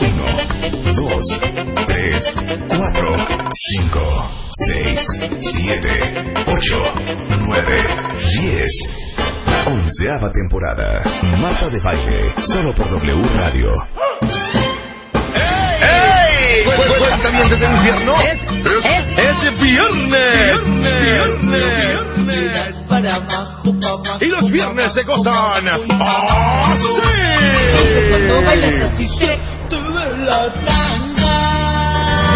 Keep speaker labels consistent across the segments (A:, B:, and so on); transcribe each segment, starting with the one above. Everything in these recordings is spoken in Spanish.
A: 1, 2, 3, 4, 5, 6, 7, 8, 9, 10. Onceava temporada. Marta de Baile, solo por W Radio.
B: ¡Ey! Cu- cu- Cuéntame antes de un viernes. No,
C: Es- es-
B: es viernes.
C: Viernes para abajo, pa' abajo,
B: Y los viernes se gozan. ¡Ah,
C: Cuando bailas
B: sí!
C: así que tú la tanga.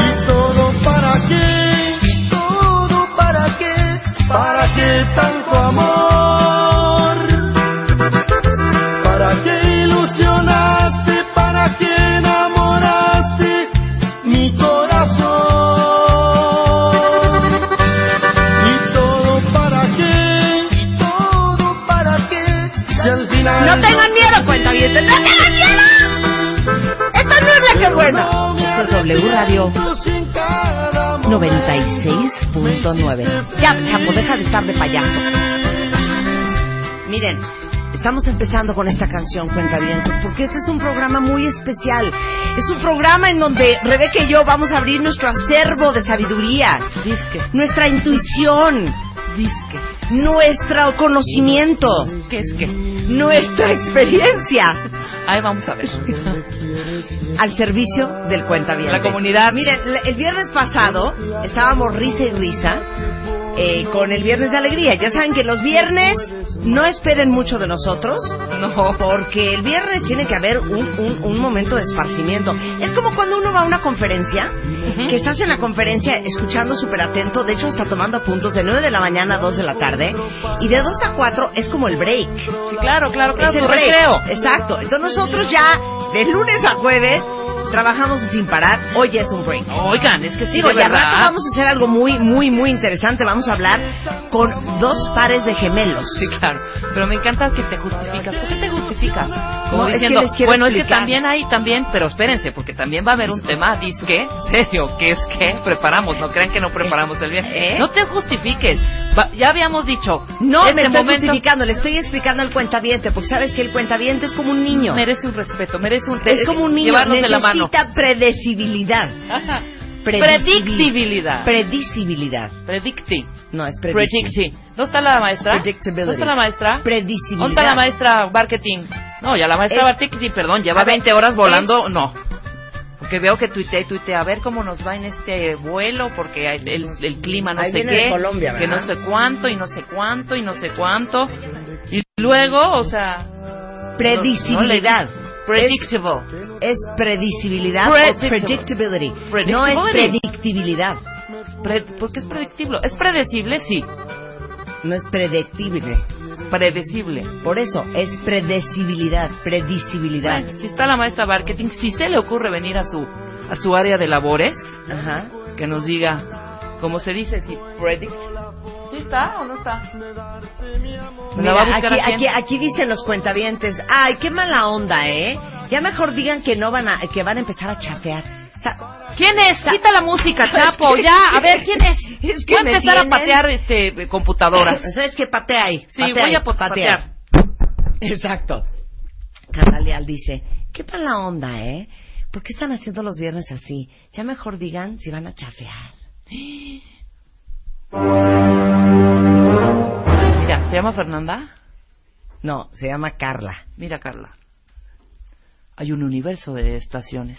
C: ¿Y todo para qué? ¿Y todo para qué? ¿Para qué tanto amor? ¿Para qué ilusionaste? ¿Para qué enamoraste mi corazón? ¿Y todo para qué? ¿Y todo para qué? Si al final
D: No tengan miedo, cuenta bien. ¡No tengan miedo! Esta no es la que es buena.
E: W Radio
C: 96.9.
E: Ya, chapo, deja de estar de payaso. Miren, estamos empezando con esta canción, Cuentavientes, porque este es un programa muy especial. Es un programa en donde Rebeca y yo vamos a abrir nuestro acervo de sabiduría,
C: Disque,
E: nuestra intuición,
C: disque,
E: nuestro conocimiento,
C: que es que.
E: nuestra experiencia
C: Ahí vamos a ver.
E: al servicio del Cuentavientes.
C: La comunidad.
E: Miren, la- el viernes pasado estábamos risa y risa eh, con el Viernes de Alegría. Ya saben que los viernes no esperen mucho de nosotros.
C: No.
E: Porque el viernes tiene que haber un, un- un momento de esparcimiento. Es como cuando uno va a una conferencia, que estás en la conferencia escuchando súper atento, de hecho está tomando apuntes de 9 de la mañana a 2 de la tarde, y de 2 a 4 es como el break.
C: Sí, claro, claro, claro.
E: Es el
C: Tu
E: break.
C: recreo.
E: Exacto. Entonces nosotros ya, de lunes a jueves, trabajamos sin parar. Hoy ya es un break.
C: Oigan, es que sí,
E: Digo,
C: de
E: y al
C: verdad.
E: rato vamos a hacer algo muy, muy, muy interesante. Vamos a hablar con dos pares de gemelos.
C: Sí, claro. Pero me encanta que te justificas. ¿Por qué te justificas? Como
E: No, es que
C: diciendo,
E: les quiero
C: bueno, es que
E: explicar.
C: también hay, también, pero espérense, porque también va a haber un tema, disque, serio, que es que preparamos, no crean que no preparamos el bien.
E: ¿Eh?
C: No te justifiques. Va- ya habíamos dicho,
E: No
C: este
E: me estoy
C: momento
E: justificando, le estoy explicando al cuentaviente, porque sabes que el cuentaviente es como un niño.
C: merece un respeto, merece un
E: Es como un niño,
C: llevarnos
E: necesita
C: de la mano.
E: predecibilidad.
C: Ajá.
E: Predecibil-
C: Predictibilidad.
E: Predicibilidad.
C: Predicti.
E: No, es predicti-
C: Predicti. ¿No está la maestra?
E: Predictability.
C: ¿No está la maestra?
E: Predicibilidad.
C: ¿Dónde está la maestra marketing? No, ya la maestra
E: Es-
C: marketing, perdón, lleva
E: A ver,
C: 20 horas
E: es-
C: volando, no. Porque veo que tuitea y tuitea, a ver cómo nos va en este vuelo, porque el, el- el clima no
E: Ahí
C: sé
E: viene de
C: qué,
E: Colombia,
C: que no
E: ¿verdad?
C: sé cuánto, y no sé cuánto, y no sé cuánto. Y luego, o sea...
E: Predicibilidad.
C: no le- predictable.
E: Es predicibilidad
C: Predictable.
E: o predictability. No es
C: Predictability.
E: predictibilidad.
C: Pre- porque es predictible. ¿Es predecible? Sí.
E: No es predictible.
C: Predecible.
E: Por eso es predecibilidad, predicibilidad.
C: Bueno, si está la maestra marketing, si se le ocurre venir a su a su área de labores,
E: Ajá.
C: que nos diga, como se dice, si predict. ¿Sí está o no está? ¿Me la va a
E: Mira,
C: buscar
E: aquí,
C: a quién?
E: aquí, aquí dicen los cuentavientes, ay, qué mala onda, ¿eh? Ya mejor digan que no van a, que van a empezar a chafear. O sea,
C: ¿Quién es? Quita la música, Chapo, ya. A ver, ¿quién es?
E: Es que
C: voy a
E: me
C: empezar a
E: tienen-
C: patear este, computadoras.
E: ¿sabes qué? Patea ahí.
C: Sí,
E: patea
C: voy
E: ahí,
C: a po- patear.
E: Exacto. Carla Leal dice, qué mala onda, ¿eh? ¿Por qué están haciendo los viernes así? Ya mejor digan si van a chafear.
C: Mira, ¿se llama Fernanda?
E: No, se llama Carla.
C: Mira, Carla. Hay un universo de estaciones.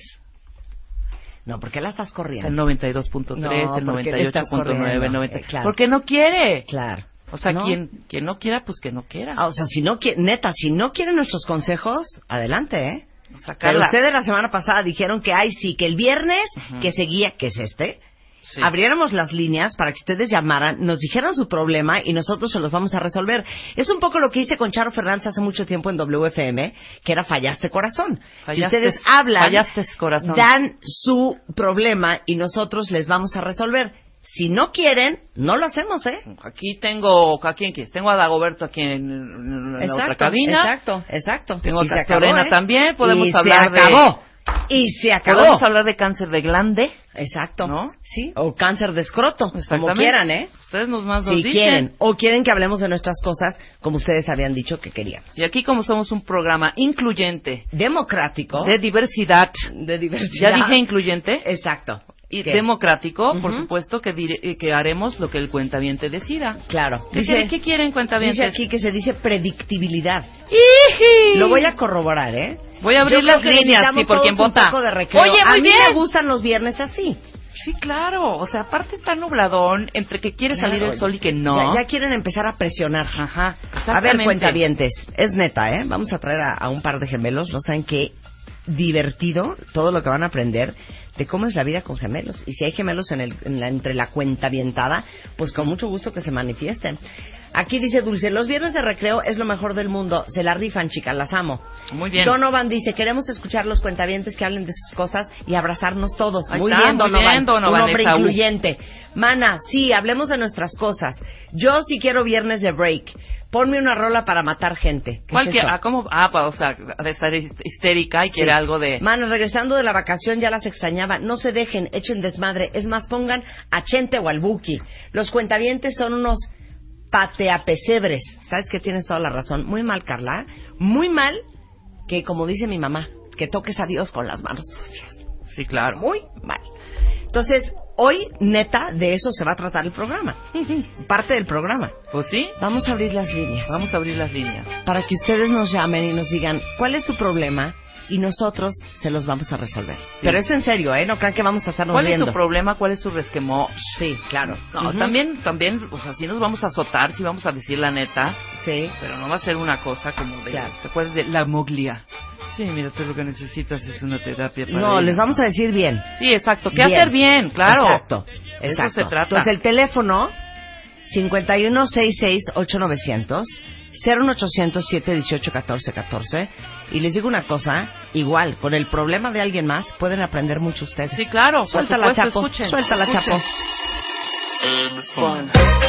E: No, ¿por qué la estás corriendo?
C: El 92.3,
E: No,
C: el
E: porque le estás
C: 98.9, el
E: corriendo,
C: 90.
E: eh, claro.
C: Porque no quiere.
E: Claro.
C: O sea,
E: No.
C: quien, quien no quiera, pues que no quiera.
E: Ah, o sea, si no quiere, neta, si no quieren nuestros consejos, adelante, ¿eh?
C: O sea,
E: Pero
C: Carla,
E: ustedes la semana pasada dijeron que ay sí, que el viernes
C: Ujú.
E: que seguía, que es este,
C: Sí.
E: abriéramos las líneas para que ustedes llamaran, nos dijeran su problema y nosotros se los vamos a resolver. Es un poco lo que hice con Charo Fernández hace mucho tiempo en WFM, que era Fallaste Corazón. Y
C: Fallaste-
E: ustedes hablan,
C: Fallaste Corazón.
E: dan su problema y nosotros les vamos a resolver. Si no quieren, no lo hacemos, ¿eh?
C: Aquí tengo, ¿a quién quieres? Tengo a Dagoberto aquí en, en la otra cabina.
E: Exacto, exacto.
C: Tengo a
E: Y se
C: Castorena
E: acabó, ¿eh?
C: también, podemos
E: Y
C: hablar
E: se
C: de-
E: acabó. Y se acabó.
C: Podemos hablar
E: este
C: de cáncer de glande.
E: Exacto.
C: ¿No?
E: Sí. O cáncer de escroto, como
C: Exactamente.
E: quieran, ¿eh?
C: Ustedes nos más nos
E: Si
C: dicen.
E: quieren. O quieren que hablemos de nuestras cosas como ustedes habían dicho que querían.
C: Y aquí como somos un programa incluyente,
E: Democrático.
C: de diversidad,
E: de
C: ya
E: diversidad.
C: dije incluyente,
E: Exacto.
C: y
E: ¿Qué?
C: democrático, por
E: Ujú.
C: supuesto que, dire- eh, que haremos lo que el cuentaviente decida.
E: Claro.
C: ¿Qué, quiere- qué quieren
E: dice
C: cuentavientes?
E: aquí que se dice predictibilidad.
C: ¡Iji!
E: Lo voy a corroborar, ¿eh?
C: Voy a abrir
E: Yo creo
C: las
E: que
C: líneas,
E: necesitamos
C: sí, por
E: todos
C: quien
E: un
C: vota.
E: poco de recreo.
C: Oye, muy
E: a mí
C: bien.
E: me gustan los viernes así.
C: Sí, claro. O sea, aparte está nubladón, entre que quiere
E: Claro.
C: salir el sol y que no.
E: Ya, ya quieren empezar a presionar.
C: Ajá.
E: A ver,
C: exactamente.
E: cuentavientes, es neta, ¿eh? Vamos a traer a, a un par de gemelos, no saben qué divertido todo lo que van a aprender de cómo es la vida con gemelos. Y si hay gemelos en el- en la- entre la cuenta vientada, pues con mucho gusto que se manifiesten. Aquí dice Dulce, los viernes de recreo es lo mejor del mundo. Se la rifan, chicas, las amo.
C: Muy bien.
E: Donovan dice, queremos escuchar los cuentavientes que hablen de sus cosas y abrazarnos todos.
C: Ahí
E: muy,
C: está,
E: bien,
C: muy
E: Donovan,
C: bien, Donovan,
E: Un hombre
C: Esaú.
E: incluyente. Mana, sí, hablemos de nuestras cosas. Yo sí quiero viernes de break. Ponme una rola para matar gente. ¿Qué
C: ¿Cuál
E: es
C: que-
E: eso?
C: ah, ¿cómo? Ah, pa- o sea, de estar his- histérica y quiere
E: Sí.
C: algo de...
E: Mana, regresando de la vacación ya las extrañaba. No se dejen, echen desmadre. Es más, pongan a Chente o al Buki. Los cuentavientes son unos pateapesebres. ¿Sabes que Tienes toda la razón. Muy mal, Carla. Muy mal que, como dice mi mamá, que toques a Dios con las manos sucias.
C: Sí, claro.
E: muy mal. Entonces, hoy, neta, de eso se va a tratar el programa. Parte del programa.
C: Pues sí,
E: Vamos a abrir las líneas
C: vamos a abrir las líneas.
E: para que ustedes nos llamen y nos digan cuál es su problema y nosotros se los vamos a resolver. Pero es en serio, ¿eh? No crean que vamos a estarnos
C: ¿Cuál
E: riendo.
C: es su problema? ¿Cuál es su resquemor?
E: Sí, claro.
C: No,
E: Ujú.
C: también, también, o sea, sí nos vamos a azotar, sí vamos a decir la neta,
E: Sí.
C: pero no va a ser una cosa como de...
E: Claro.
C: ¿Te acuerdas de la moglia? Sí, mira, tú lo que necesitas es una terapia para
E: No,
C: ello.
E: les vamos a decir bien.
C: Sí, exacto. ¿Qué
E: Bien.
C: hacer bien? Claro.
E: Exacto.
C: De eso
E: exacto.
C: se trata.
E: Entonces, el teléfono 5166-8900, 01800-718-1414. Y les digo una cosa, igual, con el problema de alguien más, pueden aprender mucho ustedes.
C: Sí, claro, por
E: Suéltala,
C: supuesto,
E: Chapo.
C: escuchen,
E: Suéltala,
C: escuchen.
E: Chapo.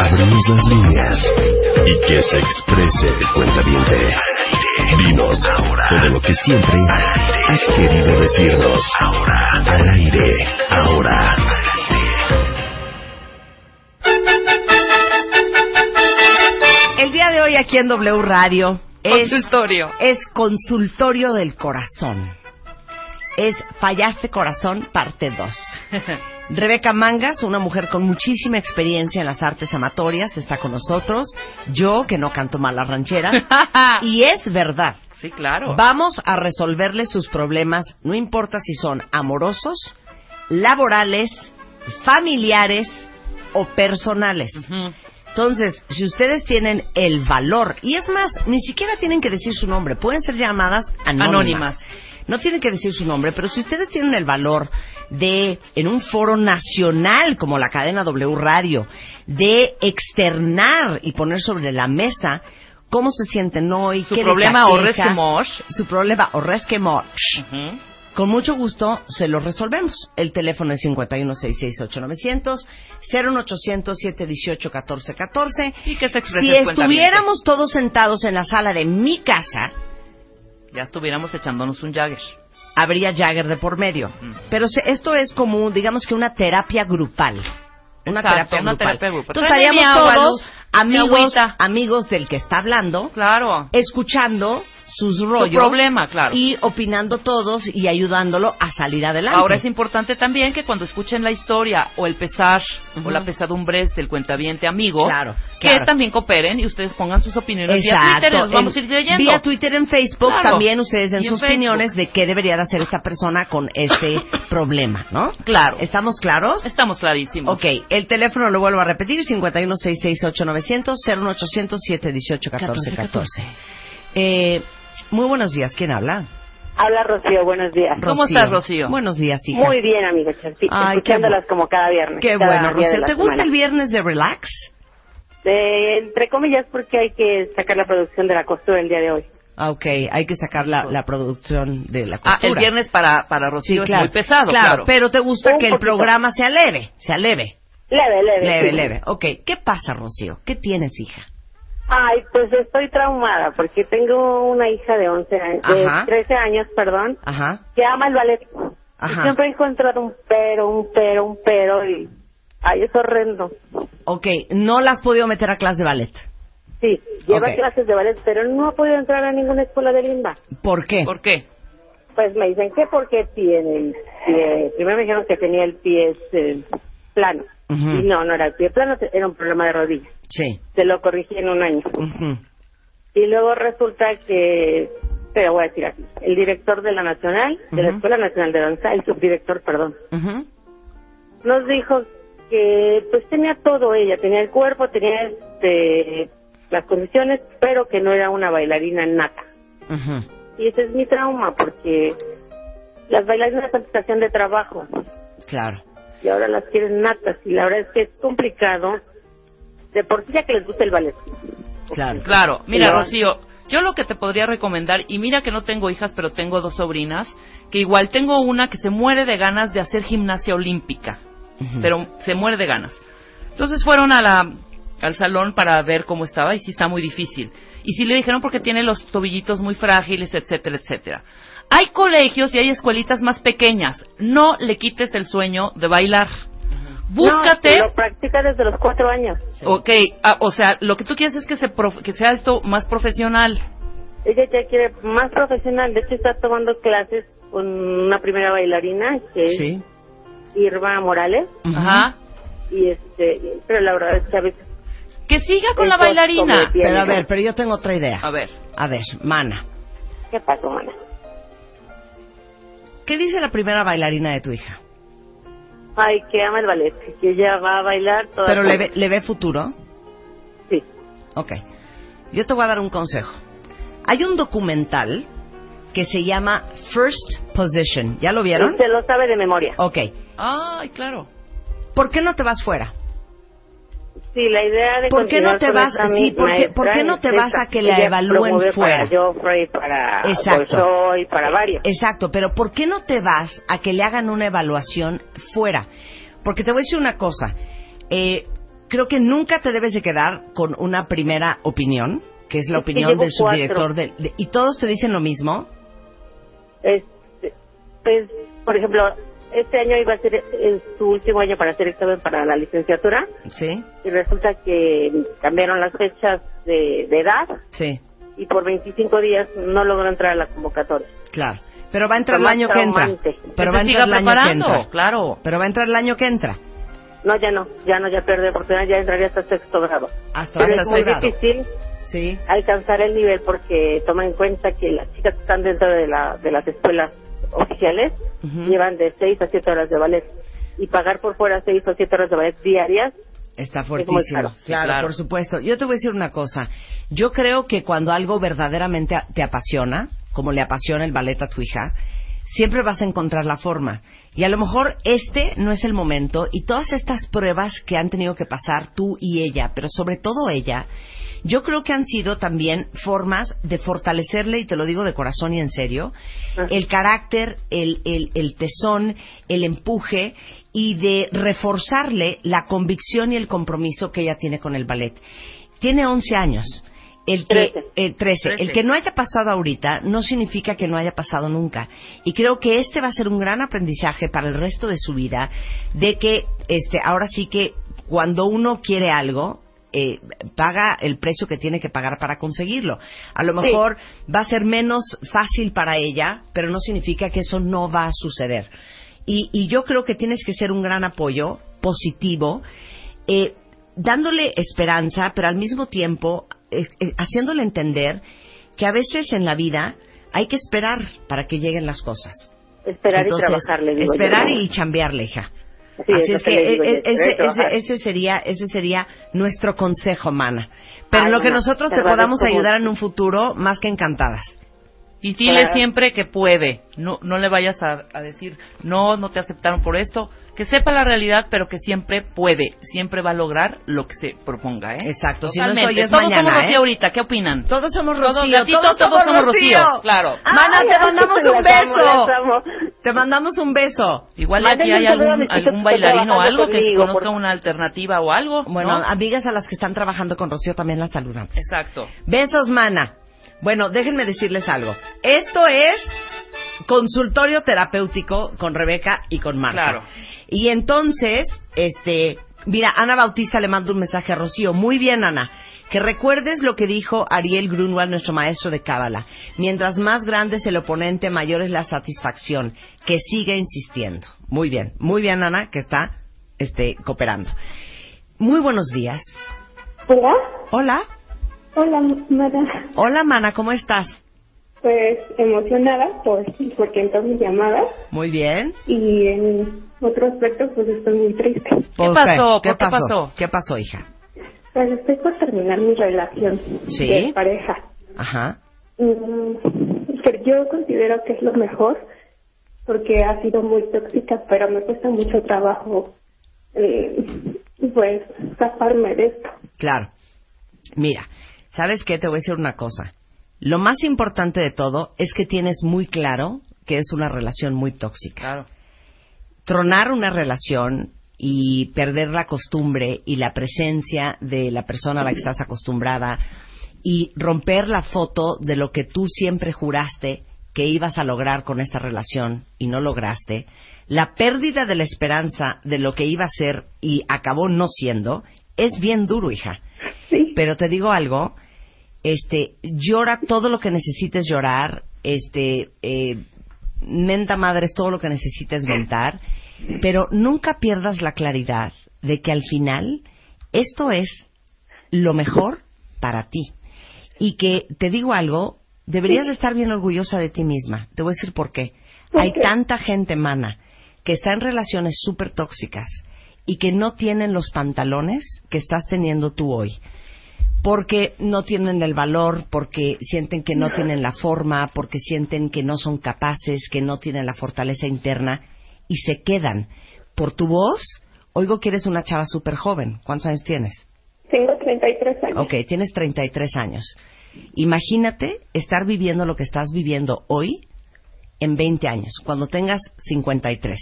A: Abrimos las líneas y que se exprese el cuentaviente. Dinos ahora todo lo que siempre has querido decirnos. Ahora, al aire, ahora.
E: El día de hoy aquí en W Radio es,
C: Consultorio.
E: es consultorio del corazón. Es Fallaste Corazón, parte 2. Rebeca Mangas, una mujer con muchísima experiencia en las artes amatorias, está con nosotros. Yo, que no canto mal las rancheras. y es verdad.
C: sí, claro.
E: Vamos a resolverle sus problemas, no importa si son amorosos, laborales, familiares o personales.
C: Ujú.
E: Entonces, si ustedes tienen el valor, y es más, ni siquiera tienen que decir su nombre, pueden ser llamadas anónimas.
C: Anónimas.
E: No tienen que decir su nombre, pero si ustedes tienen el valor de, en un foro nacional como la cadena W Radio, de externar y poner sobre la mesa cómo se sienten hoy,
C: Su
E: qué les
C: problema o
E: aqueja,
C: resquemor.
E: Su problema o resquemor.
C: Ujú.
E: Con mucho gusto se lo resolvemos. El teléfono es 51668900, 01800-718-1414.
C: Y que te expreses,
E: Si
C: cuentaviente.
E: estuviéramos todos sentados en la sala de mi casa,
C: Ya estuviéramos echándonos un Jagger.
E: habría Jagger de por medio.
C: Ujú.
E: Pero se- esto es como, digamos que una terapia grupal. Una
C: Exacto,
E: terapia
C: una
E: grupal.
C: terapia grupal.
E: Entonces
C: Tráeme mi
E: estaríamos
C: agua,
E: todos
C: Luz, mi
E: amigos,
C: agüita.
E: amigos del que está hablando,
C: Claro.
E: escuchando sus rollos.
C: problema, claro.
E: Y opinando todos y ayudándolo a salir adelante.
C: Ahora es importante también que cuando escuchen la historia o el pesar
E: Ujú.
C: o la pesadumbre del cuentaviente amigo,
E: Claro,
C: que
E: claro.
C: también cooperen y ustedes pongan sus opiniones vía
E: Exacto.
C: Twitter, los vamos a
E: En-
C: ir leyendo.
E: Vía Twitter, en Facebook,
C: Claro.
E: también ustedes
C: Y
E: en
C: en
E: sus
C: Facebook.
E: opiniones de qué debería de hacer esta persona con este problema, ¿no?
C: Claro.
E: ¿Estamos claros?
C: Estamos clarísimos.
E: Ok, el teléfono lo vuelvo a repetir, 51668900, 01800 718 1414 Eh, muy buenos días, ¿quién habla?
D: Habla Rocío, buenos días.
C: ¿Cómo estás, Rocío?
E: Buenos días, hija.
D: Muy bien, amiga Chercita,
E: Ay, qué
D: escuchándolas como cada viernes.
E: Qué
D: cada
E: bueno,
D: día de
E: Rocío.
D: la
E: ¿Te gusta
D: semana.
E: el viernes de relax?
D: De- entre comillas, porque hay que sacar la producción de la costura el día de hoy.
E: Ah, ok. Hay que sacar la, la producción de la
C: Ah,
E: costura.
C: el viernes para, para
E: Sí,
C: Rocío
E: claro.
C: es muy pesado, claro.
E: Claro, pero te gusta
D: Un
E: que el
D: poquito.
E: programa sea leve, sea leve.
D: Leve, leve.
E: Leve,
D: sí.
E: leve. Ok, ¿qué pasa, Rocío? ¿Qué tienes, hija?
D: Ay, pues estoy traumada porque tengo una hija de 11 años, de
E: Ajá.
D: 13 años, perdón,
E: Ajá.
D: que ama el ballet.
E: Ajá.
D: Y Siempre he encontrado un pero, un pero, un pero y... Ay, es horrendo.
E: Ok, no la has podido meter a clase de ballet.
D: Sí, lleva
E: Ok.
D: clases de ballet, pero no ha podido entrar a ninguna escuela de limba.
E: ¿Por qué?
C: ¿Por qué?
D: Pues me dicen que porque tiene el pie. Primero me dijeron que tenía el pie eh, plano.
E: Ujú.
D: Y no, no era el pie plano, era un problema de rodilla.
E: Sí.
D: Se lo corrigí en un año.
E: Ujú.
D: Y luego resulta que, te lo voy a decir aquí, el director de la Nacional, de la
E: Ujú.
D: Escuela Nacional de Danza, el subdirector, perdón,
E: Ujú.
D: nos dijo que pues tenía todo ella, tenía el cuerpo, tenía este, las condiciones, pero que no era una bailarina nata.
E: Ujú.
D: Y ese es mi trauma, porque las bailarinas son estación de trabajo
E: Claro.
D: y ahora las quieren natas. Y la verdad es que es complicado, de por sí ya que les gusta el ballet.
E: Claro.
C: Claro, mira,
D: Claro.
C: Rocío, yo lo que te podría recomendar, y mira que no tengo hijas, pero tengo dos sobrinas, que igual tengo una que se muere de ganas de hacer gimnasia olímpica,
E: Ujú.
C: pero se muere de ganas. Entonces fueron a la, al salón para ver cómo estaba y sí está muy difícil. Y sí le dijeron porque tiene los tobillitos muy frágiles, etcétera, etcétera. Hay colegios y hay escuelitas más pequeñas. No le quites el sueño de bailar. Búscate.
D: No, lo practica desde los cuatro años.
C: Ok, ah, o sea, lo que tú quieres es que, se prof- que sea esto más profesional.
D: Ella ya quiere más profesional. De hecho, está tomando clases con una primera bailarina, que
E: Sí.
D: es Irma Morales.
E: Ujú.
C: Ajá.
D: Y este, pero la verdad es que a veces
C: Que siga con la
D: Eso es
C: bailarina.
D: como-
E: Pero a ver, pero yo tengo otra idea.
C: A ver.
E: A ver, mana.
D: ¿Qué pasó, mana?
E: ¿Qué dice la primera bailarina de tu hija?
D: Ay, que ama el ballet, que ella va a bailar toda
E: ¿Pero le
D: su-
E: ve, le ve futuro?
D: Sí.
E: Ok. Yo te voy a dar un consejo. Hay un documental que se llama First Position. ¿Ya lo vieron?
D: Se lo sabe de memoria.
E: Ok.
C: Ay, claro.
E: ¿Por qué no te vas fuera?
D: Sí, la idea de
E: ¿Por qué no
D: continuar
E: te
D: con
E: vas-
D: esa
E: sí,
D: misma
E: por qué- por
D: maestra
E: qué no te
D: es
E: vas
D: esa.
E: a que la
D: Ella
E: evalúen
D: promueve
E: fuera?
D: Para Joffrey, para
E: Exacto.
D: Bolshoi, para varios.
E: Exacto, pero ¿por qué no te vas a que le hagan una evaluación fuera? Porque te voy a decir una cosa. eh, creo que nunca te debes de quedar con una primera opinión, que es la
D: Es que
E: opinión
D: llevo
E: del subdirector.
D: cuatro.
E: del- de- y todos te dicen lo mismo.
D: Este, pues, por ejemplo, este año iba a ser eh, su último año para hacer examen para la licenciatura
E: Sí,
D: y resulta que cambiaron las fechas de, de edad
E: sí,
D: y por 25 días no logró entrar a la convocatoria.
E: claro. Pero va a entrar el
D: Está más
E: año que entra.
D: traumante.
E: Pero
C: que
E: va a
C: te
E: entrar
C: siga
E: el año que
C: preparando.
E: entra.
C: Claro.
E: Pero va a entrar el año que entra.
D: No, ya no, ya no, ya perdió oportunidad, ya entraría hasta sexto grado.
E: Hasta
D: Pero
E: hasta
D: es muy
E: sexto grado.
D: difícil
E: Sí,
D: alcanzar el nivel porque toma en cuenta que las chicas que están dentro de, la, de las escuelas oficiales
E: Ujú.
D: llevan de 6 a 7 horas de ballet y pagar por fuera 6 o 7 horas de ballet diarias
E: está
D: muy
E: fuertísimo.
D: caro.
E: Claro,
C: Sí, claro.
E: por supuesto. Yo te voy a decir una cosa. Yo creo que cuando algo verdaderamente a- te apasiona, como le apasiona el ballet a tu hija, siempre vas a encontrar la forma. Y a lo mejor este no es el momento y todas estas pruebas que han tenido que pasar tú y ella, pero sobre todo ella, yo creo que han sido también formas de fortalecerle, y te lo digo de corazón y en serio,
D: Ah.
E: el carácter, el, el- el tesón, el empuje y de reforzarle la convicción y el compromiso que ella tiene con el ballet. Tiene 11 años. El que,
D: Trece.
E: el 13. El
C: Trece.
E: que no haya pasado ahorita no significa que no haya pasado nunca. Y creo que este va a ser un gran aprendizaje para el resto de su vida de que este, ahora sí que cuando uno quiere algo, eh, paga el precio que tiene que pagar para conseguirlo. A lo mejor va a ser menos fácil para ella, pero no significa que eso no va a suceder. Y, y yo creo que tienes que ser un gran apoyo positivo, eh, dándole esperanza, pero al mismo tiempo eh, eh, haciéndole entender que a veces en la vida hay que esperar para que lleguen las cosas.
D: esperar y
E: Entonces,
D: trabajarle. digo yo.
E: Esperar y chambearle, hija.
D: Sí,
E: Así
D: eso
E: es que
D: le digo yo,
E: e- e-
D: esperar y
E: ese,
D: trabajar.
E: ese- ese sería ese sería nuestro consejo, mana. Pero
D: Ay,
E: en lo que
D: mana,
E: nosotros
D: te
E: te podamos
D: agradezco
E: ayudar
D: mucho.
E: en un futuro, más que encantadas.
C: Y dile
F: Claro.
C: siempre que puede. No, no le vayas a, a decir, no, no te aceptaron por esto. Que sepa la realidad, pero que siempre puede. Siempre va a lograr lo que se proponga, ¿eh?
E: Exacto, si no
C: Totalmente.
E: soy es
C: Todos
E: mañana,
C: somos Rocío
E: ¿eh?
C: ahorita. ¿Qué opinan?
E: Todos somos
C: Todos,
E: Rocío,
C: gatitos,
E: todos
C: todos
E: somos
C: somos
E: Rocío.
C: Rocío, claro.
E: Mana,
F: Ay,
E: te
F: ay,
E: mandamos
F: las
E: un
F: amo,
E: beso.
F: las amo.
E: Te mandamos un beso.
C: Igual y aquí
F: Mándenle
C: hay
F: un saludo a
C: algún,
F: mis hijos
C: algún
F: que están
C: bailarín o
F: trabajando
C: algo que
F: conmigo,
C: conozca
F: por-
C: una alternativa o algo.
E: Bueno,
C: ¿no?
E: amigas a las que están trabajando con Rocío también las saludamos.
C: exacto.
E: Besos, mana. Bueno, déjenme decirles algo. Esto es consultorio terapéutico con Rebeca y con Marta.
C: Claro.
E: Y entonces, este, mira, Ana Bautista le manda un mensaje a Rocío. Muy bien, Ana. Que recuerdes lo que dijo Ariel Grunwald, nuestro maestro de Cábala. Mientras más grande es el oponente, mayor es la satisfacción. Que siga insistiendo. Muy bien, muy bien, Ana, que está este, cooperando. Muy buenos días.
G: Hola,
E: Hola.
G: hola, Mara.
E: Hola, Mana, ¿cómo estás?
G: Pues emocionada por porque entró mi llamada
E: Muy bien.
G: y en otro aspecto pues estoy muy triste.
E: ¿Por
C: pasó?
E: ¿Qué
C: ¿Por qué
E: pasó?
C: pasó?
E: ¿Qué pasó, hija?
G: Pues estoy por terminar mi relación
E: Sí.
G: de pareja.
E: Ajá.
G: Mm, pero yo considero que es lo mejor porque ha sido muy tóxica, pero me cuesta mucho trabajo eh, pues zafarme de esto.
E: Claro. Mira, ¿sabes qué? Te voy a decir una cosa. Lo más importante de todo es que tienes muy claro que es una relación muy tóxica.
C: Claro.
E: Tronar una relación y perder la costumbre y la presencia de la persona a la que estás acostumbrada y romper la foto de lo que tú siempre juraste que ibas a lograr con esta relación y no lograste, la pérdida de la esperanza de lo que iba a ser y acabó no siendo, es bien duro, hija.
G: Sí,
E: Pero te digo algo, este, llora todo lo que necesites llorar, este, eh, menta madres todo lo que necesites mentar, pero nunca pierdas la claridad de que al final esto es lo mejor para ti. Y que te digo algo, deberías de estar bien orgullosa de ti misma. Te voy a decir por qué.
G: ¿Por
E: Hay
G: qué?
E: tanta gente mana que está en relaciones súper tóxicas y que no tienen los pantalones que estás teniendo tú hoy porque no tienen el valor, porque sienten que no tienen la forma, porque sienten que no son capaces, que no tienen la fortaleza interna y se quedan. Por tu voz, oigo que eres una chava súper joven. ¿Cuántos años tienes?
G: tengo 33 años.
E: Ok, tienes 33 años. Imagínate estar viviendo lo que estás viviendo hoy en 20 años, cuando tengas 53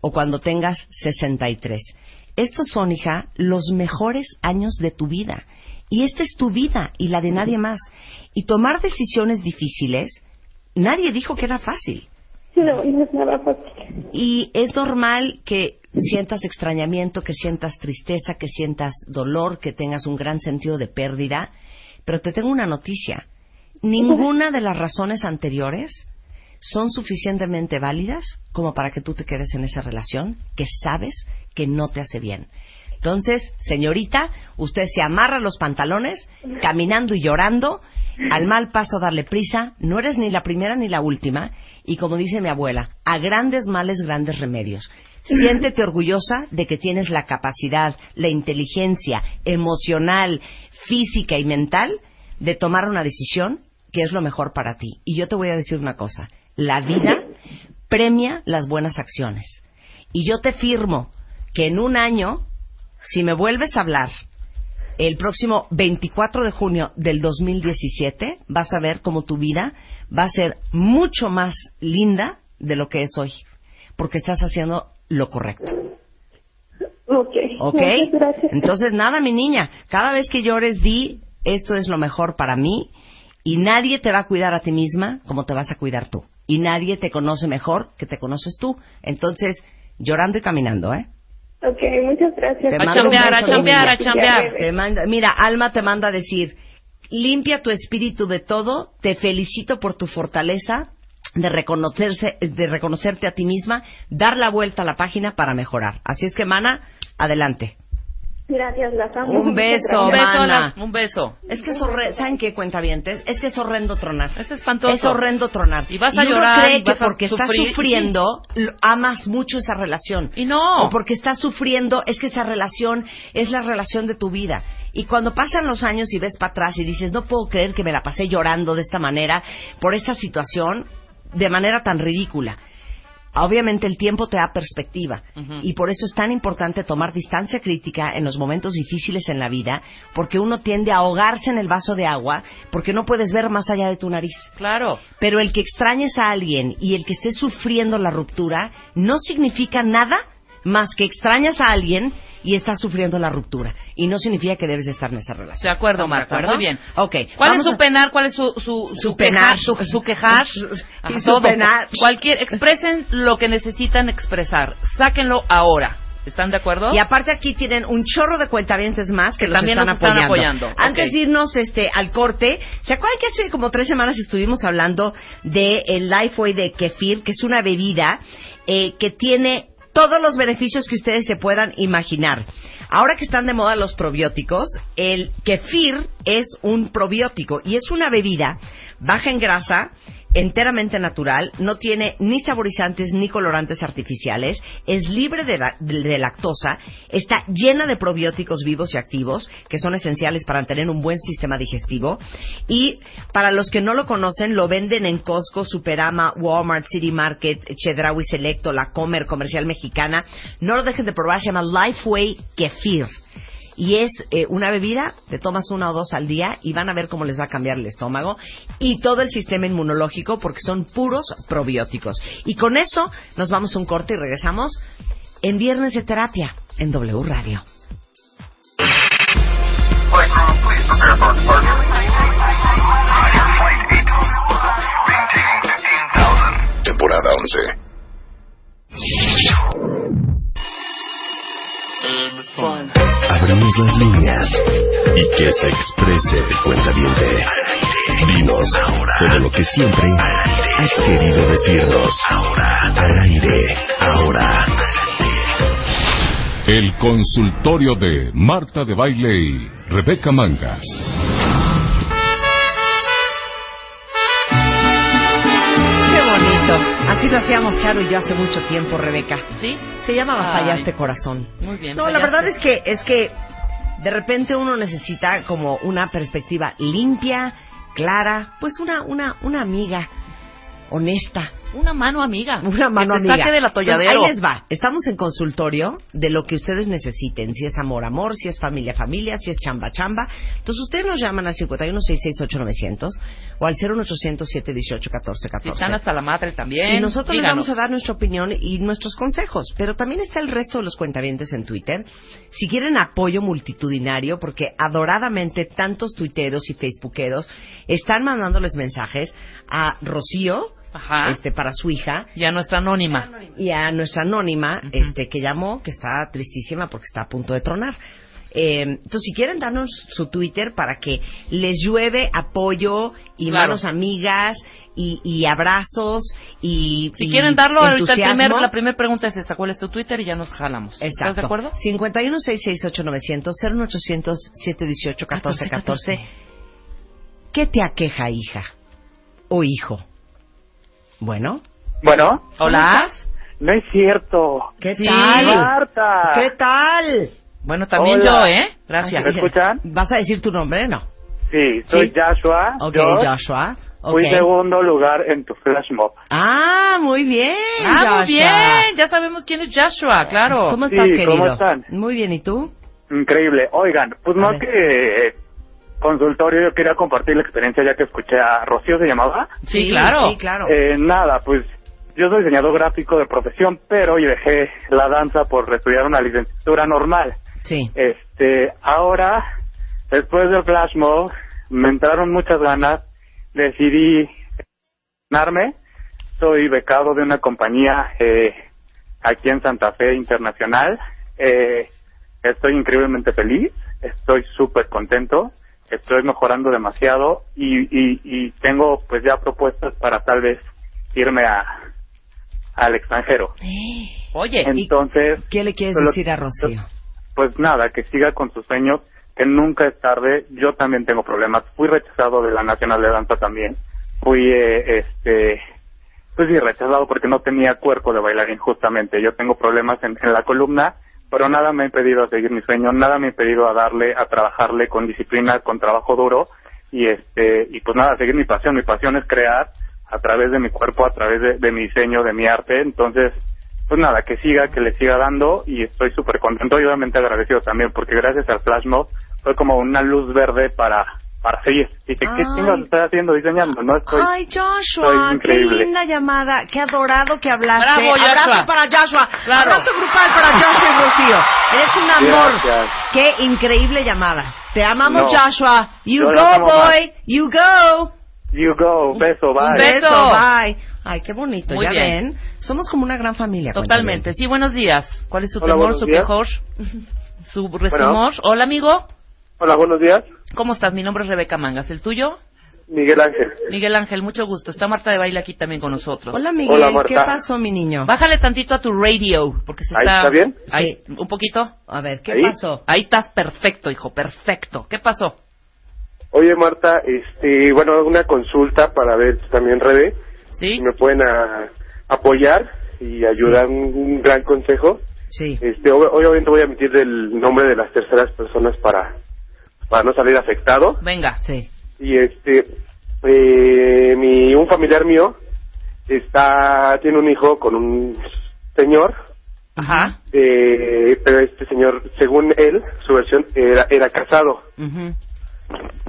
E: o cuando tengas 63. Estos son, hija, los mejores años de tu vida. Y esta es tu vida y la de nadie más. Y tomar decisiones difíciles, nadie dijo que era fácil.
G: No, no es nada fácil.
E: Y es normal que sientas extrañamiento, que sientas tristeza, que sientas dolor, que tengas un gran sentido de pérdida. Pero te tengo una noticia. Ninguna de las razones anteriores son suficientemente válidas como para que tú te quedes en esa relación que sabes que no te hace bien. Entonces, señorita, usted se amarra los pantalones, caminando y llorando, al mal paso darle prisa, no eres ni la primera ni la última, y como dice mi abuela, a grandes males, grandes remedios. Siéntete orgullosa de que tienes la capacidad, la inteligencia emocional, física y mental de tomar una decisión que es lo mejor para ti. Y yo te voy a decir una cosa, la vida premia las buenas acciones. Y yo te firmo que en un año, si me vuelves a hablar, el próximo 24 de junio del 2017, vas a ver cómo tu vida va a ser mucho más linda de lo que es hoy, porque estás haciendo lo correcto.
G: Ok.
E: ¿Ok?
G: Muchas gracias.
E: Entonces, nada, mi niña, cada vez que llores, di, esto es lo mejor para mí y nadie te va a cuidar a ti misma como te vas a cuidar tú. Y nadie te conoce mejor que te conoces tú. Entonces, llorando y caminando, ¿eh?
G: Ok, muchas gracias.
E: Te
C: A
E: mando un
C: chambear, a
E: beso,
C: chambear, a
G: niña.
C: chambear.
E: Te manda- mira, Alma te manda a decir, limpia tu espíritu de todo, te felicito por tu fortaleza de reconocerse, de reconocerte a ti misma, dar la vuelta a la página para mejorar. Así es que, Mana, adelante.
G: Gracias, las amo.
E: Un beso,
C: Un beso,
E: Mana.
C: la- un beso.
E: Es que es horrendo, ¿saben qué cuenta Es que es horrendo tronar.
C: Es espantoso.
E: Es horrendo tronar.
C: Y vas a
E: uno
C: llorar,
E: cree
C: y vas
E: que
C: a
E: porque estás
C: sufrir, y sí.
E: sufriendo, lo- amas mucho esa relación.
C: Y no.
E: O porque estás sufriendo, es que esa relación es la relación de tu vida. Y cuando pasan los años y ves para atrás y dices, no puedo creer que me la pasé llorando de esta manera por esta situación de manera tan ridícula. Obviamente el tiempo te da perspectiva
C: Mm.
E: y por eso es tan importante tomar distancia crítica en los momentos difíciles en la vida, porque uno tiende a ahogarse en el vaso de agua porque no puedes ver más allá de tu nariz.
C: Claro.
E: Pero el que extrañes a alguien y el que estés sufriendo la ruptura no significa nada más que extrañas a alguien y estás sufriendo la ruptura. Y no significa que debes de estar en esa relación.
C: De acuerdo, Marta.
E: ¿Estamos de
C: Muy
E: acuerdo?
C: bien.
E: Ok.
C: ¿Cuál
E: vamos
C: es su
E: a-
C: penar? ¿Cuál es su, su,
E: Su
C: su
E: penar.
C: quejar? Su, su quejar.
E: Y
C: Ajá,
E: su
C: todo.
E: penar.
C: Cualquier, expresen lo que necesitan expresar. Sáquenlo ahora. ¿Están de acuerdo?
E: Y aparte aquí tienen un chorro de cuentavientes más que,
C: Que
E: los
C: también
E: están
C: nos están
E: apoyando.
C: apoyando,
E: Antes
C: ok.
E: de irnos este, al corte, ¿se acuerdan que hace como tres semanas estuvimos hablando de el Lifeway de Kefir, que es una bebida eh, que tiene todos los beneficios que ustedes se puedan imaginar? Ahora que están de moda los probióticos, el Kefir es un probiótico y es una bebida baja en grasa, enteramente natural, no tiene ni saborizantes ni colorantes artificiales, es libre de, la- de lactosa, está llena de probióticos vivos y activos que son esenciales para tener un buen sistema digestivo y para los que no lo conocen lo venden en Costco, Superama, Walmart, City Market, Chedraui Selecto, La Comer, Comercial Mexicana. No lo dejen de probar, se llama Lifeway Kefir y es eh, una bebida, te tomas una o dos al día y van a ver cómo les va a cambiar el estómago y todo el sistema inmunológico porque son puros probióticos. Y con eso nos vamos a un corte y regresamos en Viernes de Terapia en W Radio.
A: Temporada 11. Abrimos las líneas y que se exprese el cuentaviente. Dinos ahora todo lo que siempre has querido decirnos. Ahora al aire. Ahora.
H: El consultorio de Marta de Baile y Rebeca Mangas.
E: Qué bonito. Así lo hacíamos Charo y yo hace mucho tiempo, Rebeca.
C: ¿Sí?
E: Se llamaba
C: Ay.
E: Fallaste Corazón.
C: Muy bien.
E: No, la
C: fallaste.
E: verdad es que es que de repente uno necesita como una perspectiva limpia, clara, pues una una una amiga honesta,
C: Una mano amiga.
E: una mano
C: que te
E: amiga.
C: saque del atolladero.
E: Entonces, ahí les va. Estamos en consultorio de lo que ustedes necesiten, si es amor, amor, si es familia, familia, si es chamba, chamba. Entonces ustedes nos llaman al 5166890 o al 01800 718
C: Si están hasta la madre también.
E: y nosotros les
C: díganos.
E: vamos a dar nuestra opinión y nuestros consejos. Pero también está el resto de los cuentavientes en Twitter. Si quieren apoyo multitudinario, porque adoradamente tantos tuiteros y facebookeros están mandándoles mensajes a Rocío,
C: Ajá.
E: este, para su hija,
C: Ya no está anónima.
E: y a nuestra anónima, este, que llamó, que está tristísima porque está a punto de tronar. Eh, entonces, si quieren darnos su Twitter para que les llueve apoyo y
C: Claro.
E: manos amigas y, y abrazos y
C: Si
E: y
C: quieren darlo, ahorita el
E: entusiasmo.
C: primer, la primera pregunta es esta. ¿Cuál es tu Twitter? Y ya nos jalamos.
E: Exacto.
C: ¿Estás de acuerdo?
E: 51 668 900 01800 718 1414 ¿Qué te aqueja, hija? ¿O hijo? Bueno,
I: Bueno,
C: Hola.
I: no es cierto.
E: ¿qué
C: Sí.
E: tal?
I: Marta.
E: ¿Qué tal?
C: Bueno, también
I: Hola.
C: yo, ¿eh? Gracias.
I: ¿Me escuchan?
E: ¿Vas a decir tu nombre? No.
I: Sí, soy
E: Sí.
I: Joshua.
E: Ok,
I: Yo
E: Joshua. Ok.
I: Fui segundo lugar en tu flash mob.
E: Ah, muy bien.
C: Ah,
E: Joshua.
C: muy bien. Ya sabemos quién es Joshua, claro.
E: ¿Cómo
I: Sí,
E: estás, querido?
I: ¿cómo están?
E: Muy bien, ¿y tú?
I: Increíble. Oigan, pues
E: A
I: más
E: ver.
I: que eh, consultorio, yo quería compartir la experiencia ya que escuché a Rocío, ¿se llamaba?
C: Sí, claro.
E: Sí, claro.
I: Eh, nada, pues yo soy diseñador gráfico de profesión, pero yo dejé la danza por estudiar una licenciatura normal.
E: sí.
I: Este, ahora, después del flash mob, me entraron muchas ganas, decidí entrenarme. Soy becado de una compañía eh, aquí en Santa Fe Internacional. Eh, estoy increíblemente feliz, estoy súper contento, estoy mejorando demasiado y, y, y tengo pues ya propuestas para tal vez irme a al extranjero.
C: Oye,
I: Entonces,
E: ¿Qué le quieres
I: Solo-
E: decir a Rocío?
I: pues nada, que siga con sus sueños, que nunca es tarde. Yo también tengo problemas. Fui rechazado de la Nacional de Danza también. Fui, eh, este, pues sí, rechazado porque no tenía cuerpo de bailarín justamente. Yo tengo problemas en, en la columna, pero nada me ha impedido a seguir mi sueño, nada me ha impedido a darle, a trabajarle con disciplina, con trabajo duro y este y pues nada, seguir mi pasión. Mi pasión es crear a través de mi cuerpo, a través de, de mi diseño, de mi arte. Entonces, pues nada, que siga, que le siga dando y estoy súper contento y obviamente agradecido también porque gracias al Flash Mob fue como una luz verde para para seguir. Y que, ¿qué
E: Ay.
I: chingados estás haciendo diseñando? No estoy,
E: Ay, Joshua,
I: estoy
E: qué
I: increíble.
E: linda llamada, qué adorado que hablaste.
C: Bravo, Joshua.
E: Abrazo para Joshua,
C: Claro.
E: abrazo grupal para Joshua y Rocío. Eres un amor.
I: Gracias.
E: Qué increíble llamada. Te amamos,
I: No.
E: Joshua. You
I: Yo los
E: go,
I: amo
E: boy. You go.
I: You go, beso, bye.
E: Un beso. Bye. Ay, qué bonito.
C: Muy
E: ya
C: bien.
E: ven, somos como una gran familia.
C: Totalmente. Sí, buenos días. ¿Cuál es su
E: Hola,
C: temor,
E: buenos
C: su
E: días.
C: mejor, su resumor? Hola, amigo.
J: Hola, buenos días.
C: ¿Cómo estás? Mi nombre es Rebeca Mangas. ¿El tuyo?
J: Miguel Ángel.
C: Miguel Ángel, mucho gusto. Está Marta de Baile aquí también con nosotros.
E: Hola, Miguel.
J: Hola, Marta.
E: ¿Qué pasó, mi niño?
C: Bájale tantito a tu radio, porque se
J: ¿Ahí
C: está...
J: está bien?
C: Ahí, un poquito.
E: A ver,
J: ¿qué ¿Ahí? pasó?
C: Ahí estás perfecto, hijo, perfecto. ¿Qué pasó?
J: Oye, Marta, este, bueno, una consulta para ver también Rebe.
C: Sí.
J: Si me pueden a- apoyar y ayudar un, un gran consejo.
E: Sí.
J: Este, ob- obviamente voy a emitir el nombre de las terceras personas para, para no salir afectado.
C: Venga.
E: Sí.
J: Y este, eh, mi, un familiar mío está, tiene un hijo con un señor
C: Ajá.
J: Eh, pero este señor, según él, su versión era, era casado.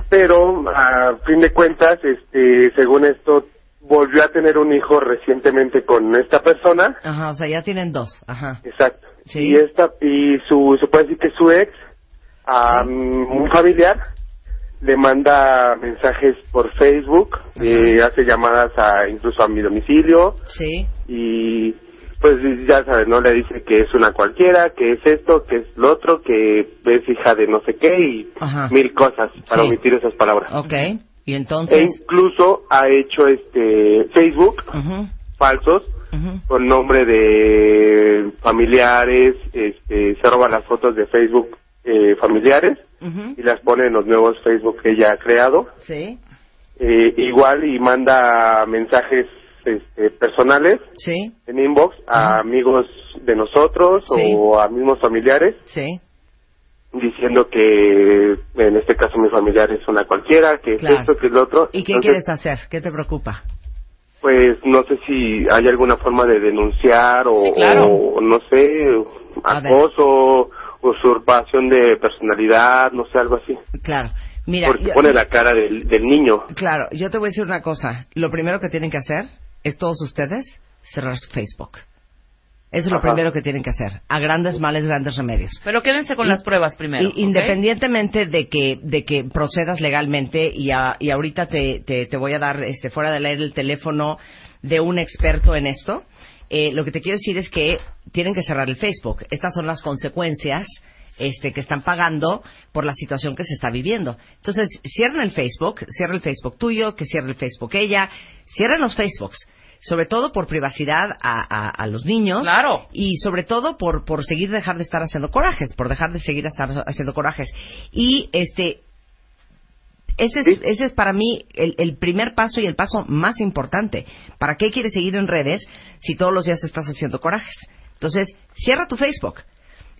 J: Pero a fin de cuentas, este, según esto, volvió a tener un hijo recientemente con esta persona.
E: Ajá, o sea, ya tienen dos. Ajá.
J: Exacto.
E: Sí.
J: Y esta y su se puede decir que su ex a mm, un familiar le manda mensajes por Facebook, eh, hace llamadas a incluso a mi domicilio
E: Sí.
J: y pues ya sabes, ¿no? Le dice que es una cualquiera, que es esto, que es lo otro, que es hija de no sé qué y
E: Ajá.
J: mil cosas para
E: Sí.
J: omitir esas palabras.
E: Ok. Y
J: E
E: entonces.
J: incluso ha hecho este Facebook
E: Ujú,
J: falsos
E: ujú.
J: con nombre de familiares, este, se roba las fotos de Facebook eh, familiares y las pone en los nuevos Facebook que ella ha creado.
E: Sí.
J: Eh, igual y manda mensajes este, personales
E: Sí.
J: en inbox a amigos de nosotros
E: Sí.
J: o a mismos familiares
E: Sí.
J: diciendo que en este caso mi familiar es una cualquiera, que
E: Claro.
J: es esto, que es lo otro.
E: ¿Y qué
J: Entonces,
E: quieres hacer? ¿Qué te preocupa?
J: Pues no sé si hay alguna forma de denunciar o,
E: Sí, claro.
J: o no sé, acoso, usurpación de personalidad, no sé, algo así.
E: Claro. Mira,
J: Porque
E: yo-
J: pone la cara del, del niño.
E: Claro, yo te voy a decir una cosa. Lo primero que tienen que hacer es todos ustedes cerrar su Facebook. Eso es lo
C: Ajá.
E: primero que tienen que hacer. A grandes males, grandes remedios.
C: Pero quédense con las pruebas primero.
E: Y
C: ¿ok?
E: Independientemente de que de que procedas legalmente y, a- y ahorita te, te, te voy a dar este fuera de leer el teléfono de un experto en esto. eh, lo que te quiero decir es que tienen que cerrar el Facebook. Estas son las consecuencias este, que están pagando por la situación que se está viviendo. Entonces cierren el Facebook, cierra el Facebook tuyo, que cierre el Facebook ella, cierren los Facebooks. Sobre todo por privacidad a, a- a los niños.
C: Claro.
E: Y sobre todo por, por seguir dejar de estar haciendo corajes, por dejar de seguir estar haciendo corajes. Y este, ese es, ese es para mí el, el primer paso y el paso más importante. ¿Para qué quieres seguir en redes si todos los días estás haciendo corajes? Entonces, cierra tu Facebook.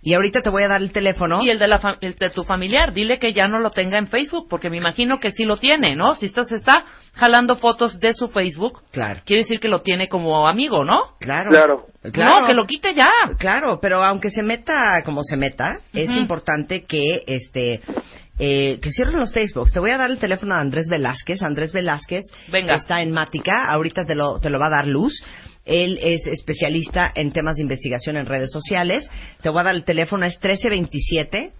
E: Y ahorita te voy a dar el teléfono.
C: Y el de, la fa- el de tu familiar, dile que ya no lo tenga en Facebook, porque me imagino que sí lo tiene, ¿no? Si está, se está jalando fotos de su Facebook,
E: Claro.
C: quiere decir que lo tiene como amigo, ¿no?
E: Claro.
C: Claro.
E: Claro.
C: No, que lo quite ya.
E: Claro, pero aunque se meta como se meta, es
C: Ujú.
E: importante que este eh, que cierren los Facebooks. Te voy a dar el teléfono a Andrés Velázquez. Andrés Velázquez
C: Venga.
E: está en Mática. Ahorita te lo, te lo va a dar luz. Él es especialista en temas de investigación en redes sociales. Te voy a dar el teléfono, es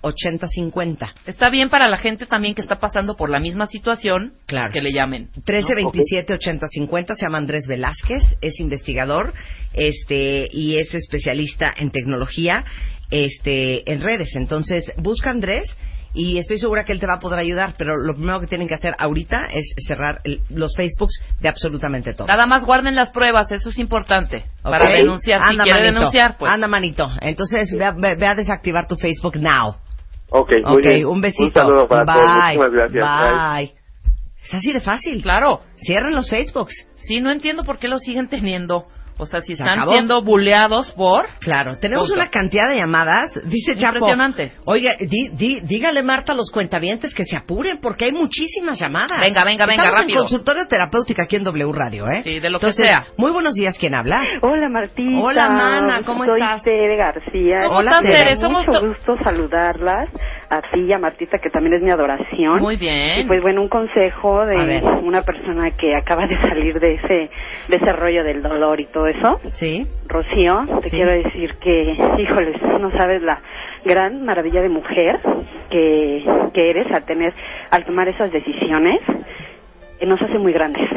E: 1327-8050.
C: Está bien para la gente también que está pasando por la misma situación,
E: Claro.
C: que le llamen.
E: 1327-8050, se llama Andrés Velázquez, es investigador este y es especialista en tecnología este en redes. Entonces, busca a Andrés y estoy segura que él te va a poder ayudar, pero lo primero que tienen que hacer ahorita es cerrar el- los Facebooks de absolutamente todo.
C: Nada más guarden las pruebas, eso es importante.
E: ¿Ok?
C: Para denunciar, si
E: Anda,
C: quiere
E: manito,
C: denunciar, pues.
E: Anda, manito. Entonces, ve, a- ve- ve a desactivar tu Facebook now.
J: Ok, muy
E: Ok,
J: bien.
E: un besito.
J: Un saludo para
E: Bye.
J: todos. Muchísimas gracias.
E: Bye. Es así de fácil.
C: Claro.
E: Cierren los Facebooks.
C: Sí, no entiendo por qué lo siguen teniendo. O sea, si
E: Se
C: están
E: acabó.
C: siendo buleados por...
E: Claro, Tenemos
C: Punto.
E: una cantidad de llamadas. Dice Chapo.
C: Impresionante.
E: Oiga, di- di- dígale, Marta, a los cuentavientes que se apuren porque hay muchísimas llamadas.
C: Venga, venga, venga,
E: Estamos
C: rápido.
E: en consultorio terapéutico aquí en W Radio, ¿eh?
C: Sí, de lo que
E: Entonces,
C: sea.
E: Muy buenos días, ¿quién habla?
K: Hola, Martita.
E: Hola, mana, ¿cómo
K: Soy
E: estás?
K: Tere García.
E: ¿Cómo Hola, estás, Tere? Tere?
K: Mucho
E: Somos to-
K: gusto saludarlas. A ti y a Martita, que también es mi adoración.
C: Muy bien.
K: Y pues bueno, un consejo
C: A
K: de
C: ver.
K: una persona que acaba de salir de ese, de ese rollo del dolor y todo eso.
E: Sí.
K: Rocío, te
E: Sí.
K: quiero decir que, híjoles, no sabes la gran maravilla de mujer que, que eres al tener, al tomar esas decisiones, eh, nos hace muy grandes.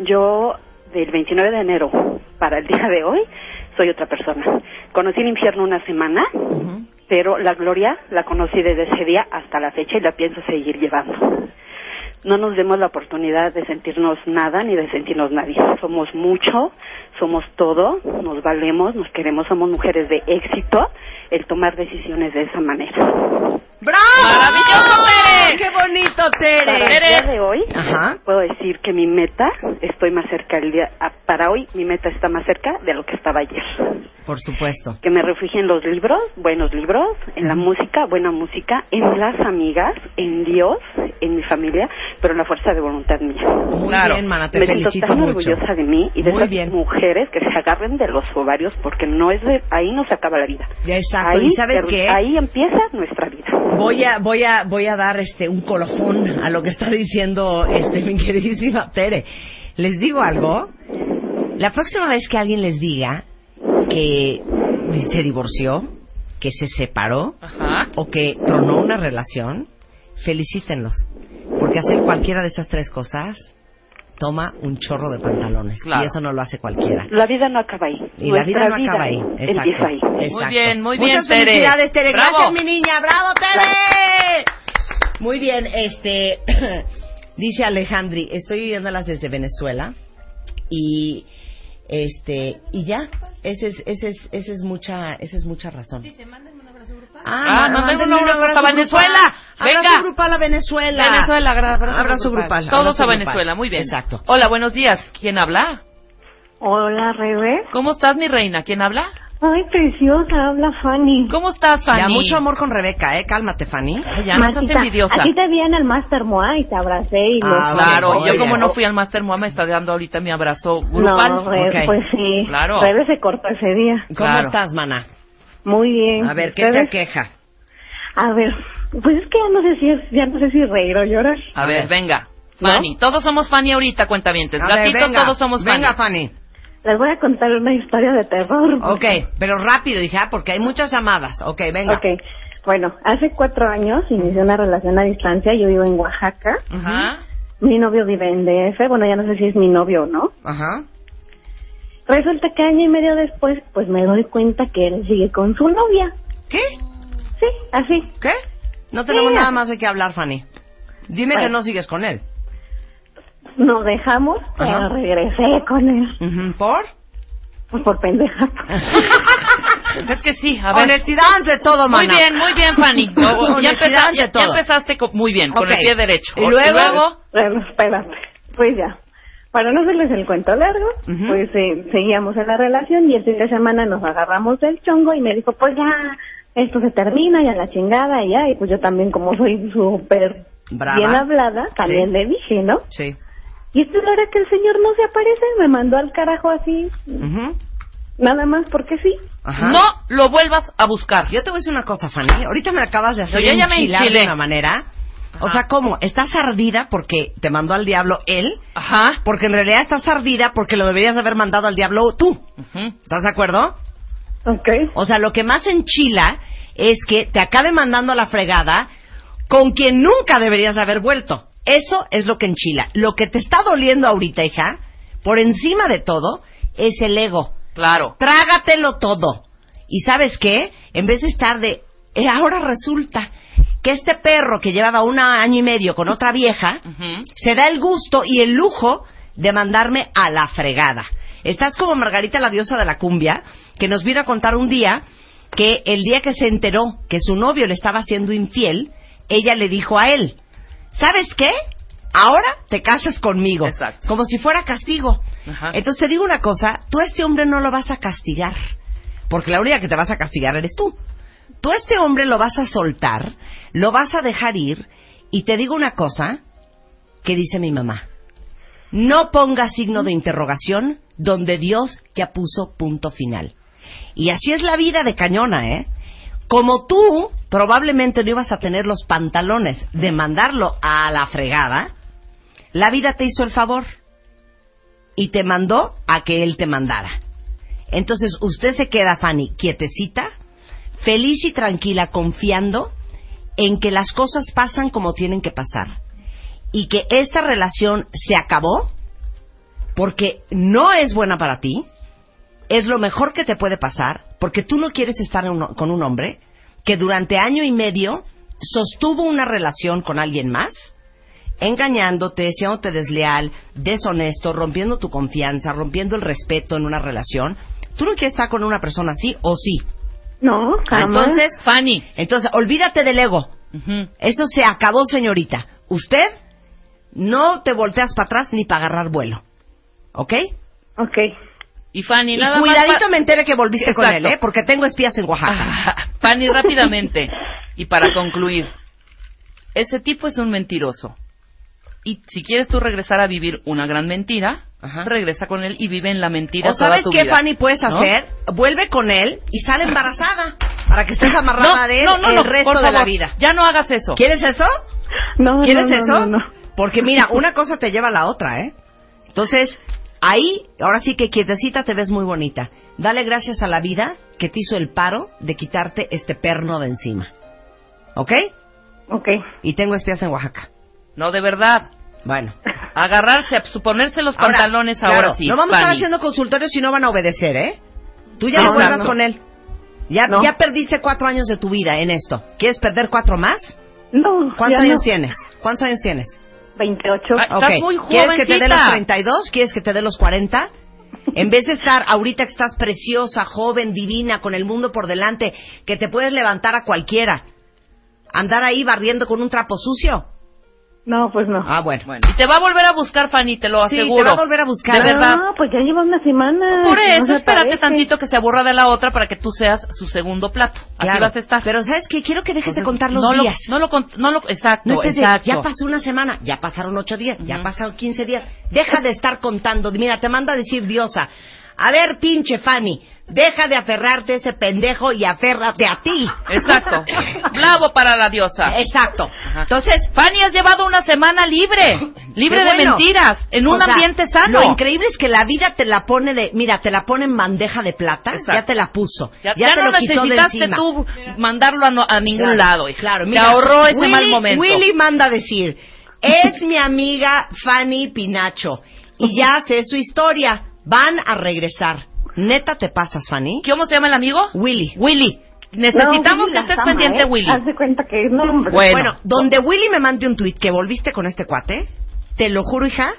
K: Yo, del 29 de enero para el día de hoy, soy otra persona. Conocí el infierno una semana, pero la gloria la conocí desde ese día hasta la fecha y la pienso seguir llevando. No nos demos la oportunidad de sentirnos nada ni de sentirnos nadie. Somos mucho, somos todo, nos valemos, nos queremos, somos mujeres de éxito, el tomar decisiones de esa manera.
E: ¡Bravo!
C: ¡Maravilloso, Tere!
E: ¡Qué bonito,
K: Para
E: Tere!
K: el día de hoy,
E: Ajá.
K: puedo decir que mi meta, estoy más cerca el día, a- para hoy mi meta está más cerca de lo que estaba ayer.
E: Por supuesto.
K: Que me refugie en los libros, buenos libros, en la música, buena música, en las amigas, en Dios, en mi familia, pero en la fuerza de voluntad mía.
E: Muy bien, mana, te
K: me siento
E: felicito
K: tan
E: mucho.
K: orgullosa de mí y de
E: Muy
K: esas
E: bien.
K: mujeres que se agarren de los ovarios porque no es de, ahí no se acaba la vida.
E: Ya exacto.
K: Ahí,
E: ¿Y sabes
K: ter-
E: qué?
K: ahí empieza nuestra vida.
E: Voy a, voy a, voy a dar este un colofón a lo que está diciendo este mi queridísima Tere. Les digo algo. La próxima vez que alguien les diga que se divorció, que se separó
C: Ajá.
E: o que tronó una relación, felicítenlos, porque hacer cualquiera de esas tres cosas toma un chorro de pantalones
K: Claro.
E: y eso no lo hace cualquiera.
K: La vida no acaba ahí.
E: Y la vida
K: Nuestra
E: no acaba ahí. Exacto.
K: Empieza ahí.
E: Exacto.
C: bien, muy
E: Muchas
C: bien, Tere.
E: felicidades, Tere.
C: Bravo.
E: Gracias, mi niña. ¡Bravo, Tere! Muy bien, este. dice Alejandri, estoy viviéndolas desde Venezuela y. Este, y ya, ese es, ese es, ese es mucha, esa es mucha razón.
C: Ah,
E: ma-
C: mándenme un abrazo
E: abrazo
C: a Venezuela.
E: grupal.
C: Venga.
E: Abrazo grupal a Venezuela.
C: Venezuela, gra- abrazo
E: abrazo
C: grupal.
E: grupal.
C: Todos
E: abrazo
C: a
E: grupal.
C: Venezuela, muy bien.
E: Exacto.
C: Hola, buenos días. ¿Quién habla?
D: Hola, Rebe.
C: ¿Cómo estás, mi reina? ¿Quién habla?
D: Ay, preciosa, habla Fanny.
C: ¿Cómo estás, Fanny?
E: Ya, mucho amor con Rebeca, eh. Cálmate, Fanny.
C: Ay, ya, no seas
D: Martita,
C: envidiosa.
D: Aquí te vi en el Master Moa y te abracé y
C: Ah,
D: los-
C: claro,
D: Oye,
C: yo como no fui al Master Moa me está dando ahorita mi abrazo grupal.
D: No, Rebe,
C: Ok.
D: pues sí.
C: Claro.
D: Rebe se cortó ese día.
E: ¿Cómo estás, mana?
D: Muy bien.
E: A ver, ¿qué
D: ¿Ustedes?
E: te queja?
D: A ver, pues es que ya no sé si, es- ya no sé si reír o llorar.
C: A ver, venga.
D: ¿No?
C: Fanny, todos somos Fanny ahorita, cuentavientes.
D: A ver,
C: Gatito,
D: venga.
C: todos somos Fanny.
E: Venga, Fanny.
D: Les voy a contar una historia de terror.
E: Ok, pero rápido, hija, porque hay muchas llamadas. Ok, venga.
D: Ok. Bueno, hace cuatro años inicié una relación a distancia. Yo vivo en Oaxaca.
C: Ajá.
D: Mi novio vive en DF. Bueno, ya no sé si es mi novio o no.
E: Ajá.
D: Resulta que año y medio después, pues me doy cuenta que él sigue con su novia.
E: ¿Qué?
D: Sí, así.
E: ¿Qué? No tenemos
D: Sí.
E: nada más de qué hablar, Fanny. Dime
D: Bueno.
E: que no sigues con él.
D: Nos dejamos, pero
E: Ajá.
D: regresé con él.
E: ¿Por?
D: Pues por pendeja.
C: Es que sí, a ver.
E: Honestidad ante todo,
C: Muy
E: mana.
C: bien, muy bien, Fanny. No, ya,
E: Honestidad
C: empeza-
E: ante
C: ya- ya
E: todo.
C: empezaste co- muy bien, con el
D: Ok.
C: pie derecho.
D: ¿Y luego? Bueno, espérate. Pues ya. Para no hacerles el cuento largo, pues eh, seguíamos en la relación y el fin de semana nos agarramos del chongo y me dijo, pues ya, esto se termina, ya la chingada, y ya. Y pues yo también, como soy súper
E: Brava.
D: bien hablada, también
E: Sí.
D: le dije, ¿no?
E: Sí.
D: Y esta es la hora que el señor no se aparece, me mandó al carajo así, nada más porque sí.
C: No lo vuelvas a buscar.
E: Yo te voy a decir una cosa, Fanny. Ahorita me acabas de hacer
C: No, yo ya me
E: enchilar
C: enchilé.
E: de una manera. O sea, ¿cómo? ¿Estás ardida porque te mandó al diablo él?
C: Ajá.
E: Porque en realidad estás ardida porque lo deberías haber mandado al diablo tú. ¿Estás de acuerdo?
D: Ok.
E: O sea, lo que más enchila es que te acabe mandando a la fregada con quien nunca deberías haber vuelto. Eso es lo que enchila. Lo que te está doliendo ahorita, hija, por encima de todo, es el ego.
C: Claro.
E: Trágatelo todo. ¿Y sabes qué? En vez de estar de... "Eh, ahora resulta que este perro que llevaba un año y medio con otra vieja, se da el gusto y el lujo de mandarme a la fregada. Estás como Margarita la diosa de la cumbia, que nos vino a contar un día que el día que se enteró que su novio le estaba siendo infiel, ella le dijo a él, ¿sabes qué? Ahora te casas conmigo. Como si fuera castigo. Entonces te digo una cosa, tú a este hombre no lo vas a castigar, porque la única que te vas a castigar eres tú. Tú a este hombre lo vas a soltar, lo vas a dejar ir, y te digo una cosa que dice mi mamá. No ponga signo de interrogación donde Dios ya puso punto final. Y así es la vida de cañona, ¿eh? Como tú probablemente no ibas a tener los pantalones de mandarlo a la fregada, la vida te hizo el favor y te mandó a que él te mandara. Entonces usted se queda, Fanny, quietecita, feliz y tranquila, confiando en que las cosas pasan como tienen que pasar y que esta relación se acabó porque no es buena para ti, es lo mejor que te puede pasar, porque tú no quieres estar en un- con un hombre que durante año y medio sostuvo una relación con alguien más, engañándote, siéndote desleal, deshonesto, rompiendo tu confianza, rompiendo el respeto en una relación. ¿Tú no quieres estar con una persona así o sí?
L: No, jamás.
E: Entonces, Fanny. Entonces, olvídate del ego. Eso se acabó, señorita. Usted no te volteas para atrás ni para agarrar vuelo. ¿Ok?
L: Ok.
C: Y Fanny,
E: Y
C: nada
E: cuidadito
C: más. pa-
E: me entere que volviste con él,
C: Exacto.
E: ¿eh? Porque tengo espías en Oaxaca.
C: Fanny, rápidamente. Y para concluir, ese tipo es un mentiroso. Y si quieres tú regresar a vivir una gran mentira, regresa con él y vive en la mentira
E: ¿O sabes
C: toda tu
E: qué,
C: vida,
E: Fanny, puedes
C: ¿no? Ah.
E: hacer? Vuelve con él y sale embarazada. Para que estés amarrada
C: No,
E: de él
C: no, no,
E: el
C: no,
E: resto
C: por
E: de la
C: favor,
E: vida.
C: Ya no hagas eso.
E: ¿Quieres eso?
L: No,
E: ¿Quieres
L: no, no, no,
E: eso?
L: no.
E: Porque mira, una cosa te lleva a la otra, ¿eh? Entonces, ahí, ahora sí que quietecita te ves muy bonita. Dale gracias a la vida que te hizo el paro de quitarte este perno de encima. ¿Ok?
L: Ok.
E: Y tengo espías en Oaxaca.
C: No, de verdad.
E: Bueno.
C: Agarrarse, a suponerse los pantalones ahora
E: claro,
C: sí.
E: No vamos a estar
C: Fanny.
E: haciendo consultorios si no van a obedecer, ¿eh? Tú ya
C: No,
E: no vuelvas
C: no, no.
E: con él. Ya,
C: No.
E: ya perdiste cuatro años de tu vida en esto. ¿Quieres perder cuatro más?
L: No.
E: ¿Cuántos
L: ya
E: años
L: no.
E: tienes? ¿Cuántos años tienes?
L: 28.
E: Ok. ¿Quieres que te dé los 32? ¿Quieres que te dé los 40? En vez de estar ahorita que estás preciosa, joven, divina, con el mundo por delante, que te puedes levantar a cualquiera, andar ahí barriendo con un trapo sucio.
L: No, pues no.
E: Ah, bueno.
C: Y te va a volver a buscar, Fanny, te lo
E: Sí,
C: aseguro.
E: te va a volver a buscar.
C: De verdad.
L: No, pues ya lleva una semana.
C: Por
L: No
C: eso,
L: se
C: espérate
L: parece.
C: tantito que se aburra de la otra para que tú seas su segundo plato. Aquí
E: Claro.
C: vas a estar.
E: Pero ¿sabes qué? Quiero que dejes de contar los
C: no lo-
E: días.
C: no lo, cont- no lo, exacto,
E: No estés de,
C: exacto.
E: ya pasó una semana, ya pasaron ocho días, ya pasaron quince días. Deja de estar contando. Mira, te manda a decir diosa. A ver, pinche Fanny, deja de aferrarte a ese pendejo y aférrate a ti.
C: Exacto. Bravo para la diosa.
E: Exacto. Entonces,
C: Fanny, has llevado una semana libre, libre
E: Qué
C: de
E: bueno.
C: mentiras, en un
E: O sea,
C: ambiente sano.
E: Lo increíble es que la vida te la pone de, mira, te la pone en bandeja de plata, ya te la puso,
C: Ya,
E: ya,
C: ya
E: te
C: no
E: lo quitó de
C: necesitaste
E: encima.
C: tú mandarlo a, no- a ningún
E: Claro,
C: lado. hija.
E: Claro,
C: Te
E: mira,
C: ahorró ese
E: Willy-
C: mal momento.
E: Willy manda decir, es mi amiga Fanny Pinacho y ya sé su historia. Van a regresar. Neta te pasas, Fanny.
C: ¿Cómo se llama el amigo?
E: Willy.
C: Willy. Necesitamos que estés
L: ¿eh?
D: ¿eh?
C: pendiente, Willy.
L: Haz de cuenta que es nombre.
C: Bueno.
E: donde Willy me mande un tuit que volviste con este cuate, te lo juro, hija,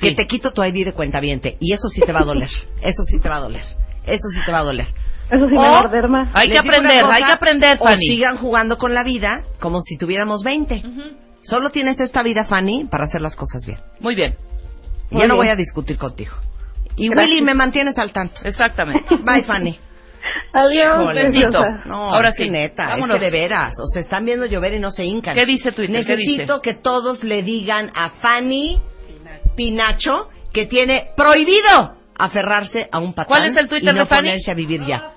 E: que te quito tu ID de cuenta viente. Y eso sí te va a doler. Eso sí te va a doler. Eso sí te va a doler.
L: Eso sí me
E: O-
L: va a arder más.
C: Hay
E: Les
C: que
E: digo
C: aprender,
E: una
C: hay que aprender, Fanny.
E: O sigan jugando con la vida como si tuviéramos 20. Solo tienes esta vida, Fanny, para hacer las cosas bien.
C: Muy bien.
E: Ya no voy a discutir contigo. Y
C: Gracias.
E: Willy, me mantienes al tanto.
C: Exactamente.
E: Bye, Fanny.
L: Adiós.
E: Híjole.
C: Bendito.
E: No,
C: Ahora
E: es que
C: sí.
E: neta,
C: Vámonos.
E: es que de veras. O sea, están viendo llover y no se hincan.
C: ¿Qué dice Twitter? ¿Qué
E: Necesito que todos le digan a Fanny Pinacho que tiene prohibido aferrarse a un patán
C: ¿Cuál es el Twitter
E: y no
C: de Fanny?
E: ponerse a vivir ya.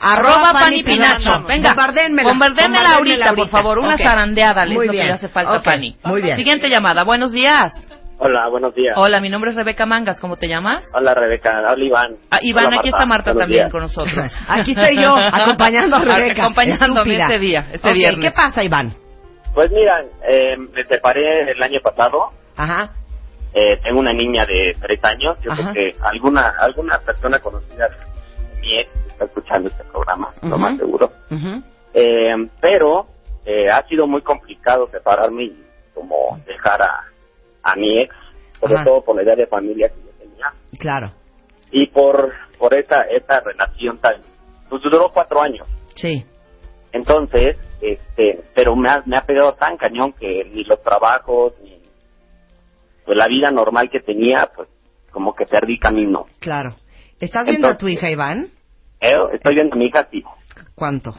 C: Arroba Fanny Pinacho. Venga,
E: bombardénmela.
C: bombardénmela ahorita, por favor. Una
E: Ok.
C: zarandeada, les
E: Muy
C: lo que
E: bien.
C: le hace falta,
E: Ok,
C: Fanny.
E: Muy bien.
C: Siguiente llamada. Buenos días.
M: Hola, buenos días.
C: Hola, mi nombre es Rebeca Mangas. ¿Cómo te llamas?
M: Hola, Rebeca. Hola, Iván.
C: Ah, Iván,
M: Hola,
C: aquí está Marta
M: Buenos
C: también
M: días.
C: con nosotros.
E: Aquí estoy yo, acompañando a Rebeca.
C: Acompañándome
E: estúpida.
C: este día, este
E: Ok,
C: viernes.
E: ¿Qué pasa, Iván?
M: Pues mira, eh, me separé el año pasado.
E: Ajá.
M: Eh, tengo una niña de tres años. Yo
E: Ajá.
M: creo que alguna, alguna persona conocida de mi ex está escuchando este programa, lo más seguro. Eh, pero eh, ha sido muy complicado separarme y como dejar a, a mi ex, sobre
E: Ajá.
M: todo por la idea de familia que yo tenía.
E: Claro.
M: Y por, por esa, esa relación tan... Pues duró cuatro años.
E: Sí.
M: Entonces, este, pero me ha, me ha pegado tan cañón que ni los trabajos, ni pues, la vida normal que tenía, pues como que perdí camino.
E: Claro. ¿Estás viendo a
M: Entonces-
E: tu hija, Iván?
M: Eh, estoy viendo a mi hija así,
E: ¿Cuánto?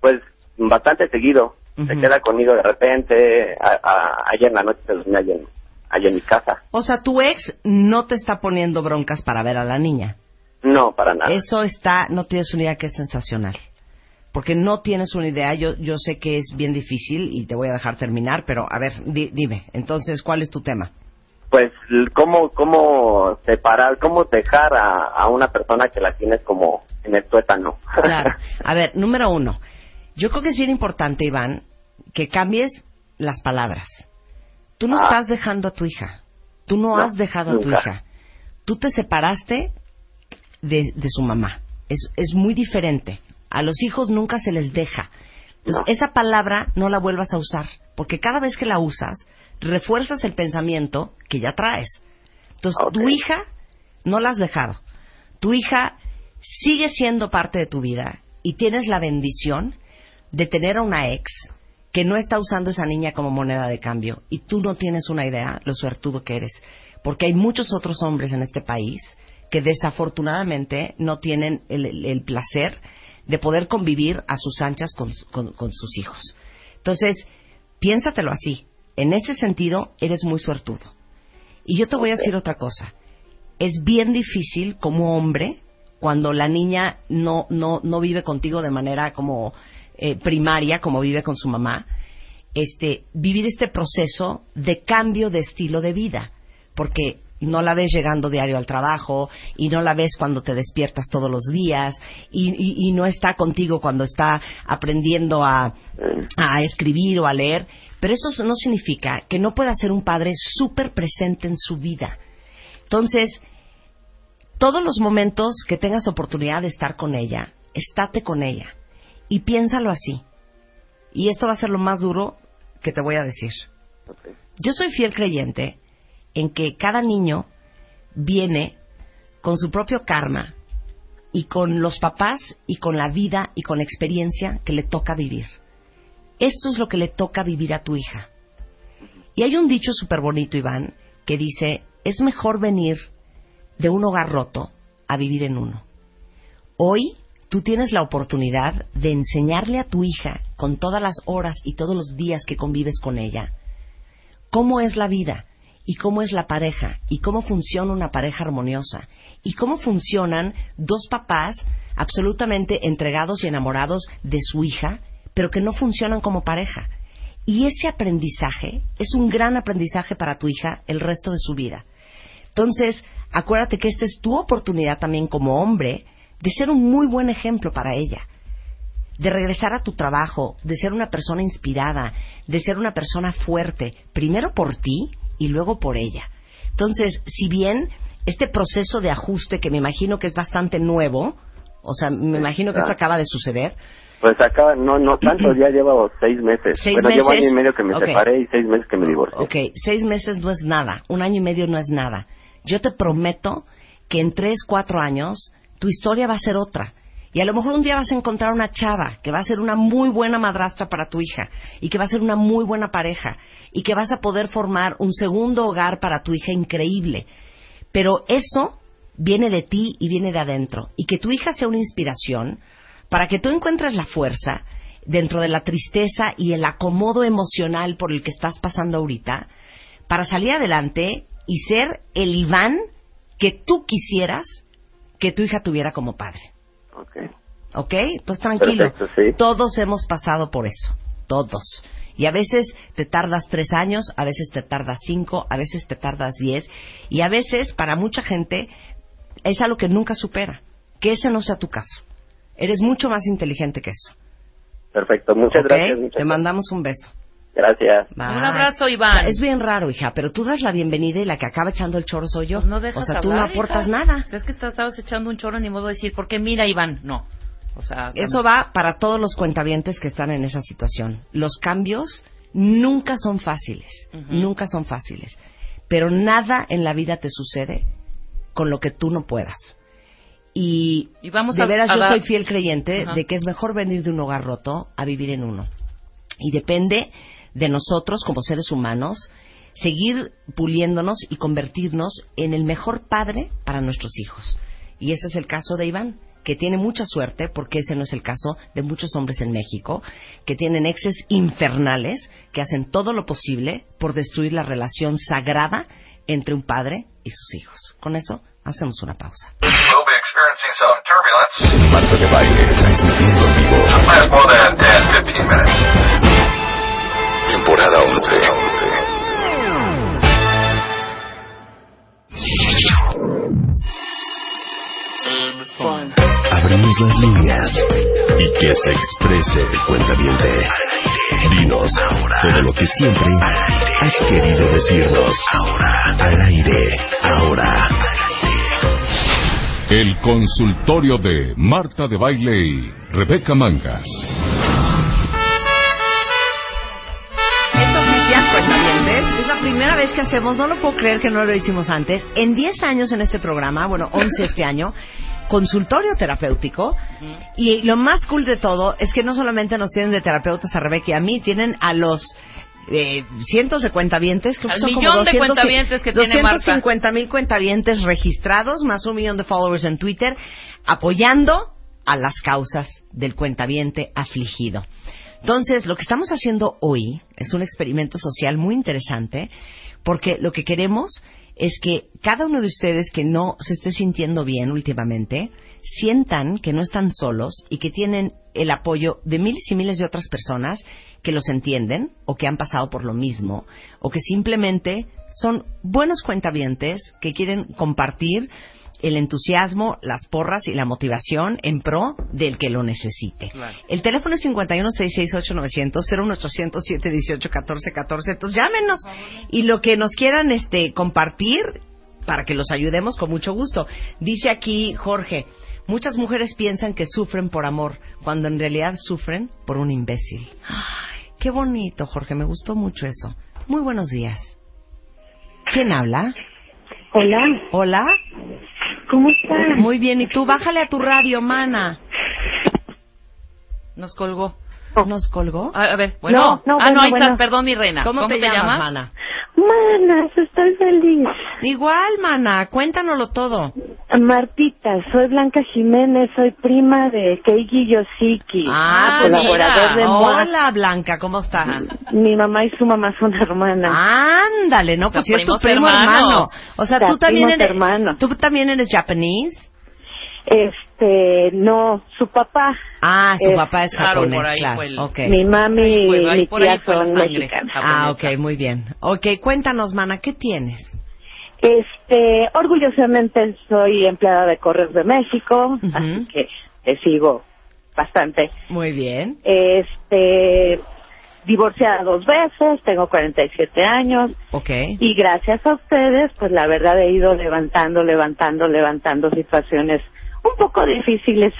M: pues bastante seguido. Se
E: Ujú.
M: queda conmigo de repente. A, a- ayer en la noche se durmió allí en, allí en mi casa.
E: O sea, tu ex no te está poniendo broncas para ver a la niña.
M: No, para nada.
E: Eso está, no tienes una idea que es sensacional. Porque no tienes una idea, yo, yo sé que es bien difícil y te voy a dejar terminar, pero a ver, di- dime, entonces, ¿cuál es tu tema?
M: Pues, l- ¿cómo, cómo separar, cómo dejar a, a una persona que la tienes como en el tuétano?
E: Claro. A ver, número uno, yo creo que es bien importante, Iván, que cambies las palabras. Tú no
D: Ah.
E: estás dejando a tu hija, tú no,
D: No,
E: has dejado a tu
D: nunca.
E: hija, tú te separaste de, de su mamá. Es, es muy diferente. A los hijos nunca se les deja. Entonces, esa palabra no la vuelvas a usar, porque cada vez que la usas, refuerzas el pensamiento que ya traes. Entonces, tu hija no la has dejado. Tu hija sigue siendo parte de tu vida y tienes la bendición de tener a una ex que no está usando esa niña como moneda de cambio y tú no tienes una idea lo suertudo que eres, porque hay muchos otros hombres en este país que desafortunadamente no tienen el, el- el placer de poder convivir a sus anchas con, su- con- con sus hijos. Entonces, piénsatelo así. En ese sentido, eres muy suertudo. Y yo te voy a decir otra cosa. Es bien difícil como hombre cuando la niña no, no, no vive contigo de manera como eh, primaria, como vive con su mamá, este, vivir este proceso de cambio de estilo de vida. Porque no la ves llegando diario al trabajo y no la ves cuando te despiertas todos los días y, y- y no está contigo cuando está aprendiendo a, a escribir o a leer. Pero eso no significa que no pueda ser un padre súper presente en su vida. Entonces, todos los momentos que tengas oportunidad de estar con ella, estate con ella y piénsalo así. Y esto va a ser lo más duro que te voy a decir. Yo soy fiel creyente en que cada niño viene con su propio karma y con los papás y con la vida y con la experiencia que le toca vivir. Esto es lo que le toca vivir a tu hija. Y hay un dicho súper bonito, Iván, que dice, es mejor venir de un hogar roto a vivir en uno. Hoy tú tienes la oportunidad de enseñarle a tu hija, con todas las horas y todos los días que convives con ella, cómo es la vida y cómo es la pareja y cómo funciona una pareja armoniosa y cómo funcionan dos papás absolutamente entregados y enamorados de su hija, pero que no funcionan como pareja. Y ese aprendizaje es un gran aprendizaje para tu hija el resto de su vida. Entonces, acuérdate que esta es tu oportunidad también como hombre de ser un muy buen ejemplo para ella, de regresar a tu trabajo, de ser una persona inspirada, de ser una persona fuerte, primero por ti y luego por ella. Entonces, si bien este proceso de ajuste, que me imagino que es bastante nuevo, o sea, me imagino que esto acaba de suceder,
M: Pues acaba, no, no tanto, ya llevo seis meses.
E: Seis
M: bueno, llevo
E: meses.
M: año y medio que me
E: Ok.
M: separé y seis meses que me divorcié.
E: Ok, seis meses no es nada, un año y medio no es nada. Yo te prometo que en tres, cuatro años tu historia va a ser otra. Y a lo mejor un día vas a encontrar una chava que va a ser una muy buena madrastra para tu hija y que va a ser una muy buena pareja y que vas a poder formar un segundo hogar para tu hija increíble. Pero eso viene de ti y viene de adentro. Y que tu hija sea una inspiración para que tú encuentres la fuerza dentro de la tristeza y el acomodo emocional por el que estás pasando ahorita, para salir adelante y ser el Iván que tú quisieras que tu hija tuviera como padre. ¿Ok? Entonces tranquilo.
M: Perfecto, sí.
E: Todos hemos pasado por eso. Todos. Y a veces te tardas tres años, a veces te tardas cinco, a veces te tardas diez. Y a veces, para mucha gente, es algo que nunca supera. Que ese no sea tu caso. Eres mucho más inteligente que eso.
M: Perfecto, muchas
E: ¿Ok?
M: gracias.
E: Te mandamos un beso.
M: Gracias.
E: Un
C: abrazo, Iván.
E: Es bien raro, hija, pero tú das la bienvenida y la que acaba echando el chorro soy yo.
C: No dejas
E: o sea, tú no
C: hablar,
E: aportas
C: hija.
E: nada.
C: Es que te estabas echando un chorro, ni modo de decir, ¿por qué mira, Iván? No. O sea,
E: Eso va para todos los cuentavientes que están en esa situación. Los cambios nunca son fáciles, nunca son fáciles. Pero nada en la vida te sucede con lo que tú no puedas. Y,
C: Y vamos
E: de
C: a-
E: veras
C: a
E: yo
C: dar-
E: soy fiel creyente
C: Ajá.
E: de que es mejor venir de un hogar roto a vivir en uno. Y depende de nosotros como seres humanos seguir puliéndonos y convertirnos en el mejor padre para nuestros hijos. Y ese es el caso de Iván, que tiene mucha suerte, porque ese no es el caso de muchos hombres en México, que tienen exes infernales, que hacen todo lo posible por destruir la relación sagrada entre un padre y sus hijos. Con eso hacemos una pausa.
B: You'll be experiencing some turbulence.
A: Marta de Baile, transmitiendo en vivo.
B: Last more than 10, 15 minutes.
A: Temporada 11. Abrimos las líneas y que se exprese el cuentaviente. Dinos todo lo que siempre has querido decirnos. Ahora, al aire, ahora.
H: El consultorio de Marta de Baile y Rebeca Mangas.
E: Oficial, cuentavientes. pues, Es la primera vez que hacemos, no lo puedo creer que no lo hicimos antes. En 10 años en este programa, bueno, 11 este año, consultorio terapéutico. Y lo más cool de todo es que no solamente nos tienen de terapeutas a Rebeca y a mí, tienen a los eh, cientos de cuentavientes, creo que
C: Al
E: son como
C: millón de
E: 200
C: cuentavientes que tiene Marta.
E: 250 mil cuentavientes registrados, más un millón de followers en Twitter, apoyando a las causas del cuentaviente afligido. Entonces, lo que estamos haciendo hoy es un experimento social muy interesante, porque lo que queremos es que cada uno de ustedes que no se esté sintiendo bien últimamente, sientan que no están solos y que tienen el apoyo de miles y miles de otras personas que los entienden o que han pasado por lo mismo o que simplemente son buenos cuentavientes que quieren compartir el entusiasmo, las porras y la motivación en pro del que lo necesite. El teléfono es 51-668-900-01800-718-1414. Entonces llámenos y lo que nos quieran este, compartir para que los ayudemos con mucho gusto. Dice aquí Jorge, muchas mujeres piensan que sufren por amor, cuando en realidad sufren por un imbécil. Ay, qué bonito, Jorge, me gustó mucho eso. Muy buenos días. ¿Quién habla?
D: Hola.
E: Hola.
D: ¿Cómo estás?
E: Muy bien, y tú bájale a tu radio, mana. Nos colgó. ¿Nos colgó?
C: A, a ver, bueno.
E: No, no,
C: ah, no,
E: bueno,
C: ahí estás,
E: bueno.
C: perdón, mi reina.
E: ¿Cómo, te, llamas, mana?
D: Manas, estoy feliz.
E: Igual, mana, cuéntanoslo todo.
D: Martita, soy Blanca Jiménez, soy prima de Keiji Yoshiki,
E: Ah,
D: colaborador de MOA.
E: Hola, Blanca, ¿cómo estás?
D: Mi mamá y su mamá son hermanas.
E: Ándale, no, pues
D: O sea,
E: si es tu
D: primos
E: primo hermano.
D: hermanos.
E: O sea,
D: O sea,
E: tú también
D: primos
E: eres
D: hermanos.
E: tú también eres japonés.
D: Este, no, su papá.
E: Ah, su
D: Es-
E: papá es japonés, claro. Ok.
D: Mi mami y
E: ahí
D: mi
E: por ahí
D: tía
E: fue la
D: son
E: sangre
D: mexicanas.
E: Ah, ok, muy bien. Ok, cuéntanos, mana, ¿qué tienes?
D: Este, orgullosamente soy empleada de Correos de México, así que te sigo bastante.
E: Muy bien.
D: Este, divorciada dos veces, tengo 47 años
E: Ok.
D: y gracias a ustedes, pues la verdad he ido levantando, levantando, levantando situaciones un poco difíciles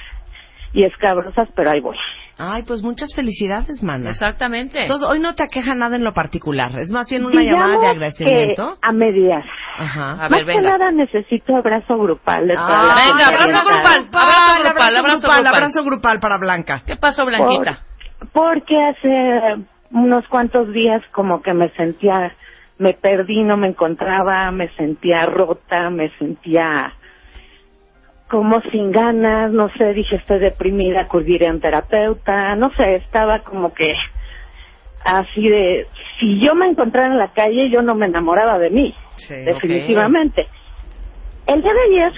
D: y escabrosas, pero ahí voy.
E: Ay, pues muchas felicidades, mana.
C: Exactamente.
E: Entonces, hoy no te aqueja nada en lo particular, es más bien una
D: Digamos
E: llamada de
D: que
E: agradecimiento.
D: a medias.
E: Ajá.
D: Más que nada necesito abrazo grupal de
C: Ah,
D: toda la
E: Ay,
D: gente que me da.
E: Ay,
C: abrazo grupal, abrazo grupal.
E: abrazo grupal para Blanca.
C: ¿Qué pasó, Blanquita?
D: Por- porque hace unos cuantos días como que me sentía, me perdí, no me encontraba, me sentía rota, me sentía como sin ganas, no sé, dije estoy deprimida, acudiré a un terapeuta, no sé, estaba como que así de, si yo me encontrara en la calle, yo no me enamoraba de mí definitivamente. El día de ayer,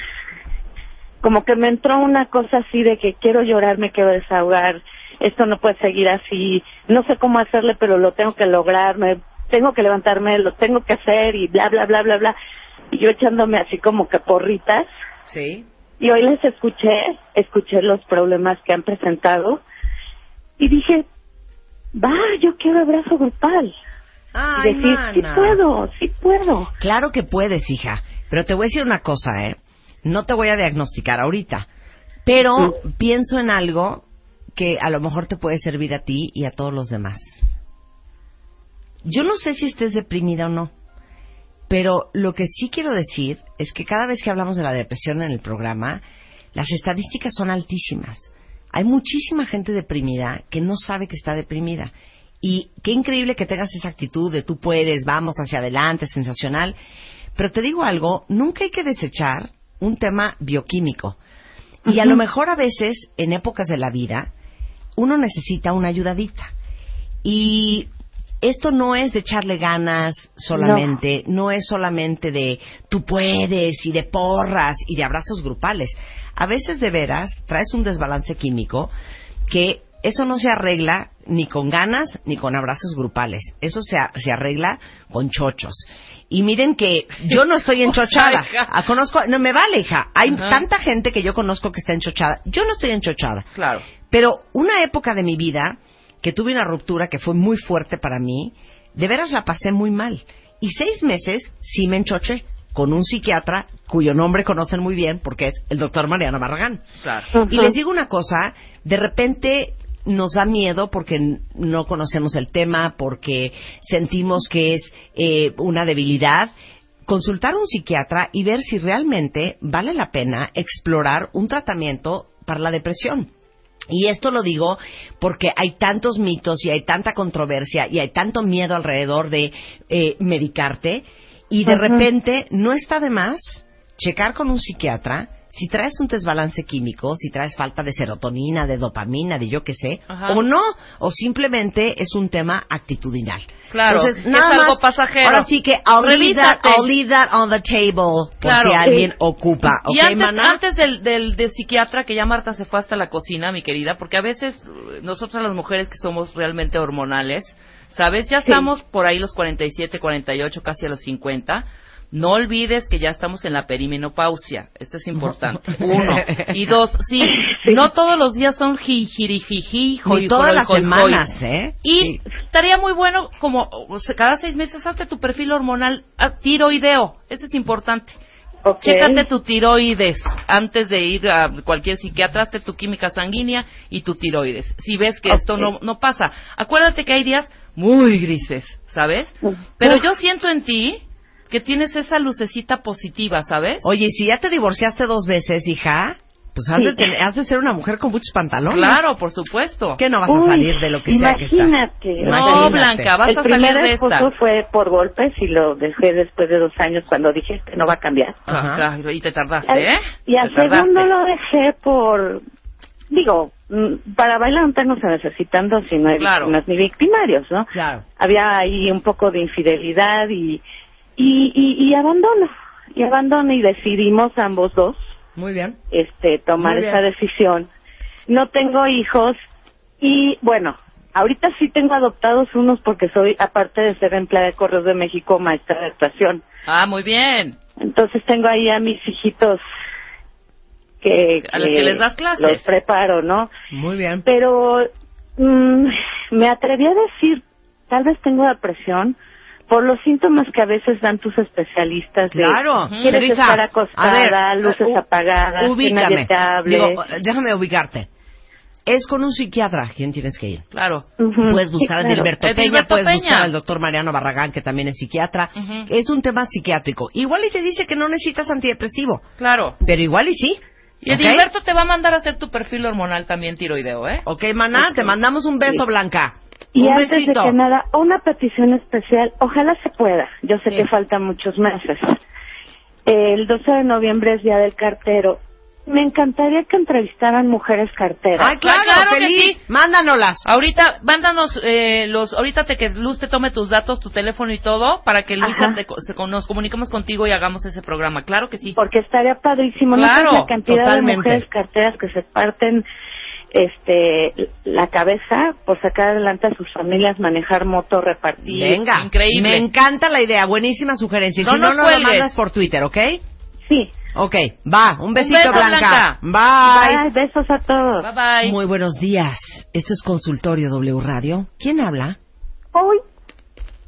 D: como que me entró una cosa así de que quiero llorar, me quiero desahogar, esto no puede seguir así, no sé cómo hacerle, pero lo tengo que lograr, me, tengo que levantarme, lo tengo que hacer y bla, bla, bla, bla, bla. Y yo echándome así como que porritas.
E: Sí.
D: Y hoy les escuché, escuché los problemas que han presentado y dije, va, yo quiero abrazo grupal.
E: Ay,
D: y decir, sí
E: mana.
D: puedo, sí puedo.
E: Claro que puedes, hija. Pero te voy a decir una cosa, ¿eh? No te voy a diagnosticar ahorita. Pero pienso en algo que a lo mejor te puede servir a ti y a todos los demás. Yo no sé si estés deprimida o no. Pero lo que sí quiero decir es que cada vez que hablamos de la depresión en el programa, las estadísticas son altísimas. Hay muchísima gente deprimida que no sabe que está deprimida. Y qué increíble que tengas esa actitud de tú puedes, vamos hacia adelante, sensacional. Pero te digo algo, nunca hay que desechar un tema bioquímico. Y a lo mejor a veces, en épocas de la vida, uno necesita una ayudadita. Y esto no es de echarle ganas solamente, no. es solamente de tú puedes y de porras y de abrazos grupales. A veces de veras traes un desbalance químico que eso no se arregla ni con ganas ni con abrazos grupales. Eso se, a- se arregla con chochos. Y miren que yo no estoy enchochada. Ah, conozco, no me vale, hija. Hay
C: Ajá.
E: tanta gente que yo conozco que está enchochada. Yo no estoy enchochada.
C: Claro.
E: Pero una época de mi vida que tuve una ruptura que fue muy fuerte para mí, de veras la pasé muy mal. Y seis meses sí me enchoché con un psiquiatra cuyo nombre conocen muy bien porque es el doctor Mariano Barragán.
C: Claro.
E: Y les digo una cosa, de repente nos da miedo porque n- no conocemos el tema, porque sentimos que es eh, una debilidad. Consultar a un psiquiatra y ver si realmente vale la pena explorar un tratamiento para la depresión. Y esto lo digo porque hay tantos mitos y hay tanta controversia y hay tanto miedo alrededor de eh, medicarte y de
B: Ajá.
E: repente no está de más checar con un psiquiatra si traes un desbalance químico, si traes falta de serotonina, de dopamina, de yo qué sé,
C: Ajá.
E: o no, o simplemente es un tema actitudinal.
C: Claro,
E: Entonces,
C: es
E: nada
C: algo
E: más,
C: pasajero.
E: Ahora sí que I'll leave, that,
C: Revísate.
E: I'll leave that on the table por
C: Claro.
E: si alguien
C: Sí.
E: ocupa. ¿Ok,
C: y antes,
E: maná?
C: antes del, del, del psiquiatra, que ya Marta se fue hasta la cocina, mi querida, porque a veces eh, nosotras las mujeres que somos realmente hormonales, ¿sabes? Ya estamos por ahí los 47, 48, casi a los 50. No olvides que ya estamos en la perimenopausia. Esto es importante. Uno. Y dos, sí, no todos los días son jijirijiji, joy,
E: Ni todas
C: joy,
E: las
C: joy, joy.
E: semanas, ¿eh?
C: Y estaría muy bueno, como o sea, cada seis meses, hazte tu perfil hormonal ah, tiroideo. Eso es importante. Chécate tu tiroides antes de ir a cualquier psiquiatra, hazte tu química sanguínea y tu tiroides. Si ves que esto no, no pasa. Acuérdate que hay días muy grises, ¿sabes? Pero yo siento en ti que tienes esa lucecita positiva, ¿sabes?
E: Oye, si ya te divorciaste dos veces, hija, pues has, de,
C: Sí.
E: tener- has de ser una mujer con muchos pantalones.
C: Claro, por supuesto.
E: Que no vas a salir de lo que sea que está.
D: Imagínate.
C: No, Blanca, vas
D: el
C: a
D: primer
C: salir de
D: esposo
C: esta.
D: fue por golpes y lo dejé después de dos años cuando dije "Este no va a cambiar.
C: Ah, claro, Y te tardaste, ¿eh?
D: Y al
C: Te tardaste.
D: segundo lo dejé por, digo, mm, para bailar un tango se necesitan dos y no hay
C: Claro.
D: víctimas ni victimarios, ¿no?
E: Claro.
D: Había ahí un poco de infidelidad y, y, y, y abandono, y abandono y decidimos ambos dos
E: Muy bien.
D: este tomar
E: Muy bien.
D: esa decisión. No tengo hijos y bueno, ahorita sí tengo adoptados unos porque soy aparte de ser empleada de Correos de México, maestra de actuación.
C: Ah, muy bien.
D: Entonces tengo ahí a mis hijitos que,
C: A los que les das clases.
D: los preparo, ¿no?
E: Muy bien.
D: Pero mm, me atreví a decir, tal vez tengo depresión por los síntomas que a veces dan tus especialistas. de,
E: Claro.
D: Quieres
E: Pero, hija,
D: estar
E: a ver, eh,
D: acostada,
C: eh,
D: luces
E: u-
D: apagadas, que nadie
E: Ubícame.
D: te hable.
E: Digo, déjame ubicarte. Es con un psiquiatra quien tienes que ir.
C: Claro.
E: Puedes buscar a
C: Sí, claro.
E: Dilberto Peña,
C: Edilberto
E: puedes
C: Peña.
E: buscar al doctor Mariano Barragán, que también es psiquiatra. Es un tema psiquiátrico. Igual y te dice que no necesitas antidepresivo.
C: Claro.
E: Pero igual y sí.
C: Y
E: ¿ok?
C: Edilberto te va a mandar a hacer tu perfil hormonal también tiroideo, ¿eh?
E: Ok, maná, te mandamos un beso, Blanca.
D: Y
E: un
D: antes
E: besito.
D: de que nada, una petición especial, ojalá se pueda, yo sé que faltan muchos meses. El 12 de noviembre es Día del Cartero. Me encantaría que entrevistaran mujeres carteras.
C: Ah, claro, feliz.
E: Mándanoslas.
C: Ahorita, mándanos eh, los, ahorita te que Luz te tome tus datos, tu teléfono y todo, para que Luisa
D: Ajá.
C: te, co- se con- nos comuniquemos contigo y hagamos ese programa. Claro que sí.
D: Porque estaría padrísimo. no
C: Claro,
D: sabes la cantidad
C: totalmente.
D: de mujeres carteras que se parten este la cabeza por sacar adelante a sus familias, manejar moto, repartir.
E: Venga. Me encanta la idea. Buenísima sugerencia. Y
D: No
E: si no,
D: nos
E: no la
D: cuelgues.
E: mandas por Twitter, ¿ok?
D: Sí.
E: Ok, va. Un besito,
D: beso,
E: Blanca. Bye.
D: Bye. Besos a todos.
C: Bye bye.
E: Muy buenos días. Esto es Consultorio W Radio. ¿Quién habla?
N: Uy,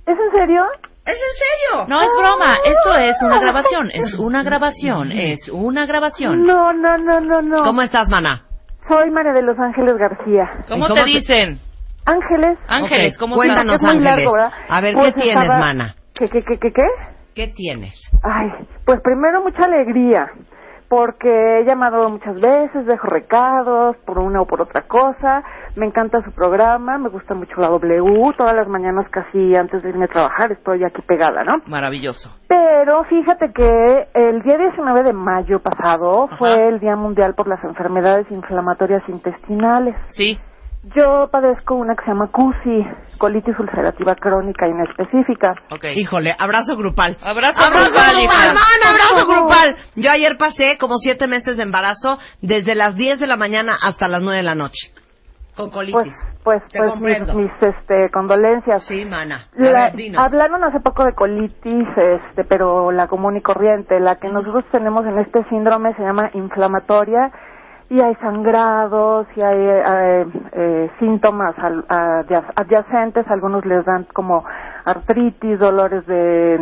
N: ¿es en serio? Ah.
E: ¿Es en serio?
C: No es broma, esto es
D: Ah,
C: una grabación, es una grabación, es una grabación.
N: No, no, no, no, no.
E: ¿Cómo estás, mana?
N: Soy María de los Ángeles García.
C: ¿Cómo, te dicen?
N: Ángeles.
C: Ángeles,
E: Ok,
C: ¿cómo
N: Es
E: Cuéntanos,
N: muy
E: Ángeles.
N: largo, ¿verdad?
E: a ver,
N: Pues
E: ¿qué tienes,
N: estaba-
E: mana?
N: ¿Qué, qué, qué, qué, qué?
E: ¿Qué tienes?
N: Ay, pues primero mucha alegría, porque he llamado muchas veces, dejo recados por una o por otra cosa. Me encanta su programa, me gusta mucho la W. Todas las mañanas casi antes de irme a trabajar estoy aquí pegada, ¿no?
C: Maravilloso.
N: Pero fíjate que el día 19 de mayo pasado fue el Día Mundial por las Enfermedades Inflamatorias Intestinales.
C: Sí.
N: Yo padezco una que se llama CUSI, colitis ulcerativa crónica inespecífica.
E: Híjole, abrazo grupal.
C: Abrazo,
E: grupal,
N: hija.
E: hermana, abrazo
N: Abrazo.
E: grupal. Yo ayer pasé como siete meses de embarazo desde las 10 de la mañana hasta las 9 de la noche. Con colitis.
N: Pues,
E: Te
N: pues
E: comprendo.
N: mis, mis, este, condolencias.
E: Sí, mana. A
N: La-
E: ver, dinos.
N: hablaron hace poco de colitis, este, pero la común y corriente, la que nosotros tenemos en este síndrome se llama inflamatoria y hay sangrados y hay eh, eh, síntomas al- adyas- adyacentes, algunos les dan como artritis, dolores de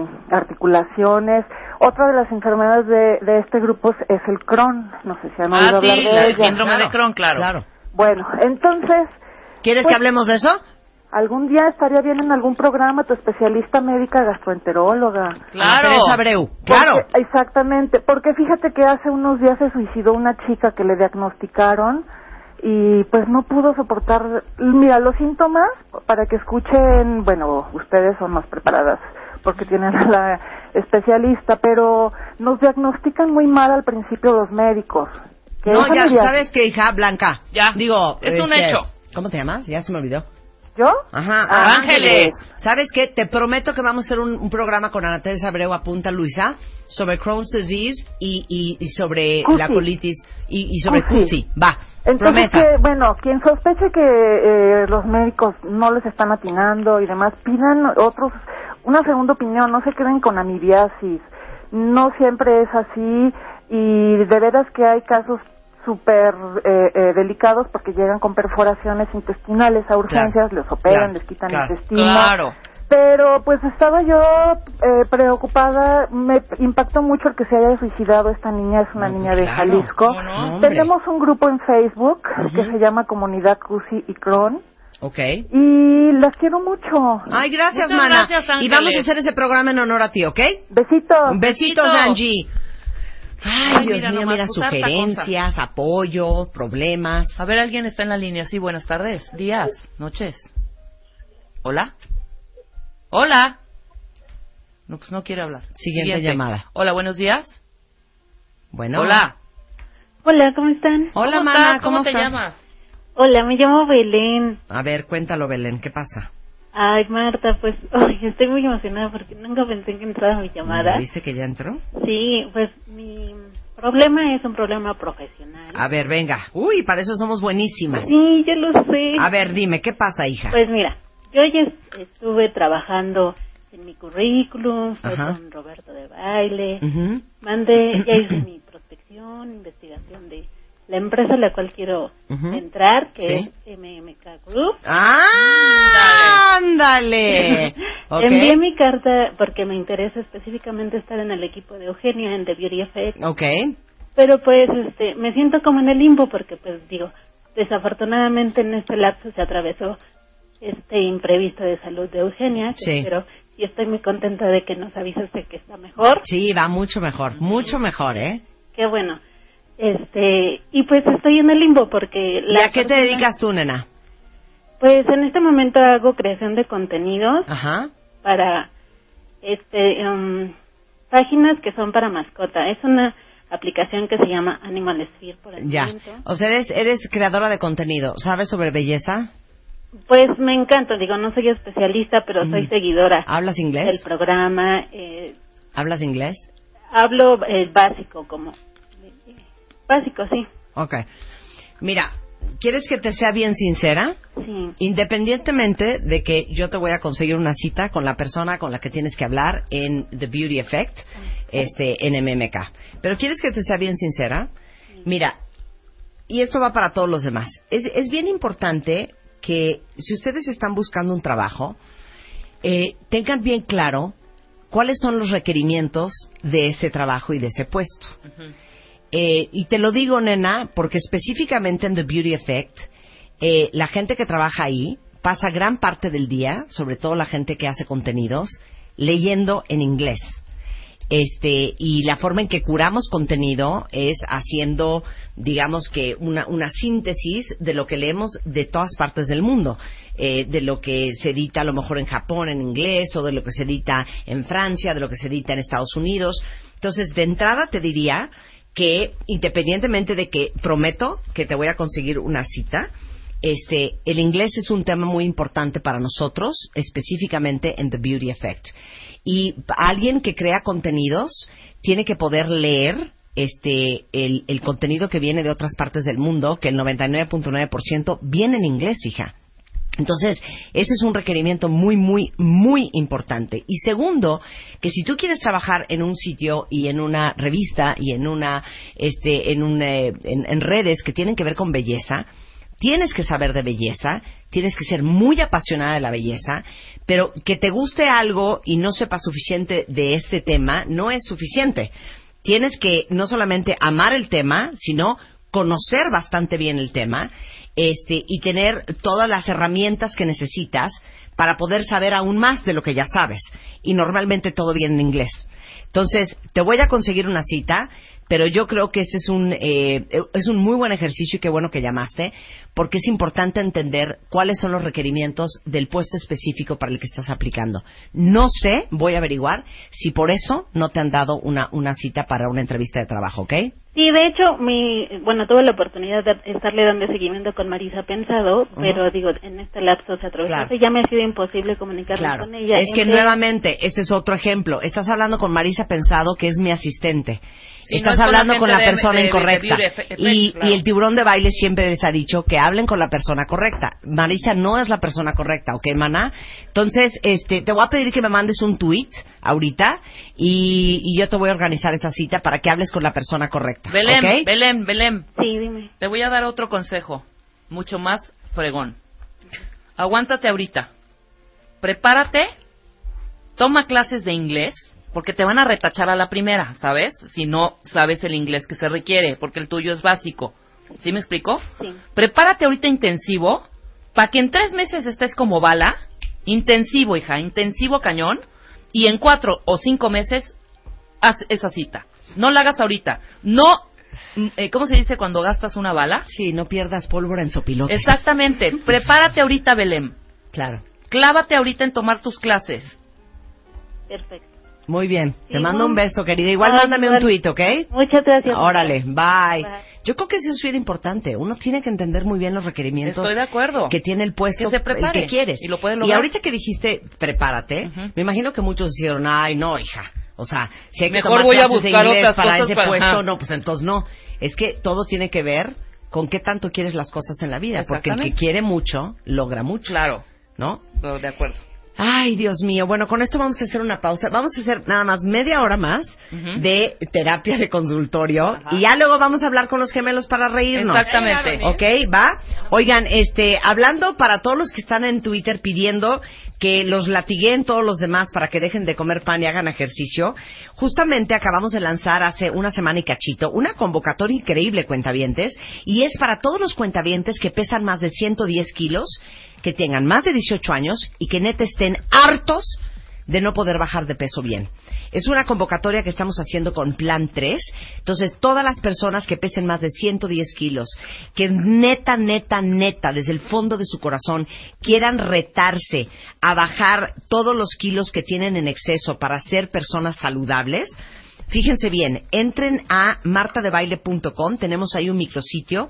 N: articulaciones. Otra de las enfermedades de, de este grupo es el Crohn, no sé si han oído
C: Ah, sí,
N: hablar de
C: el
N: ella.
C: síndrome de Crohn, claro.
N: Bueno, entonces... pues,
E: ¿Quieres que hablemos de eso?
N: Algún día estaría bien en algún programa tu especialista médica gastroenteróloga.
E: Claro. Ana Teresa Abreu, claro.
N: Porque- exactamente, porque fíjate que hace unos días se suicidó una chica que le diagnosticaron y pues no pudo soportar, mira, los síntomas, para que escuchen, bueno, ustedes son más preparadas porque tienen a la especialista, pero nos diagnostican muy mal al principio los médicos. Que
E: No,
N: eso
E: ya
N: me dia-
E: sabes que hija Blanca. Ya. Digo, este,
N: Es un hecho.
E: ¿Cómo te llamas? Ya se me olvidó.
N: ¿Yo?
E: Ajá.
N: Ah, Ángeles.
E: ¿Sabes qué? Te prometo que vamos a hacer un, un programa con Ana Teresa Abreu apunta Luisa sobre Crohn's disease y, y- y sobre
N: Cusi.
E: la colitis y, y sobre
N: Cusi.
E: CUSI. Va.
N: Entonces,
E: promesa.
N: que, bueno, quien sospeche que eh, los médicos no les están atinando y demás, pidan otros una segunda opinión, no se queden con amibiasis. No siempre es así y de veras que hay casos súper eh, eh, delicados porque llegan con perforaciones intestinales a urgencias, los operan,
E: Claro,
N: les quitan
E: claro,
N: intestino.
E: claro.
N: Pero pues estaba yo eh, preocupada, me impactó mucho el que se haya suicidado esta niña, es una niña de
E: Ah, pues claro,
N: Jalisco.
E: ¿cómo no? Hombre.
N: Tenemos un grupo en Facebook que se llama Comunidad Cusi y Cron
E: Ok.
N: y las quiero mucho.
E: Ay, gracias,
N: Muchas
E: mana.
N: gracias,
E: y
N: Ángeles.
E: vamos a hacer ese programa en honor a ti, ¿ok?
N: Besitos.
E: Besitos, Angie. Ay,
C: Ay,
E: Dios
C: mira
E: mío,
C: nomás,
E: mira,
C: pues, harta
E: sugerencias, apoyo, problemas.
C: A ver, alguien está en la línea. Sí, buenas tardes, días, noches. ¿Hola? ¿Hola? No, pues no quiere hablar.
E: Siguiente llamada.
C: Hola, buenos días.
E: Bueno.
C: Hola.
O: Hola, ¿cómo están?
E: Hola,
C: ¿Cómo
E: mana,
C: estás? ¿Cómo,
E: ¿cómo
C: te
E: estás?
C: llamas?
O: Hola, me llamo Belén.
E: A ver, cuéntalo, Belén, ¿qué pasa?
O: Ay, Marta, pues ay, estoy muy emocionada porque nunca pensé que entraba mi llamada.
E: ¿Viste que ya entró?
O: Sí, pues mi problema es un problema profesional.
E: A ver, venga. Uy, para eso somos buenísimas.
O: Sí, yo lo sé.
E: A ver, dime, ¿qué pasa, hija?
O: Pues mira, yo ya est- estuve trabajando en mi currículum, fue
E: Ajá.
O: con Roberto de Baile,
E: Ujú.
O: mandé, ya hice mi prospección, investigación de la empresa a la cual quiero
E: Ujú.
O: entrar, que
E: Sí.
O: es MMK Group.
E: ¡Ah! ¡Ándale! Ok.
O: Envié mi carta porque me interesa específicamente estar en el equipo de Eugenia en The Beauty Effect,
E: Ok.
O: pero pues este me siento como en el limbo porque pues digo, desafortunadamente en este lapso se atravesó este imprevisto de salud de Eugenia, que
E: Sí.
O: espero y estoy muy contenta de que nos avisaste que está mejor,
E: Sí, va mucho mejor, mucho mejor, ¿eh?
O: qué bueno. Este, y pues estoy en el limbo porque
E: ¿Y
O: la
E: a qué te
O: persona-
E: dedicas tú, nena?
O: Pues en este momento hago creación de contenidos
E: Ajá.
O: para este em, páginas que son para mascota. Es una aplicación que se llama Animal Sphere por el
E: Ya.
O: momento.
E: O sea, eres, eres creadora de contenido. ¿Sabes sobre belleza?
O: Pues me encanta, digo, no soy especialista, pero soy
E: Mm.
O: seguidora
E: ¿Hablas
O: del
E: inglés?
O: programa. eh,
E: ¿Hablas inglés?
O: hablo el básico, como básico, sí.
E: Ok. Mira, ¿quieres que te sea bien sincera?
O: Sí.
E: Independientemente de que yo te voy a conseguir una cita con la persona con la que tienes que hablar en The Beauty Effect, este, en MMK. Pero ¿quieres que te sea bien sincera? Mira, y esto va para todos los demás. Es, es bien importante que si ustedes están buscando un trabajo, eh, tengan bien claro cuáles son los requerimientos de ese trabajo y de ese puesto. Eh, y te lo digo, nena, porque específicamente en The Beauty Effect, eh, la gente que trabaja ahí pasa gran parte del día, sobre todo la gente que hace contenidos, leyendo en inglés. Este, y la forma en que curamos contenido es haciendo, digamos que, una, una síntesis de lo que leemos de todas partes del mundo. Eh, de lo que se edita a lo mejor en Japón en inglés, o de lo que se edita en Francia, de lo que se edita en Estados Unidos. Entonces, de entrada te diría que, independientemente de que prometo que te voy a conseguir una cita, este, el inglés es un tema muy importante para nosotros, específicamente en The Beauty Effect. Y alguien que crea contenidos tiene que poder leer este, el, el contenido que viene de otras partes del mundo, que el 99.9% viene en inglés, hija. Entonces, ese es un requerimiento muy, muy, muy importante. Y segundo, que si tú quieres trabajar en un sitio y en una revista y en una, este, en, un, eh, en, en redes que tienen que ver con belleza, tienes que saber de belleza, tienes que ser muy apasionada de la belleza, pero que te guste algo y no sepas suficiente de este tema no es suficiente. Tienes que no solamente amar el tema, sino conocer bastante bien el tema este, y tener todas las herramientas que necesitas para poder saber aún más de lo que ya sabes. Y normalmente todo viene en inglés. Entonces, te voy a conseguir una cita, pero yo creo que este es un, eh, es un muy buen ejercicio y qué bueno que llamaste, porque es importante entender cuáles son los requerimientos del puesto específico para el que estás aplicando. No sé, voy a averiguar, si por eso no te han dado una, una cita para una entrevista de trabajo, ¿ok?
O: Sí, de hecho, mi, bueno, tuve la oportunidad de estarle dando seguimiento con Marisa Pensado, pero digo, en este lapso se atravesó,
E: Claro.
O: ya me ha sido imposible comunicarme
E: Claro.
O: con ella.
E: Es que
O: Entonces,
E: nuevamente, ese es otro ejemplo. Estás hablando con Marisa Pensado, que es mi asistente.
C: Sí,
E: Estás
C: no es
E: hablando con la
C: solamente de-
E: persona
C: de- de- de
E: incorrecta.
C: Beauty Effect,
E: y,
C: claro.
E: y el tiburón de baile siempre les ha dicho que hablen con la persona correcta. Marisa no es la persona correcta, ¿ok, maná? Entonces, este, te voy a pedir que me mandes un tweet ahorita y, y yo te voy a organizar esa cita para que hables con la persona correcta.
C: Belén,
E: ¿ok?
C: Belén, Belén.
O: Sí, dime.
C: Te voy a dar otro consejo, mucho más fregón. Aguántate ahorita. Prepárate. Toma clases de inglés, porque te van a retachar a la primera, ¿sabes? Si no sabes el inglés que se requiere, porque el tuyo es básico. ¿Sí me explico?
O: Sí.
C: Prepárate ahorita intensivo, para que en tres meses estés como bala, intensivo, hija, intensivo cañón, y en cuatro o cinco meses haz esa cita. No la hagas ahorita. No, mm, eh, ¿cómo se dice cuando gastas una bala?
E: Sí, no pierdas pólvora en sopilote.
C: Exactamente. Prepárate ahorita, Belén.
E: Claro.
C: Clávate ahorita en tomar tus clases.
O: Perfecto.
E: Muy bien. Te mando un
O: bueno.
E: beso, querida. Igual
O: Ay,
E: mándame un
O: bueno.
E: tuit, ¿ok?
O: Muchas gracias.
E: Órale, bye.
O: Bye.
E: Yo creo que eso es bien importante. Uno tiene que entender muy bien los requerimientos
C: Estoy de acuerdo.
E: que tiene el puesto,
C: Que se
E: el
C: prepare.
E: que quieres.
C: Y lo puede lograr.
E: ahorita que dijiste, prepárate, me imagino que muchos dijeron, ay, no, hija. O sea, si hay que
C: Mejor
E: tomar
C: voy a
E: clases de
C: buscar
E: inglés
C: otras
E: para
C: cosas
E: ese
C: para-
E: puesto,
C: ajá.
E: no, pues entonces no. Es que todo tiene que ver con qué tanto quieres las cosas en la vida. Porque el que
C: Exactamente.
E: quiere mucho, logra mucho.
C: Claro.
E: ¿No?
C: De acuerdo.
E: Ay, Dios mío. Bueno, con esto vamos a hacer una pausa. Vamos a hacer nada más media hora más
C: Ujú.
E: de terapia de consultorio. Y ya luego vamos a hablar con los gemelos para reírnos.
C: Exactamente.
E: Ok, va. Oigan, este, hablando para todos los que están en Twitter pidiendo que los latiguen todos los demás para que dejen de comer pan y hagan ejercicio, justamente acabamos de lanzar hace una semana y cachito una convocatoria increíble, cuentavientes, y es para todos los cuentavientes que pesan más de 110 kilos, que tengan más de 18 años y que neta estén hartos de no poder bajar de peso bien. Es una convocatoria que estamos haciendo con Plan 3. Entonces, todas las personas que pesen más de 110 kilos, que neta, neta, neta, desde el fondo de su corazón, quieran retarse a bajar todos los kilos que tienen en exceso para ser personas saludables, fíjense bien, entren a martadebaile.com, tenemos ahí un micrositio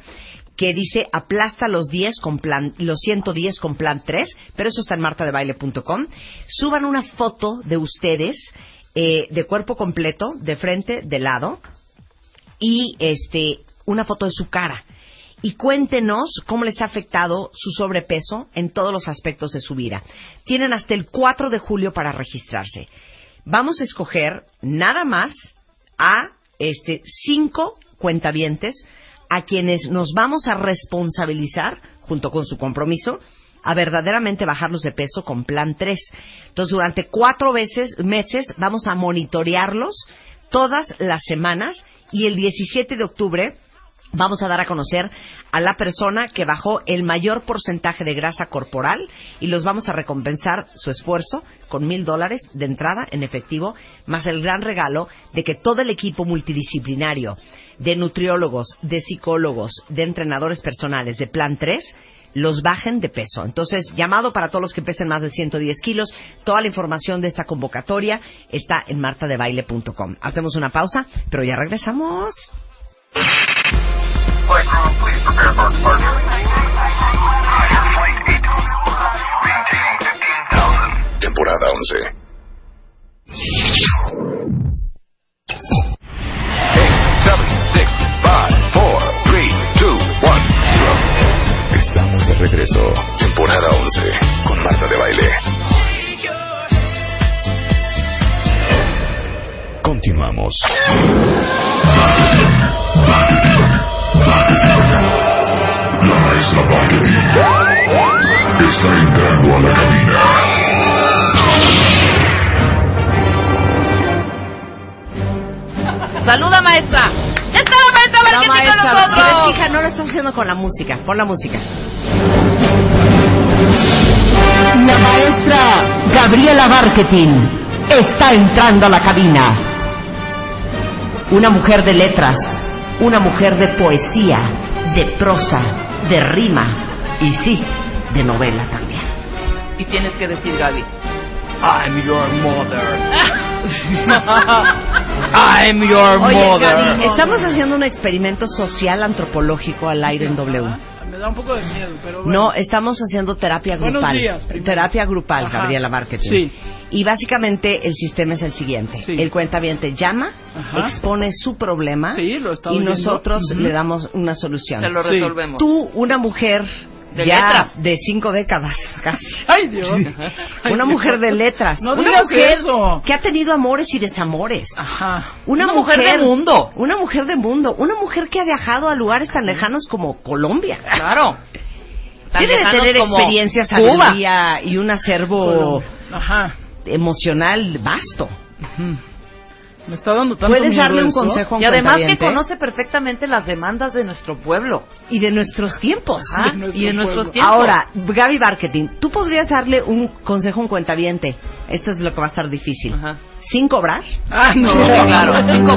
E: que dice aplasta los 10 con plan, los 110 con plan 3, pero eso está en martadebaile.com. Suban una foto de ustedes eh, de cuerpo completo, de frente, de lado, y este una foto de su cara. Y cuéntenos cómo les ha afectado su sobrepeso en todos los aspectos de su vida. Tienen hasta el 4 de julio para registrarse. Vamos a escoger nada más a este cinco cuentavientes a quienes nos vamos a responsabilizar junto con su compromiso a verdaderamente bajarlos de peso con plan 3. Entonces, durante cuatro veces, meses vamos a monitorearlos todas las semanas y el 17 de octubre vamos a dar a conocer a la persona que bajó el mayor porcentaje de grasa corporal y los vamos a recompensar su esfuerzo con mil dólares de entrada en efectivo, más el gran regalo de que todo el equipo multidisciplinario de nutriólogos, de psicólogos, de entrenadores personales de Plan 3 los bajen de peso. Entonces, llamado para todos los que pesen más de 110 kilos. Toda la información de esta convocatoria está en martadebaile.com. Hacemos una pausa, pero ya regresamos.
A: Temporada 11. Estamos de regreso. Temporada 11. Con Marta de Baile. Continuamos.
B: Está entrando a la cabina.
C: Saluda, maestra. Ya está la maestra
E: No,
C: Marketing con
E: maestra, pero,
C: nosotros.
E: hija, no lo estás haciendo con la música. Pon la música.
P: La maestra Gabriela Marketing está entrando a la cabina.
E: Una mujer de letras, una mujer de poesía, de prosa, de rima y sí, de novela también.
C: Y tienes que decir, Gaby.
B: I'm your mother.
C: I'm your
E: Oye,
C: mother.
E: Gaby, estamos haciendo un experimento social antropológico al aire en W.
Q: Me da un poco de miedo, pero bueno.
E: No, estamos haciendo terapia
Q: Buenos
E: grupal.
Q: días, primero.
E: terapia grupal,
Q: Ajá.
E: Gabriela Marketing.
Q: Sí.
E: Y básicamente el sistema es el siguiente. El cuentaviente llama,
Q: Ajá.
E: expone su problema
Q: Sí, lo he estado
E: y
Q: viendo.
E: nosotros
Q: Ujú.
E: le damos una solución.
Q: Se lo Sí. resolvemos.
E: Tú, una mujer
Q: De
E: ya
Q: letras.
E: de cinco décadas casi.
Q: Ay, Dios. Ay,
E: Una
Q: Dios.
E: mujer de letras.
Q: No
E: una
Q: digas
E: mujer
Q: eso.
E: que ha tenido amores y desamores.
Q: Ajá.
E: Una,
C: Una mujer de mundo.
E: Una mujer de mundo. Una mujer que ha viajado a lugares tan lejanos como Colombia.
C: Claro. Tan
E: Debe de
C: lejanos
E: tener
C: como
E: experiencia,
C: Cuba.
E: sabiduría y un acervo
Q: Ajá.
E: emocional vasto.
Q: Me está dando tanto
E: Puedes
Q: miedo
E: darle un
Q: eso.
E: consejo a un
C: Y además que
E: cuentaviente?
C: conoce perfectamente las demandas de nuestro pueblo.
E: Y de nuestros tiempos.
Q: Ah,
C: Ajá, De nuestro Ah, y de nuestros pueblo. tiempos.
E: Ahora, Gaby Marketing, tú podrías darle un consejo a un cuentaviente. Esto es lo que va a estar difícil. Sin cobrar.
Q: Ah, no,
E: Sin cobrar.
Q: No, la verdad
E: Sin
Q: no.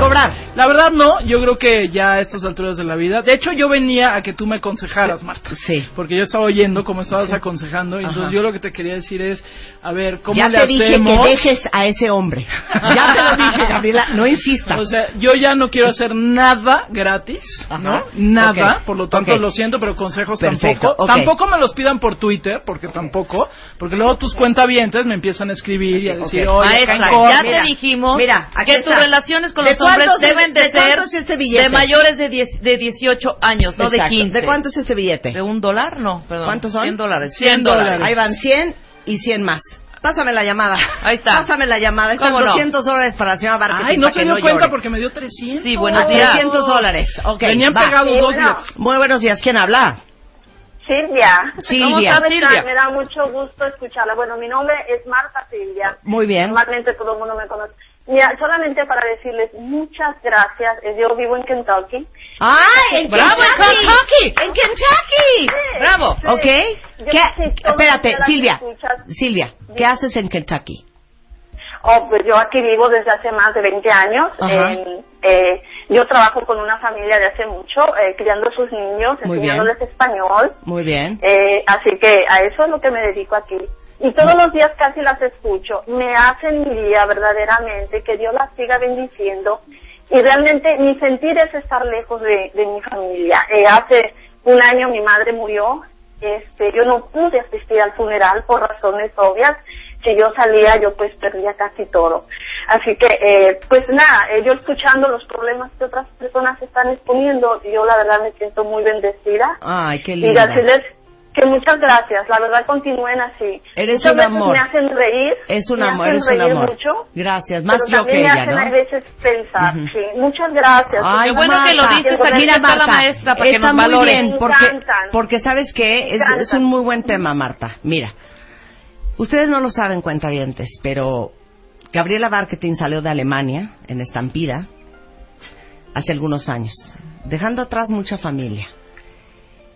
E: cobrar.
Q: La verdad no, yo creo que ya a estas alturas de la vida. De hecho, yo venía a que tú me aconsejaras, Marta.
E: Sí.
Q: Porque yo estaba oyendo cómo estabas aconsejando. y
E: Ajá.
Q: Entonces, yo lo que te quería decir es: a ver, ¿cómo
E: ya
Q: le
E: te dije
Q: hacemos?
E: que dejes a ese hombre. Ya te lo dije, Gabriela, no insistas.
Q: O sea, yo ya no quiero hacer nada gratis, ¿no? Nada,
E: Ok.
Q: por lo tanto
E: Ok.
Q: lo siento, pero consejos
E: Perfecto,
Q: tampoco.
E: ok.
Q: Tampoco me los pidan por Twitter, porque tampoco, porque luego tus cuentavientes me empiezan a escribir y a decir,
C: Ok.
Q: oye,
C: Maestra,
Q: Cancún,
C: ya
Q: mira,
C: te dijimos
E: mira, aquí
C: que tus
E: está.
C: relaciones con
E: ¿De
C: los hombres
E: cuántos es-
C: deben de,
E: de
C: ser
E: cuántos es este billete?
C: de mayores de, 10 de 18 años, no de
E: Exacto.
C: 15.
E: ¿De cuánto es este billete?
C: ¿De un dólar? No, perdón.
E: ¿Cuántos son?
C: 100 dólares.
E: 100
C: dólares.
E: Ahí van 100 y 100 más. Pásame la llamada.
C: Ahí está.
E: Pásame la llamada. Están
C: ¿Cómo no?
E: 200 dólares para la señora Barca.
Q: Ay, no se dio cuenta
E: porque
Q: me dio 300.
C: Sí, buenos días.
E: 300 dólares. Ok,
C: Venían
E: va.
C: pegados
E: Sí,
C: dos
E: bueno.
C: días.
E: Muy buenos días. ¿Quién habla?
R: Silvia.
E: Silvia. ¿Cómo estás,
R: ¿Cómo están?
E: Silvia?
R: Me da mucho gusto escucharla. Bueno, mi nombre es Marta Silvia.
E: Muy bien.
R: Normalmente todo el mundo me conoce. Mira, solamente para decirles muchas gracias. Eh, Yo vivo en Kentucky.
E: ¡Ah! ¡En
R: ¡Bravo, en
E: Kentucky! ¡En Kentucky!
R: ¡Bravo! sí.
E: ¿Ok?
R: Yo
E: ¿Qué-
R: sí, todo
E: Espérate,
R: lo que
E: Silvia.
R: escuchas.
E: Silvia, ¿qué haces en Kentucky?
R: Oh, pues yo aquí vivo desde hace más de 20 años.
E: Ajá.
R: Eh, eh, yo trabajo con una familia de hace mucho, eh, criando a sus niños,
E: Muy bien.
R: enseñándoles español.
E: Muy bien.
R: Eh, así que a eso es lo que me dedico aquí. Y todos los días casi las escucho. Me hacen mi día verdaderamente, que Dios las siga bendiciendo. Y realmente mi sentir es estar lejos de, de mi familia. Eh, hace un año mi madre murió. Este, yo no pude asistir al funeral por razones obvias. Si yo salía, yo pues perdía casi todo. Así que, eh, pues nada, eh, yo escuchando los problemas que otras personas están exponiendo, yo la verdad me siento muy bendecida
E: Ay, qué
R: y
E: linda.
R: decirles que muchas gracias, la verdad continúen así.
E: Eres
R: Muchas
E: un
R: veces
E: amor.
R: Me hacen reír.
E: Es un
R: me
E: amor,
R: hacen
E: eres un
R: reír
E: amor.
R: Mucho,
E: Gracias, más
R: pero
E: yo que
R: también me
E: ella,
R: hacen
E: ¿no?
R: a veces pensar,
E: Ujú.
R: sí. Muchas gracias.
E: Ay,
R: Porque Marta,
E: Mira,
R: está la
E: Marta,
R: maestra para que
E: está
R: nos
E: muy
R: valore.
E: bien,
R: Me
E: porque,
R: encantan.
E: porque sabes que es, es un muy buen tema, Marta. Mira, ustedes no lo saben, cuentavientes, pero Gabriela Marketing salió de Alemania en estampida hace algunos años, dejando atrás mucha familia.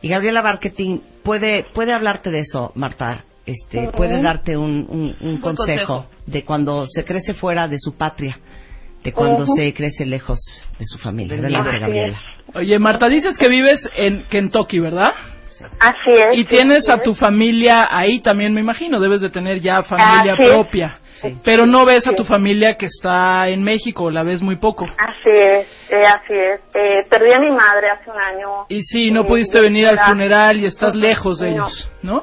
E: Y Gabriela Barquetín puede, puede hablarte de eso, Marta. Este,
S: Ujú.
E: puede darte un, un- un
S: Un
E: consejo,
S: consejo.
E: de cuando se crece fuera de su patria, de cuando
Q: Ujú.
E: se crece lejos de su familia.
Q: Del
E: Adelante,
Q: nido.
E: Gabriela.
Q: Oye, Marta, dices que vives en Kentucky, ¿verdad?
R: Así es.
Q: Y
R: sí,
Q: tienes
R: así
Q: a
R: es.
Q: tu familia ahí también, me imagino, debes de tener ya familia
R: Así es.
Q: propia. Pero no ves a tu familia que está en México, la ves muy poco.
R: Así es, eh, así es. Eh, perdí a mi madre hace un año.
Q: Y sí, no pudiste venir al funeral y estás lejos de
R: No.
Q: ellos, ¿no?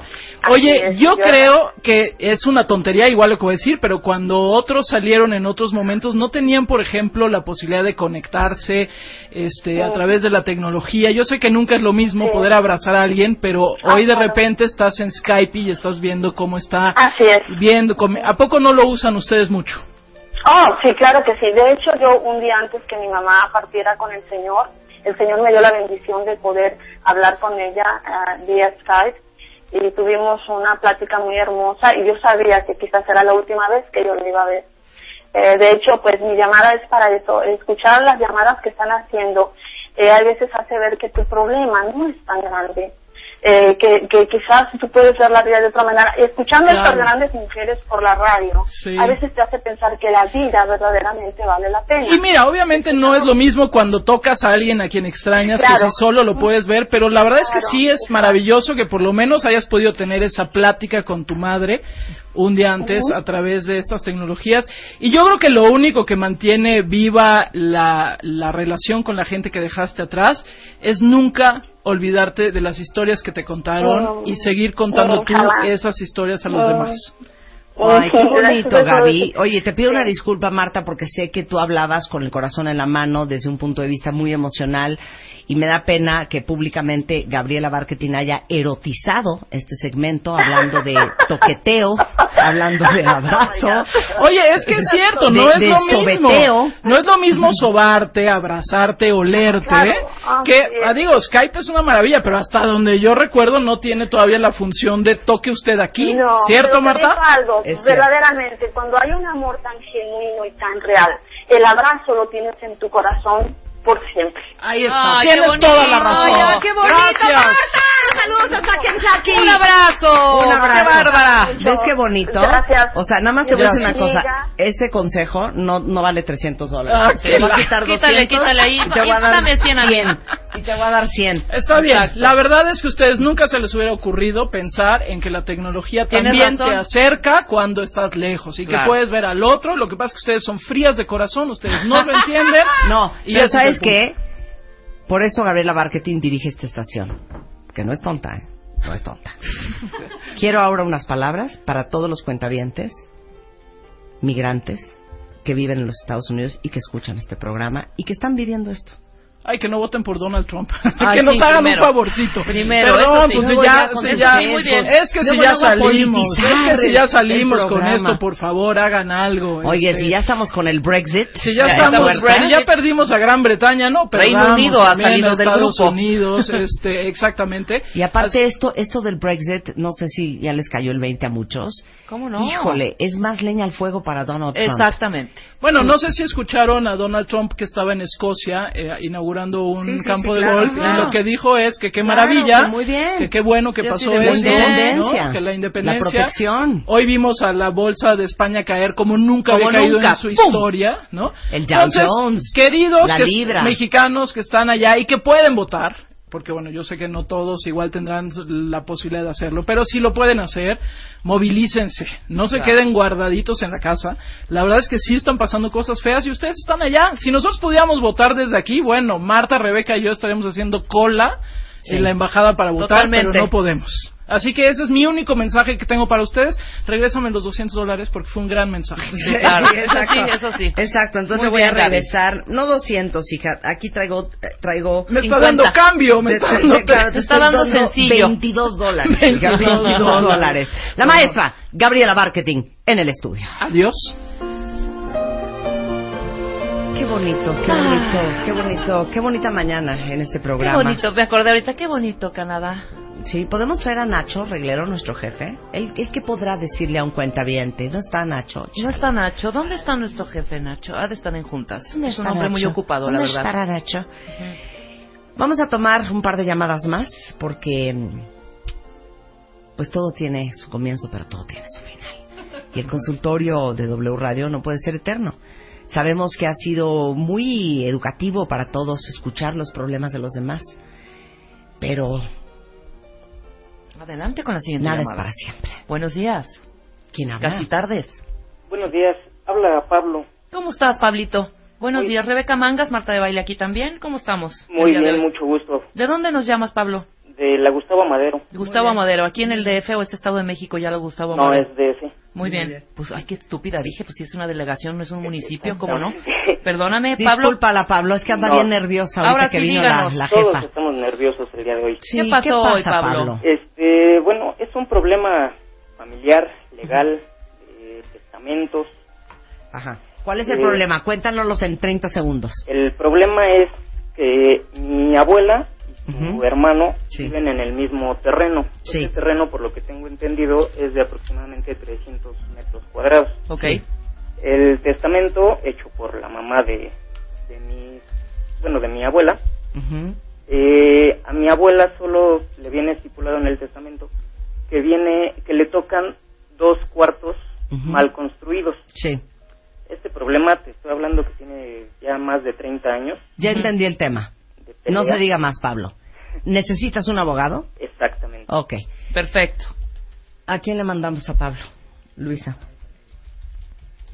Q: Oye,
R: es,
Q: yo
R: yo-
Q: creo que es una tontería igual lo que voy a decir, pero cuando otros salieron en otros momentos no tenían, por ejemplo, la posibilidad de conectarse este a
S: Sí.
Q: través de la tecnología. Yo sé que nunca es lo mismo poder abrazar a alguien, pero hoy de repente estás en Skype y estás viendo cómo está viendo com- a poco no lo usan ustedes mucho.
R: Oh, sí, claro que sí. De hecho, yo un día antes que mi mamá partiera con el Señor, el Señor me dio la bendición de poder hablar con ella ah, vía Skype y tuvimos una plática muy hermosa y yo sabía que quizás era la última vez que yo la iba a ver. Eh, de hecho, pues mi llamada es para eso, escuchar las llamadas que están haciendo. eh, a veces hace ver que tu problema no es tan grande, eh, que, que quizás tú puedes ver la vida de otra manera. Escuchando a estas
T: Claro.
R: grandes mujeres por la radio,
Q: Sí.
R: a veces te hace pensar que la vida verdaderamente vale la pena.
Q: Y mira, obviamente no es lo mismo cuando tocas a alguien a quien extrañas, que
R: Claro.
Q: si solo lo puedes ver, pero la verdad es que
R: Claro,
Q: sí es maravilloso que por lo menos hayas podido tener esa plática con tu madre un día antes
S: Ujú.
Q: a través de estas tecnologías. Y yo creo que lo único que mantiene viva la, la relación con la gente que dejaste atrás es nunca olvidarte de las historias que te contaron
S: No.
Q: y seguir contando
S: No,
Q: tú
S: jamás.
Q: esas historias a los
S: No.
Q: demás.
E: Ay, qué bonito,
S: Gracias.
E: Gaby. Oye, te pido una disculpa, Marta, porque sé que tú hablabas con el corazón en la mano desde un punto de vista muy emocional y me da pena que públicamente Gabriela Barquetín haya erotizado este segmento hablando de toqueteo, hablando de abrazo.
Q: Oye, es que es cierto, no
E: De-
Q: es
E: de
Q: lo mismo.
E: sobeteo.
Q: No es lo mismo sobarte, abrazarte, olerte.
E: Claro,
Q: que, ah, digo, Skype es una maravilla, pero hasta donde yo recuerdo no tiene todavía la función de toque usted aquí.
R: No, pero
Q: ¿Cierto,
R: te
Q: Marta?
R: digo algo,
Q: Es cierto.
R: verdaderamente, cuando hay un amor tan genuino y tan real, el abrazo lo tienes en tu corazón por siempre.
Q: Ahí
R: está,
C: Ay, qué
R: tienes
C: bonito.
R: toda la razón.
C: Ay, qué bonito,
R: Gracias.
C: Marta.
E: Saludos a Saquen Saki.
C: Un abrazo.
E: Un abrazo.
C: Qué bárbara.
E: Ah, ¿Ves qué bonito?
C: Gracias.
E: O sea, nada más te voy a decir una
C: Gracias.
E: cosa. Ese consejo no, no vale 300
C: Ah,
E: dólares.
C: qué
E: te va a
C: la-
E: quitar
C: Quítale,
E: 200
C: quítale ahí.
E: Y te voy a dar
C: Dame 100 a mí.
E: Y te voy a dar 100.
Q: Está bien.
E: Exacto.
Q: La verdad es que a ustedes nunca se les hubiera ocurrido pensar en que la tecnología
C: Tienes
Q: también
C: razón.
Q: te acerca cuando estás lejos y que
E: Claro.
Q: puedes ver al otro. Lo que pasa es que ustedes son frías de corazón, ustedes no lo entienden.
E: No,
Q: y
E: pero
Q: ese es el
E: ¿sabes
Q: punto.
E: qué? Por eso Gabriela Barquetín dirige esta estación. Que no es tonta, ¿eh? No es tonta. Quiero ahora unas palabras para todos los cuentavientes, migrantes, que viven en los Estados Unidos y que escuchan este programa y que están viviendo esto.
Q: Ay, que no voten por Donald Trump.
E: Ay,
Q: que nos
E: sí,
Q: hagan
E: primero.
Q: un favorcito.
E: Primero,
Q: Perdón,
E: eso sí.
Q: pues si
E: Luego
Q: ya,
E: ya con
Q: si
E: eso
Q: ya-
E: sí, muy bien.
Q: es que si
E: Luego,
Q: ya
E: luego
Q: salimos, es que
E: politizar
Q: si ya salimos
E: el
Q: con
E: programa.
Q: esto, por favor, hagan algo.
E: Oye,
Q: este.
E: si ya estamos con el Brexit.
Q: Si ya estamos, si ya perdimos a Gran Bretaña, no, pero
E: Reino Unido ha salido del
Q: Estados
E: grupo.
Q: Unidos, este, exactamente.
E: Y aparte esto, esto del Brexit, no sé si ya les cayó el 20 a muchos.
C: ¿Cómo no?
E: Híjole, es más leña al fuego para Donald Trump.
C: Exactamente.
Q: Bueno,
E: Sí.
Q: no sé si escucharon a Donald Trump que estaba en Escocia eh, inaugurando un
E: Sí, sí,
Q: campo
E: sí,
Q: de
E: claro,
Q: golf
E: claro.
Q: y lo que dijo es que qué
E: Claro,
Q: maravilla,
E: que muy bien.
Q: que qué bueno que
E: Sí,
Q: pasó
E: sí, de
Q: esto,
E: independencia.
Q: ¿no? que la
E: La
Q: independencia,
E: protección.
Q: Hoy vimos a la bolsa de España caer como nunca
E: Como
Q: había caído
E: nunca,
Q: en su
E: ¡pum!
Q: historia, ¿no?
E: El Dow
Q: Entonces,
E: Jones,
Q: queridos
E: la
Q: que-
E: libra.
Q: mexicanos que están allá y que pueden votar, porque bueno, yo sé que no todos igual tendrán la posibilidad de hacerlo, pero si lo pueden hacer, movilícense, no se
S: Claro.
Q: queden guardaditos en la casa. La verdad es que sí están pasando cosas feas y ustedes están allá. Si nosotros pudiéramos votar desde aquí, bueno, Marta, Rebeca y yo estaríamos haciendo cola
C: Sí.
Q: en la embajada para votar,
C: Totalmente.
Q: pero no podemos. Así que ese es mi único mensaje que tengo para ustedes. Regrésame los 200 dólares porque fue un gran mensaje.
E: Sí, exacto. Exacto, entonces
Q: Muy
E: voy
Q: bien,
E: a
Q: Gaby.
E: regresar. No 200, hija. Aquí traigo. traigo
Q: Me está dando
E: 50.
Q: cambio, me
E: Te-
Q: está
E: te-
Q: dando-
E: claro, te
Q: te está
E: estoy
Q: dando sencillo.
E: 22 dólares. hija,
Q: 22
E: 22 dólares. La
Q: No.
E: maestra, Gabriela Marketing, en el estudio.
Q: Adiós.
E: Qué bonito, qué bonito, qué bonito, qué bonita mañana en
C: Ah.
E: este
C: Qué
E: programa.
C: bonito. Me acordé ahorita, qué bonito Canadá.
E: Sí, podemos traer a Nacho Reglero, nuestro jefe. Él, él que podrá decirle a un cuentaviente, no está Nacho.
C: No está Nacho. ¿Dónde está nuestro jefe, Nacho? Ah, de estar en juntas.
E: ¿Dónde
C: es un
E: está
C: hombre muy
E: Nacho?
C: ocupado, la
E: ¿Dónde
C: verdad.
E: estará Nacho? Vamos a tomar un par de llamadas más porque mm, pues todo tiene su comienzo, pero todo tiene su final. Y el consultorio de W Radio no puede ser eterno. Sabemos que ha sido muy educativo para todos escuchar los problemas de los demás, pero
C: Adelante con la siguiente
E: Nada es
C: llamada.
E: para siempre.
C: Buenos días.
E: ¿quién habla?
C: Casi tardes.
S: Buenos días, habla Pablo.
C: ¿Cómo estás, Pablito? Buenos días, Rebeca Mangas, Marta de Baile aquí también. ¿Cómo estamos? el
S: Muy
C: día de
S: bien,
C: hoy?
S: mucho gusto.
C: ¿De dónde nos llamas, Pablo?
S: De la Gustavo Madero.
C: Gustavo Amadero, aquí en el DF o este estado de México ya lo Gustavo
S: No,
C: Amadero.
S: es de ese.
C: Muy bien. Pues, ay, qué estúpida dije, pues si es una delegación, no es un municipio, ¿cómo no? Perdóname, Pablo.
E: Discúlpala, Pablo, es que anda
C: No.
E: bien nerviosa ahorita
C: Ahora
E: que
C: sí,
E: vino la,
C: díganos.
E: la
S: Todos
E: jefa.
S: estamos nerviosos el día de hoy.
E: Sí, ¿Qué pasó ¿qué pasa, hoy, Pablo? Pablo?
S: Este, bueno, es un problema familiar, legal, de testamentos.
E: Ajá. ¿Cuál es el
S: Eh,
E: problema? Cuéntanos en 30 segundos.
S: El problema es que mi abuela y su
E: Ujú.
S: hermano
E: Sí.
S: viven en el mismo terreno.
E: Sí.
S: Este terreno, por lo que tengo entendido, es de aproximadamente 300 metros cuadrados.
C: Ok.
S: El testamento hecho por la mamá de, de mi, bueno, de mi abuela, Eh, a mi abuela solo le viene estipulado en el testamento que viene que le tocan dos cuartos mal construidos.
E: Sí.
S: Este problema te estoy hablando que tiene ya más de 30 años.
E: Ya entendí el tema. No se diga más, Pablo. ¿Necesitas un abogado?
S: Exactamente.
E: Ok.
C: Perfecto.
E: ¿A quién le mandamos a Pablo? Luisa.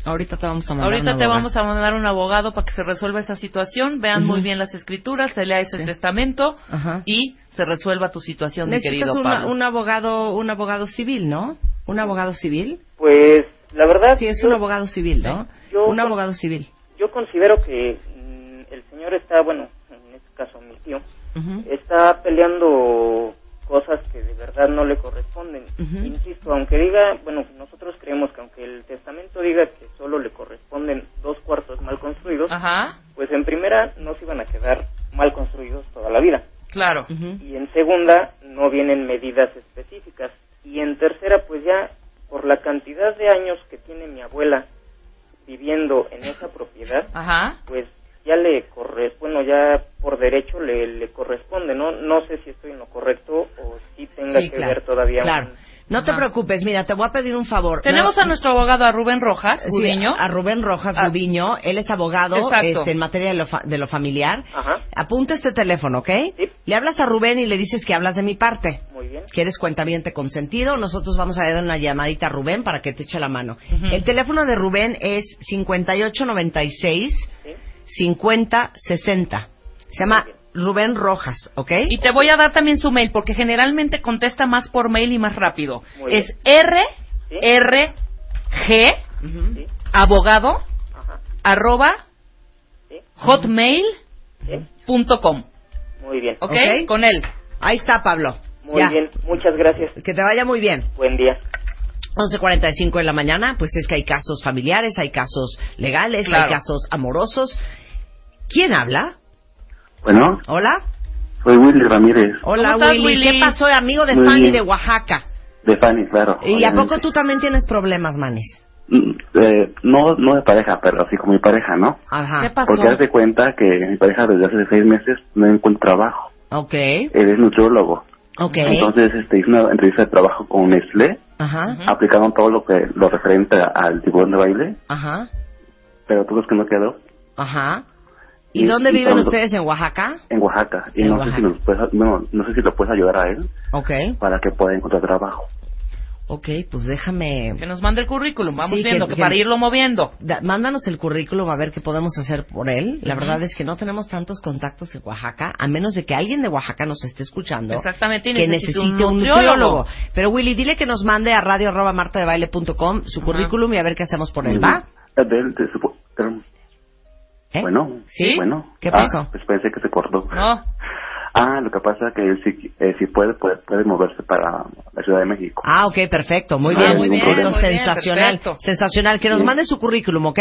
E: Ahorita te vamos a mandar. un
C: Ahorita te
E: abogado.
C: vamos a mandar un abogado para que se resuelva esa situación. Vean
E: Ujú.
C: muy bien las escrituras, se lea ese testamento
E: Ajá.
C: y se resuelva tu situación, mi
E: Necesitas
C: querido
E: una-
C: Pablo.
E: un abogado, un abogado civil, ¿no? ¿Un abogado civil?
S: Pues la verdad.
E: Sí, es un abogado civil, ¿no?
S: Yo,
E: Un abogado civil.
S: yo considero que mm, el señor está, bueno, en este caso mi tío,
E: Ujú.
S: está peleando cosas que de verdad no le corresponden.
E: Ujú.
S: Insisto, aunque diga, bueno, nosotros creemos que aunque el testamento diga que solo le corresponden dos cuartos mal construidos,
C: Ajá,
S: pues en primera no se iban a quedar mal construidos toda la vida.
C: claro.
S: Y en segunda no vienen medidas específicas. Y en tercera, pues ya por la cantidad de años que tiene mi abuela viviendo en esa propiedad,
C: Ajá.
S: pues ya le corresponde, bueno, ya por derecho le, le corresponde, ¿no? No sé si estoy en lo correcto o si tenga
E: Sí,
S: que
E: claro.
S: ver todavía. un-
E: Claro. No te preocupes, mira, te voy a pedir un favor.
C: Tenemos
E: No-
C: a nuestro abogado, a Rubén Rojas,
E: Sí,
C: Gudiño.
E: a Rubén Rojas Gudiño, él es abogado
C: Exacto.
E: este, en materia de lo, fa- de lo familiar. Apunta este teléfono, ¿ok? Le hablas a Rubén y le dices que hablas de mi parte.
S: Muy bien.
E: Que eres cuentaviente consentido. Nosotros vamos a dar una llamadita a Rubén para que te eche la mano.
B: Ujú.
E: El teléfono de Rubén es 5896 5060. Se llama Rubén Rojas, ¿ok?
C: Y te voy a dar también su mail, porque generalmente contesta más por mail y más rápido.
E: Muy
C: es
E: bien.
C: R, R, G, abogado, arroba, hotmail, punto com.
S: Muy bien.
C: ¿Ok? Con él.
E: Ahí está, Pablo.
S: Muy bien, muchas gracias.
E: Que te vaya muy bien.
S: Buen día.
E: 11.45 de la mañana, pues es que hay casos familiares, hay casos legales, hay
T: Claro.
E: casos amorosos. ¿Quién habla?
T: Bueno,
E: Hola.
T: soy Willy Ramírez,
E: Hola,
T: ¿Cómo estás,
E: Willy. ¿Qué
T: Willy?
E: pasó, amigo de
T: Muy
E: Fanny
T: bien.
E: de Oaxaca?
T: de Fanny, claro.
E: ¿Y a poco tú también tienes problemas, Manis?
T: Mm, eh, no, no de pareja, pero así con mi pareja, ¿no?
E: Ajá. ¿Qué
T: Porque hace cuenta que mi pareja desde hace seis meses no encuentra trabajo.
E: Ok,
T: Él es nutriólogo.
E: ok.
T: Eh, Entonces este, hice una entrevista de trabajo con Nestlé,
E: Ajá,
T: aplicaron todo lo que lo referente a- al tiburón de baile,
E: ajá,
T: pero todo es que no quedó
E: ajá. ¿Y,
T: Y-
E: dónde
T: y
E: viven
T: cuando-
E: ustedes? ¿En Oaxaca?
T: en Oaxaca. Y
E: En
T: no, Sé
E: Oaxaca.
T: si nos puedes, no, no sé si lo puedes ayudar a él
E: Ok,
T: para que pueda encontrar trabajo.
E: ok, pues déjame...
C: Que nos mande el currículum, vamos
E: Sí, que-
C: viendo, que,
E: que-
C: para irlo moviendo.
E: Da- mándanos el currículum a ver qué podemos hacer por él. La
C: Ujú.
E: verdad es que no tenemos tantos contactos en Oaxaca, a menos de que alguien de Oaxaca nos esté escuchando.
C: Exactamente, y
E: que
C: necesita un
E: necesite un
C: nutriólogo.
E: nutriólogo. Pero Willy, dile que nos mande a radio arroba martadebaile.com su currículum y a ver qué hacemos por él, ¿va? ¿Eh?
T: Eh, de él, de su- pero- Bueno,
E: ¿Sí?
T: bueno.
E: ¿Qué
T: Ah,
E: pasó?
T: pues pensé que se cortó.
C: No.
T: Ah, lo que pasa es que él sí, eh, sí puede, puede, puede moverse para la Ciudad de México.
E: Ah, ok, perfecto, muy
T: Ah,
E: bien.
T: muy bien, muy bien,
E: sensacional,
T: perfecto.
E: sensacional. Que nos
T: Sí.
E: mande su currículum, ¿ok?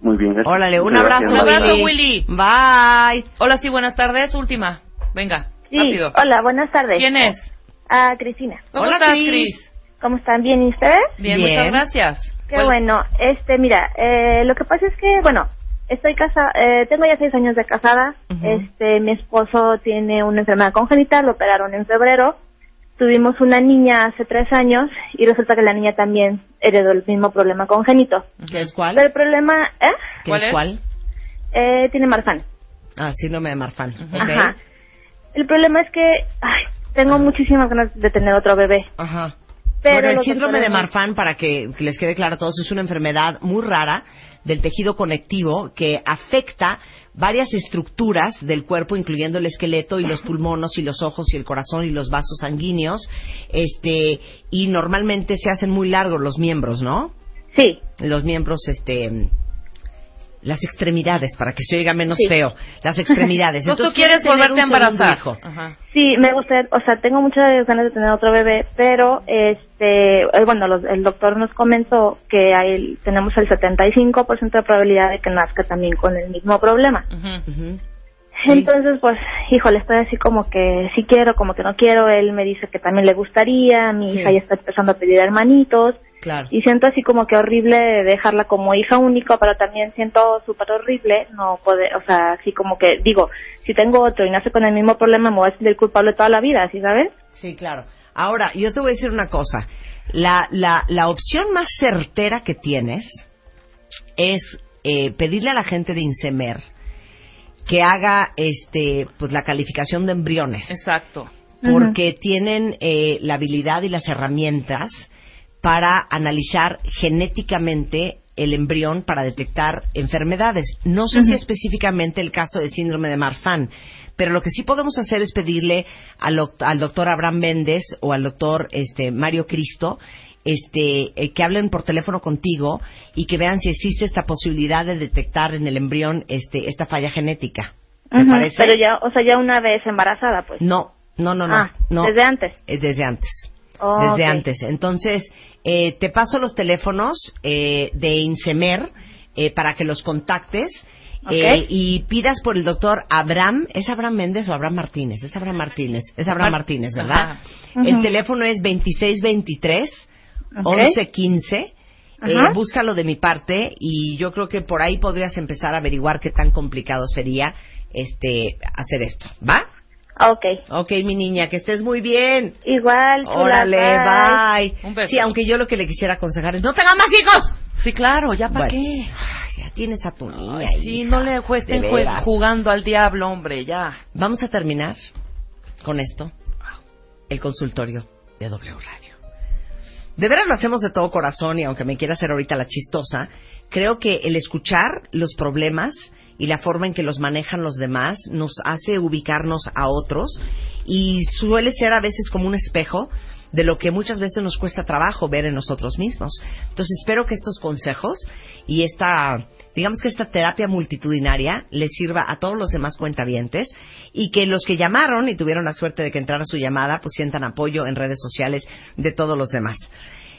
T: Muy bien. gracias.
E: Órale, un
T: Muchas
E: abrazo,
T: gracias.
C: Un abrazo, Willy.
E: Bye.
C: Hola, sí, buenas tardes. Última. Venga,
U: Sí,
C: rápido.
V: Ah,
U: hola, buenas tardes.
C: ¿Quién es?
V: a Ah, Cristina.
C: ¿Cómo Hola, estás, Cris? Cris?
V: ¿Cómo están? ¿Bien y ustedes?
C: Bien, muchas gracias. Pues,
V: Qué bueno. Este, mira, eh, lo que pasa es que, bueno, estoy casada, eh, tengo ya seis años de casada. Este, mi esposo tiene una enfermedad congénita, lo operaron en febrero. Tuvimos una niña hace tres años y resulta que la niña también heredó el mismo problema congénito.
E: ¿Qué es cuál?
V: Pero el problema, ¿eh?
E: ¿Qué es cuál?
V: Eh, tiene Marfan.
E: Ah, síndrome de Marfan. Ok.
V: Ajá. El problema es que ay, tengo muchísimas ganas de tener otro bebé.
E: Ajá.
V: Pero
E: bueno,
V: lo
E: el
V: que
E: síndrome de
V: podemos-
E: Marfan, para que les quede claro a todos, es una enfermedad muy rara del tejido conectivo que afecta varias estructuras del cuerpo, incluyendo el esqueleto y los pulmones y los ojos y el corazón y los vasos sanguíneos, este, y normalmente se hacen muy largos los miembros, ¿no?
V: Sí.
E: Los miembros, este, las extremidades, para que se oiga menos
V: Sí.
E: feo, las extremidades.
V: Entonces,
C: ¿tú quieres
E: tener
C: volverte
E: un
C: a
E: segundo
C: embarazar?
E: hijo.
V: Sí, me gusta, o sea, tengo muchas ganas de tener otro bebé, pero este, eh, bueno, los- el doctor nos comentó que hay, tenemos el 75% de probabilidad de que nazca también con el mismo problema. Entonces, pues, híjole, estoy así como que sí quiero, como que no quiero. Él me dice que también le gustaría, mi
W: Sí.
V: hija ya está empezando a pedir hermanitos.
E: Claro.
V: Y siento así como que horrible dejarla como hija única, pero también siento súper horrible no poder, o sea, así como que digo, si tengo otro y nace con el mismo problema, me voy a sentir culpable toda la vida, ¿sí sabes?
E: Sí, claro. Ahora, yo te voy a decir una cosa. La, la, la opción más certera que tienes es eh, pedirle a la gente de Insemer que haga este, pues, la calificación de embriones.
C: Exacto.
E: Porque tienen eh, la habilidad y las herramientas para analizar genéticamente el embrión para detectar enfermedades. No sé si específicamente el caso de síndrome de Marfan, pero lo que sí podemos hacer es pedirle al, oc- al doctor Abraham Méndez o al doctor este, Mario Cristo este, eh, que hablen por teléfono contigo y que vean si existe esta posibilidad de detectar en el embrión este, esta falla genética. ¿Te
V: Ujú,
E: parece?
V: Pero ya, o sea, ya una vez embarazada, pues.
E: No, no, no, no.
V: Ah,
E: no.
V: desde antes.
E: Eh, Desde antes
V: Oh,
C: Ah,
E: desde
V: ok.
E: antes. Entonces, eh, te paso los teléfonos eh, de Insemer eh, para que los contactes. eh,
V: Ok.
E: y pidas por el doctor Abraham, ¿es Abraham Méndez o Abraham Martínez? Es Abraham Martínez, es Abraham
C: Mar-
E: Martínez,
C: Ajá.
E: ¿verdad?
C: Ujú.
E: El teléfono es 2623
C: Ok.
E: 1115. Eh,
C: Ajá.
E: búscalo de mi parte y yo creo que por ahí podrías empezar a averiguar qué tan complicado sería este hacer esto, ¿va?
V: Ok.
E: Ok, mi niña, que estés muy bien.
V: Igual. chula,
E: Órale, bye.
C: Un beso.
E: Sí, aunque yo lo que le quisiera aconsejar es, no tengan más hijos.
C: Sí, claro, ¿ya para
E: Bueno.
C: qué?
E: Ya tienes a tu niña.
C: Sí, no le estén
E: de
C: jue-
E: veras.
C: jugando al diablo, hombre, ya.
E: Vamos a terminar con esto. El consultorio de W Radio. De veras lo hacemos de todo corazón y aunque me quiera hacer ahorita la chistosa, creo que el escuchar los problemas y la forma en que los manejan los demás nos hace ubicarnos a otros y suele ser a veces como un espejo de lo que muchas veces nos cuesta trabajo ver en nosotros mismos. Entonces espero que estos consejos y esta, digamos que esta terapia multitudinaria les sirva a todos los demás cuentavientes y que los que llamaron y tuvieron la suerte de que entrara su llamada pues sientan apoyo en redes sociales de todos los demás.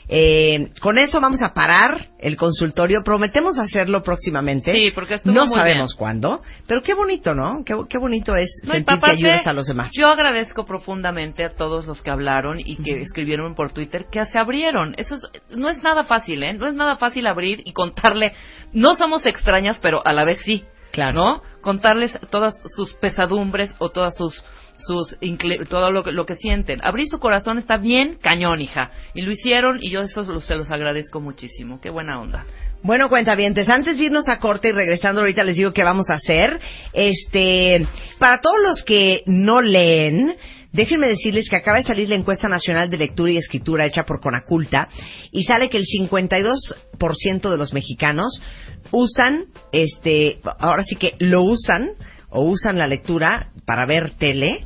E: Eh, con eso vamos a parar el consultorio. Prometemos hacerlo próximamente.
C: Sí, porque estuvo
E: No
C: muy
E: sabemos
C: bien.
E: cuándo, pero qué bonito, ¿no? Qué, qué bonito es
C: No, y
E: sentir
C: aparte,
E: que ayudas a los demás.
C: Yo agradezco profundamente a todos los que hablaron y que escribieron por Twitter que se abrieron. Eso es- no es nada fácil, ¿eh? No es nada fácil abrir y contarle. No somos extrañas, pero a la vez sí.
E: Claro.
C: ¿No? Contarles todas sus pesadumbres o todas sus sus incle- todo lo, que- lo que sienten. Abrir su corazón está bien cañón, hija. Y lo hicieron y yo eso lo- se los agradezco muchísimo. Qué buena onda.
E: Bueno, cuentavientes, antes de irnos a corte y regresando ahorita les digo qué vamos a hacer. Este, para todos los que no leen, déjenme decirles que acaba de salir la encuesta nacional de lectura y escritura hecha por Conaculta y sale que el 52% de los mexicanos usan, este, ahora sí que lo usan o usan la lectura para ver tele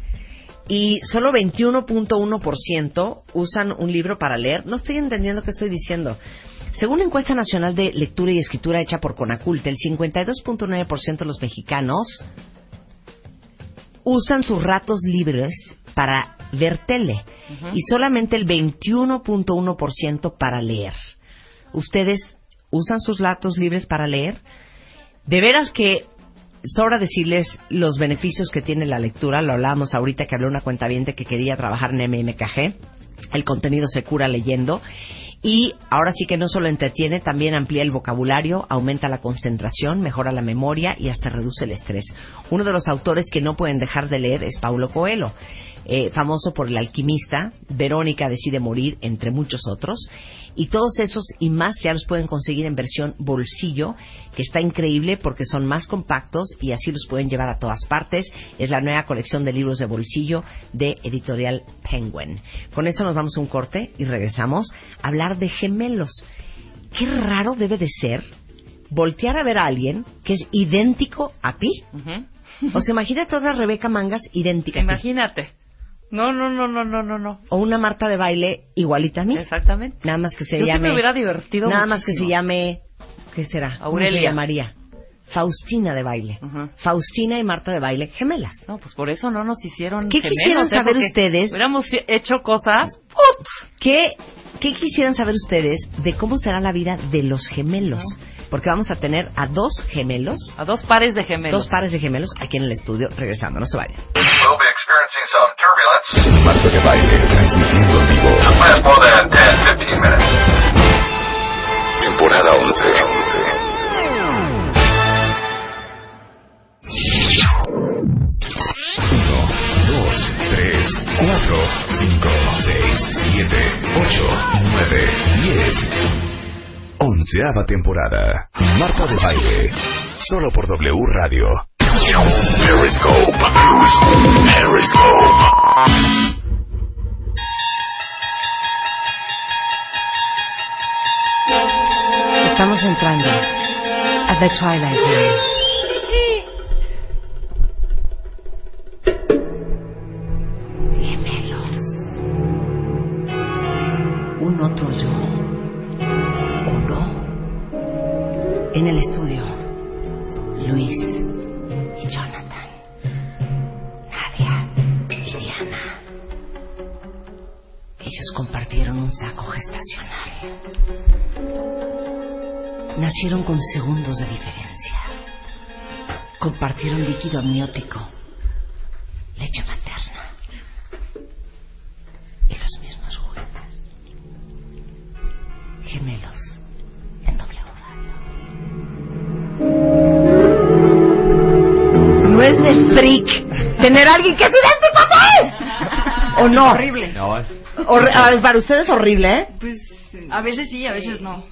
E: y solo 21.1% usan un libro para leer. No estoy entendiendo qué estoy diciendo. Según la encuesta nacional de lectura y escritura hecha por Conaculta, el 52.9% de los mexicanos usan sus ratos libres para ver tele
B: Ujú.
E: y solamente el 21.1% para leer. ¿Ustedes usan sus ratos libres para leer? De veras que sobra decirles los beneficios que tiene la lectura. Lo hablábamos ahorita que habló una cuentaviente que quería trabajar en MMKG. El contenido se cura leyendo. Y ahora sí que no solo entretiene, también amplía el vocabulario, aumenta la concentración, mejora la memoria y hasta reduce el estrés. Uno de los autores que no pueden dejar de leer es Paulo Coelho, eh, famoso por El alquimista, Verónica decide morir, entre muchos otros. Y todos esos y más ya los pueden conseguir en versión bolsillo, que está increíble porque son más compactos y así los pueden llevar a todas partes. Es la nueva colección de libros de bolsillo de editorial Penguin. Con eso nos vamos a un corte y regresamos a hablar de gemelos. Qué raro debe de ser voltear a ver a alguien que es idéntico a ti. O sea, imagínate otra Rebeca Mangas idéntica a ti.
C: Imagínate. No, no, no, no, no, no, no.
E: O una Marta de baile igualita a mí.
C: Exactamente.
E: Nada más que se
C: Yo sí
E: llame.
C: me hubiera divertido
E: Nada más que
C: muchísimo.
E: se llame. ¿Qué será? ¿Cómo
C: Aurelia.
E: se llamaría? Faustina de baile. Faustina y Marta de baile, gemelas.
C: No, pues por eso no nos hicieron.
E: ¿Qué
C: gemelos,
E: quisieron
C: ¿eh?
E: saber
C: Porque
E: ustedes?
C: Hubiéramos hecho cosas.
E: ¿Qué, ¿Qué quisieran saber ustedes de cómo será la vida de los gemelos? Porque vamos a tener a dos gemelos.
C: A dos pares de gemelos.
E: Dos pares de gemelos aquí en el estudio. Regresando, no se vayan.
B: We'll be experiencing some turbulence.
A: Marta de Baile, transmitiendo en vivo.
B: Last more than 10, 15 minutes.
A: Temporada 11. Uno, dos, tres, cuatro, cinco, seis, siete, ocho, nueve, diez. Onceava temporada. Marta de Baile. Solo por W Radio. Periscope. Periscope.
E: Estamos entrando a The Twilight Zone. un otro yo. ¿O no? En el estudio, Luis y Jonathan, Nadia y Diana. Ellos compartieron un saco gestacional. Nacieron con segundos de diferencia. Compartieron líquido amniótico, leche materna y los mismos juguetes. Gemelos en doble horario. No es de freak tener a alguien que es idéntico a ti. ¿O no?
W: Horrible.
E: Hor- ah, para ustedes horrible, ¿eh?
W: Pues a veces sí, a veces no.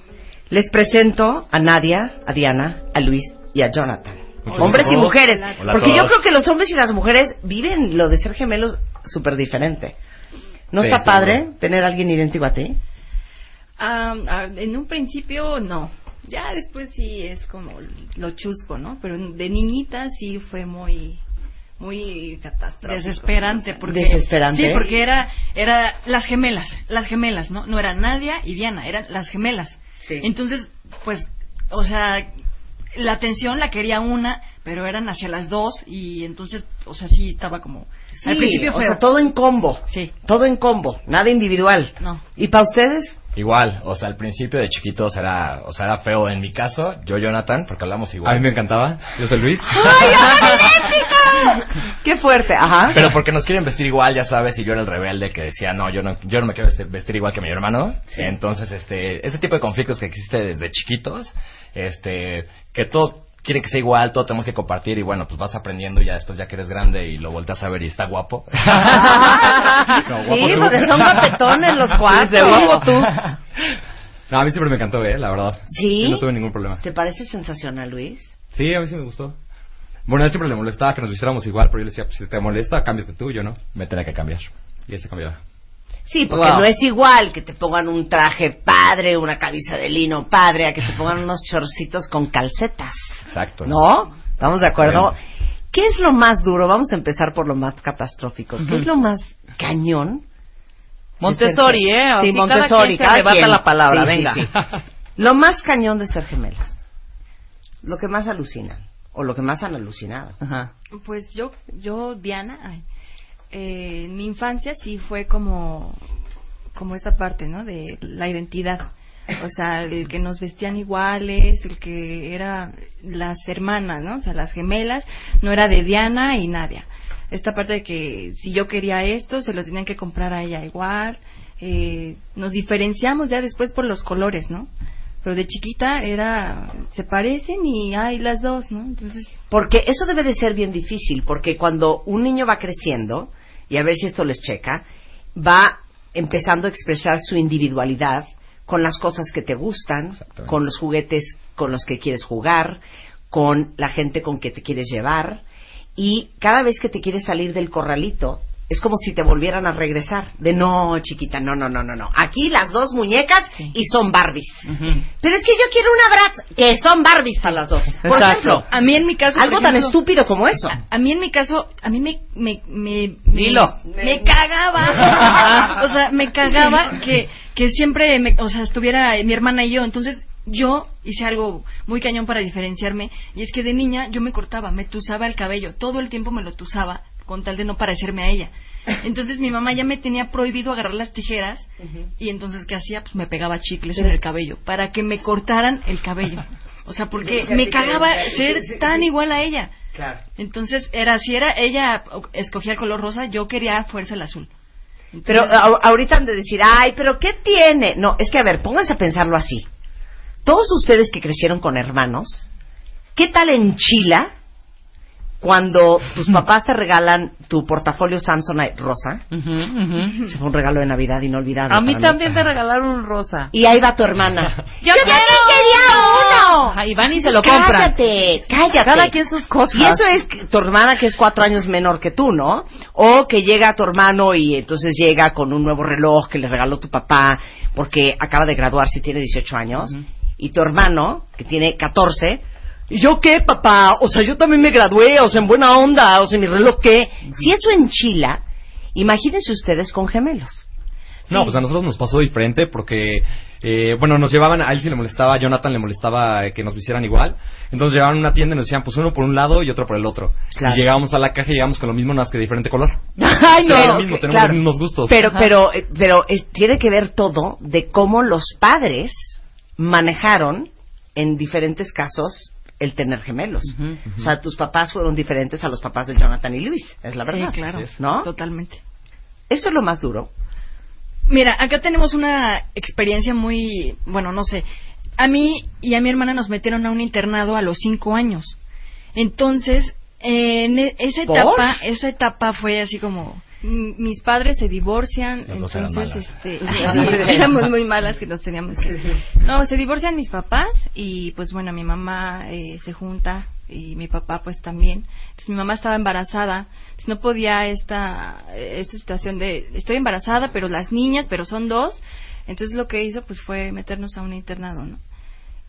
E: Les presento a Nadia, a Diana, a Luis y a Jonathan.
W: Mucho
E: hombres
W: gusto.
E: y mujeres.
W: Hola a
E: porque yo
W: todos.
E: creo que los hombres y las mujeres viven lo de ser gemelos súper diferente. ¿No
W: Sí,
E: está
W: seguro.
E: padre tener a alguien idéntico a ti?
W: Ah, ah, en un principio no. Ya después sí es como lo chusco, ¿no? Pero de niñita sí fue muy muy catastrófico.
C: Desesperante, porque-
E: Desesperante.
W: Sí, porque era era las gemelas, las gemelas, ¿no? No eran Nadia y Diana, eran las gemelas.
E: Sí.
W: Entonces, pues o sea, la atención la quería una, pero eran hacia las dos y entonces, o sea, sí estaba como al
E: Sí,
W: principio
E: o
W: fue
E: sea, todo en combo. Todo en combo, nada individual.
W: No.
E: ¿Y para ustedes?
F: Igual, o sea, al principio de chiquitos era, o sea, era feo. En mi caso, yo Jonathan, porque hablamos igual. A mí me encantaba. Yo soy Luis.
E: ¡Qué fuerte! Ajá.
F: Pero porque nos quieren vestir igual, ya sabes, y yo era el rebelde que decía, no, yo no, yo no me quiero vestir, vestir igual que mi hermano. Entonces, este, ese tipo de conflictos que existe desde chiquitos, este, que todo quiere que sea igual, todo tenemos que compartir y bueno, pues vas aprendiendo y ya después ya que eres grande y lo volteas a ver y está guapo. No, guapo
E: sí,
F: tú.
E: porque son papetones los cuatro.
F: Sí, guapo tú. No, a mí siempre me encantó, eh, la verdad.
E: ¿Sí?
F: Yo no tuve ningún problema.
E: ¿Te parece sensacional, Luis?
F: Sí, a mí sí me gustó. Bueno, a él siempre le molestaba que nos vistiéramos igual, pero yo le decía, pues, si te molesta, cámbiate tú, yo no. Me tenía que cambiar. Y él se cambiaba.
E: Sí, porque
F: Wow.
E: no es igual que te pongan un traje padre, una camisa de lino padre, a que te pongan unos chorcitos con calcetas.
F: Exacto.
E: ¿No? ¿Estamos de acuerdo? ¿Qué es lo más duro? Vamos a empezar por lo más catastrófico. ¿Qué es lo más cañón?
C: Montessori,
E: de ser-
C: ¿eh? Así
E: Sí,
C: cada
E: Montessori.
C: quien se arrebata
E: quien.
C: la palabra,
E: Sí, sí,
C: venga.
E: sí. Lo más cañón de ser gemelas. Lo que más alucinan. O lo que más han alucinado.
W: Pues yo, yo Diana, ay, eh, en mi infancia sí fue como, como esa parte, ¿no? De la identidad. O sea, el que nos vestían iguales, el que era las hermanas, ¿no? O sea, las gemelas, no era de Diana y Nadia. Esta parte de que si yo quería esto, se lo tenían que comprar a ella igual. Eh, nos diferenciamos ya después por los colores, ¿no? Pero de chiquita era, se parecen y hay las dos, ¿no? Entonces,
E: Porque eso debe de ser bien difícil, porque cuando un niño va creciendo, y a ver si esto les checa, va empezando a expresar su individualidad con las cosas que te gustan, con los juguetes con los que quieres jugar, con la gente con que te quieres llevar, y cada vez que te quieres salir del corralito, es como si te volvieran a regresar, de no, chiquita, no, no, no, no, no. Aquí las dos muñecas y son Barbies. Pero es que yo quiero un abrazo, que son Barbies a las dos. Por
W: Exacto.
E: ejemplo,
W: a mí en mi caso.
E: algo
W: por
E: tan
W: ejemplo,
E: estúpido como eso.
W: A mí en mi caso, a mí me. me, me
E: Dilo.
W: Me, me cagaba. o sea, me cagaba que, que siempre, me- o sea, estuviera mi hermana y yo. Entonces, yo hice algo muy cañón para diferenciarme. Y es que de niña yo me cortaba, me tusaba el cabello. Todo el tiempo me lo tusaba con tal de no parecerme a ella. Entonces mi mamá ya me tenía prohibido agarrar las tijeras y entonces ¿qué hacía? Pues me pegaba chicles en el cabello para que me cortaran el cabello. O sea, porque me cagaba ser tan igual a ella.
E: Claro.
W: Entonces era si era ella o- escogía el color rosa, yo quería a fuerza el azul.
E: Pero ah,
W: Entonces-
E: a- ahorita han de decir, ay, pero ¿qué tiene? No, es que a ver, pónganse a pensarlo así. Todos ustedes que crecieron con hermanos, ¿qué tal enchila cuando tus papás te regalan tu portafolio Samsonite rosa? Se fue un regalo de Navidad inolvidable.
C: A mí
E: para
C: también te regalaron un rosa.
E: Y ahí va tu hermana.
C: ¡Yo,
E: también
C: quería uno! Ahí van y se lo compran.
E: Cállate, cállate.
C: Cada quien sus cosas.
E: Y eso es que- tu hermana que es cuatro años menor que tú, ¿no? O que llega tu hermano y entonces llega con un nuevo reloj que le regaló tu papá porque acaba de graduarse y tiene 18 años. Y tu hermano, que tiene 14, ¿y yo qué, papá? O sea, yo también me gradué, o sea, en buena onda, o sea, mi reloj qué. Si eso enchila, imagínense ustedes con gemelos.
F: No, pues a nosotros nos pasó diferente porque, eh, bueno, nos llevaban, a él si le molestaba, a Jonathan le molestaba eh, que nos vistieran igual. Entonces llevaban a una tienda y nos decían, pues uno por un lado y otro por el otro.
E: Claro.
F: Y llegábamos a la caja y llegábamos con lo mismo, nada más que de diferente color.
E: Ay,
F: Era
E: no,
F: lo mismo,
E: que-
F: tenemos
E: claro.
F: los mismos gustos.
E: Pero, pero, eh, pero eh, tiene que ver todo de cómo los padres manejaron en diferentes casos el tener gemelos. O sea, tus papás fueron diferentes a los papás de Jonathan y Luis, es la verdad.
W: Sí, claro,
E: ¿No?
W: totalmente.
E: Eso es lo más duro.
W: Mira, acá tenemos una experiencia muy, bueno, no sé. A mí y a mi hermana nos metieron a un internado a los cinco años. Entonces, en e- esa
C: ¿Por?
W: etapa, esa etapa fue así como m- mis padres se divorcian,
C: dos eran
W: entonces
C: malas.
W: este,
C: Sí.
W: sí, éramos muy malas que nos teníamos que- No, se divorcian mis papás y pues bueno, mi mamá eh, se junta y mi papá pues también. Entonces mi mamá estaba embarazada, entonces no podía esta, esta situación de estoy embarazada, pero las niñas, pero son dos. Entonces lo que hizo pues fue meternos a un internado, ¿no?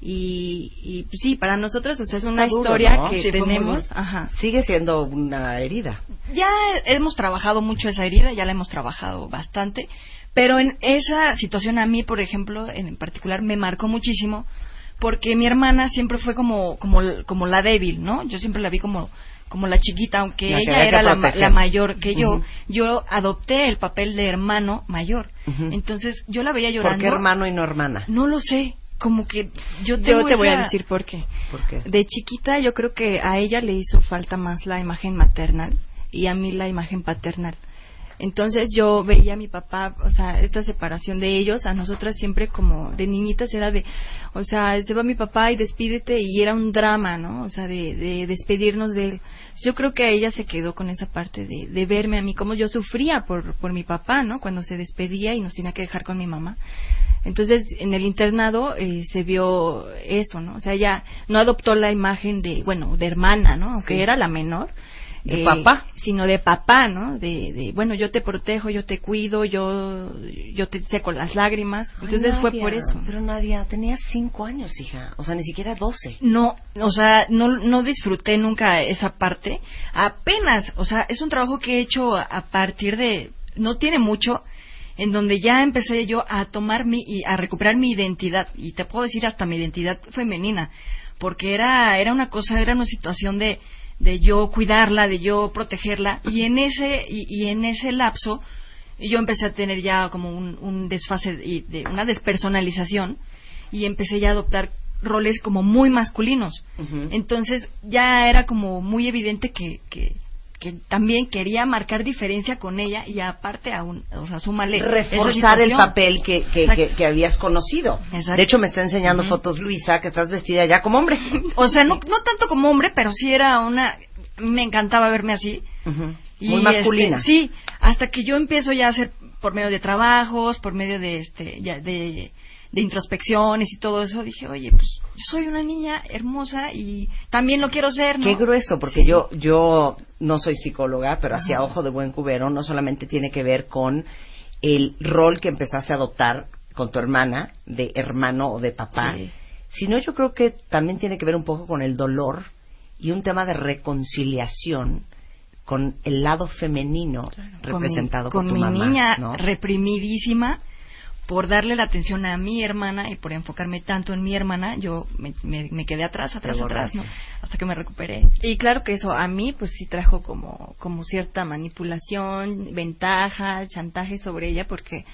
W: Y, y pues, sí, para nosotros o sea, es una
E: Está duro,
W: historia
E: ¿no?
W: que
E: Sí, fue muy
W: tenemos.
E: duro.
W: Ajá.
E: Sigue siendo una herida.
W: Ya hemos trabajado mucho esa herida, ya la hemos trabajado bastante, pero en esa situación a mí, por ejemplo, en particular me marcó muchísimo porque mi hermana siempre fue como como como la débil, ¿no? Yo siempre la vi como como la chiquita, aunque
C: La que
W: ella
C: había que
W: era la, ma-
C: proteger.
W: la mayor que yo,
C: Ujú.
W: yo adopté el papel de hermano mayor.
E: Ujú.
W: Entonces, yo la veía
E: ¿Por
W: llorando.
E: qué hermano y no hermana?
W: No lo sé, como que yo
E: Yo
W: tengo
E: te voy a
W: esa-
E: decir
W: por qué.
E: ¿Por qué?
W: de chiquita yo creo que a ella le hizo falta más la imagen maternal y a mí la imagen paternal. Entonces yo veía a mi papá, o sea, esta separación de ellos, a nosotras siempre como de niñitas era de, o sea, se va mi papá y despídete y era un drama, ¿no? O sea, de, de despedirnos de él. Yo creo que ella se quedó con esa parte de, de verme a mí, como yo sufría por, por mi papá, ¿no? Cuando se despedía y nos tenía que dejar con mi mamá. Entonces, en el internado eh, se vio eso, ¿no? O sea, ella no adoptó la imagen de, bueno, de hermana, ¿no? Aunque
C: Sí.
W: era la menor. eh,
C: De papá.
W: Sino de papá, ¿no? De, de, bueno, yo te protejo, yo te cuido, yo, yo te seco las lágrimas. Entonces fue por eso.
E: Pero Nadia, tenías cinco años, hija. O sea, ni siquiera doce.
W: No, o sea, no, no disfruté nunca esa parte. Apenas, o sea, es un trabajo que he hecho a- a partir de, no tiene mucho, en donde ya empecé yo a tomar mi, y a recuperar mi identidad, y te puedo decir hasta mi identidad femenina, porque era, era una cosa, era una situación de, de yo cuidarla, de yo protegerla, y en ese, y, y en ese lapso, yo empecé a tener ya como un, un desfase y de una despersonalización y empecé ya a adoptar roles como muy masculinos. Entonces ya era como muy evidente que, que, que también quería marcar diferencia con ella y aparte aún, o sea, súmale. esa
E: reforzar el
W: situación.
E: papel que, que,
W: Exacto.
E: que- que habías conocido.
W: Exacto.
E: De hecho, me está enseñando fotos Luisa, que estás vestida ya como hombre.
W: O sea, no, no tanto como hombre, pero sí era una... Me encantaba verme así. Y,
E: Muy masculina.
W: este, sí, hasta que yo empiezo ya a hacer por medio de trabajos, por medio de, este, ya de, de introspecciones y todo eso, dije, oye, pues yo soy una niña hermosa y también lo quiero ser, ¿no?
E: Qué grueso, porque yo, yo no soy psicóloga, pero hacia
W: Ajá.
E: ojo de buen cubero no solamente tiene que ver con el rol que empezaste a adoptar con tu hermana, de hermano o de papá,
W: Sí.
E: sino yo creo que también tiene que ver un poco con el dolor y un tema de reconciliación con el lado femenino
W: Con mi-
E: representado por
W: con,
E: tu
W: mi
E: mamá,
W: niña
E: ¿no?
W: reprimidísima por darle la atención a mi hermana y por enfocarme tanto en mi hermana, yo me, me- me quedé atrás, atrás, atrás,
E: borraste.
W: ¿no? hasta que me recuperé. Y claro que eso a mí pues sí trajo como, como cierta manipulación, ventaja, chantaje sobre ella porque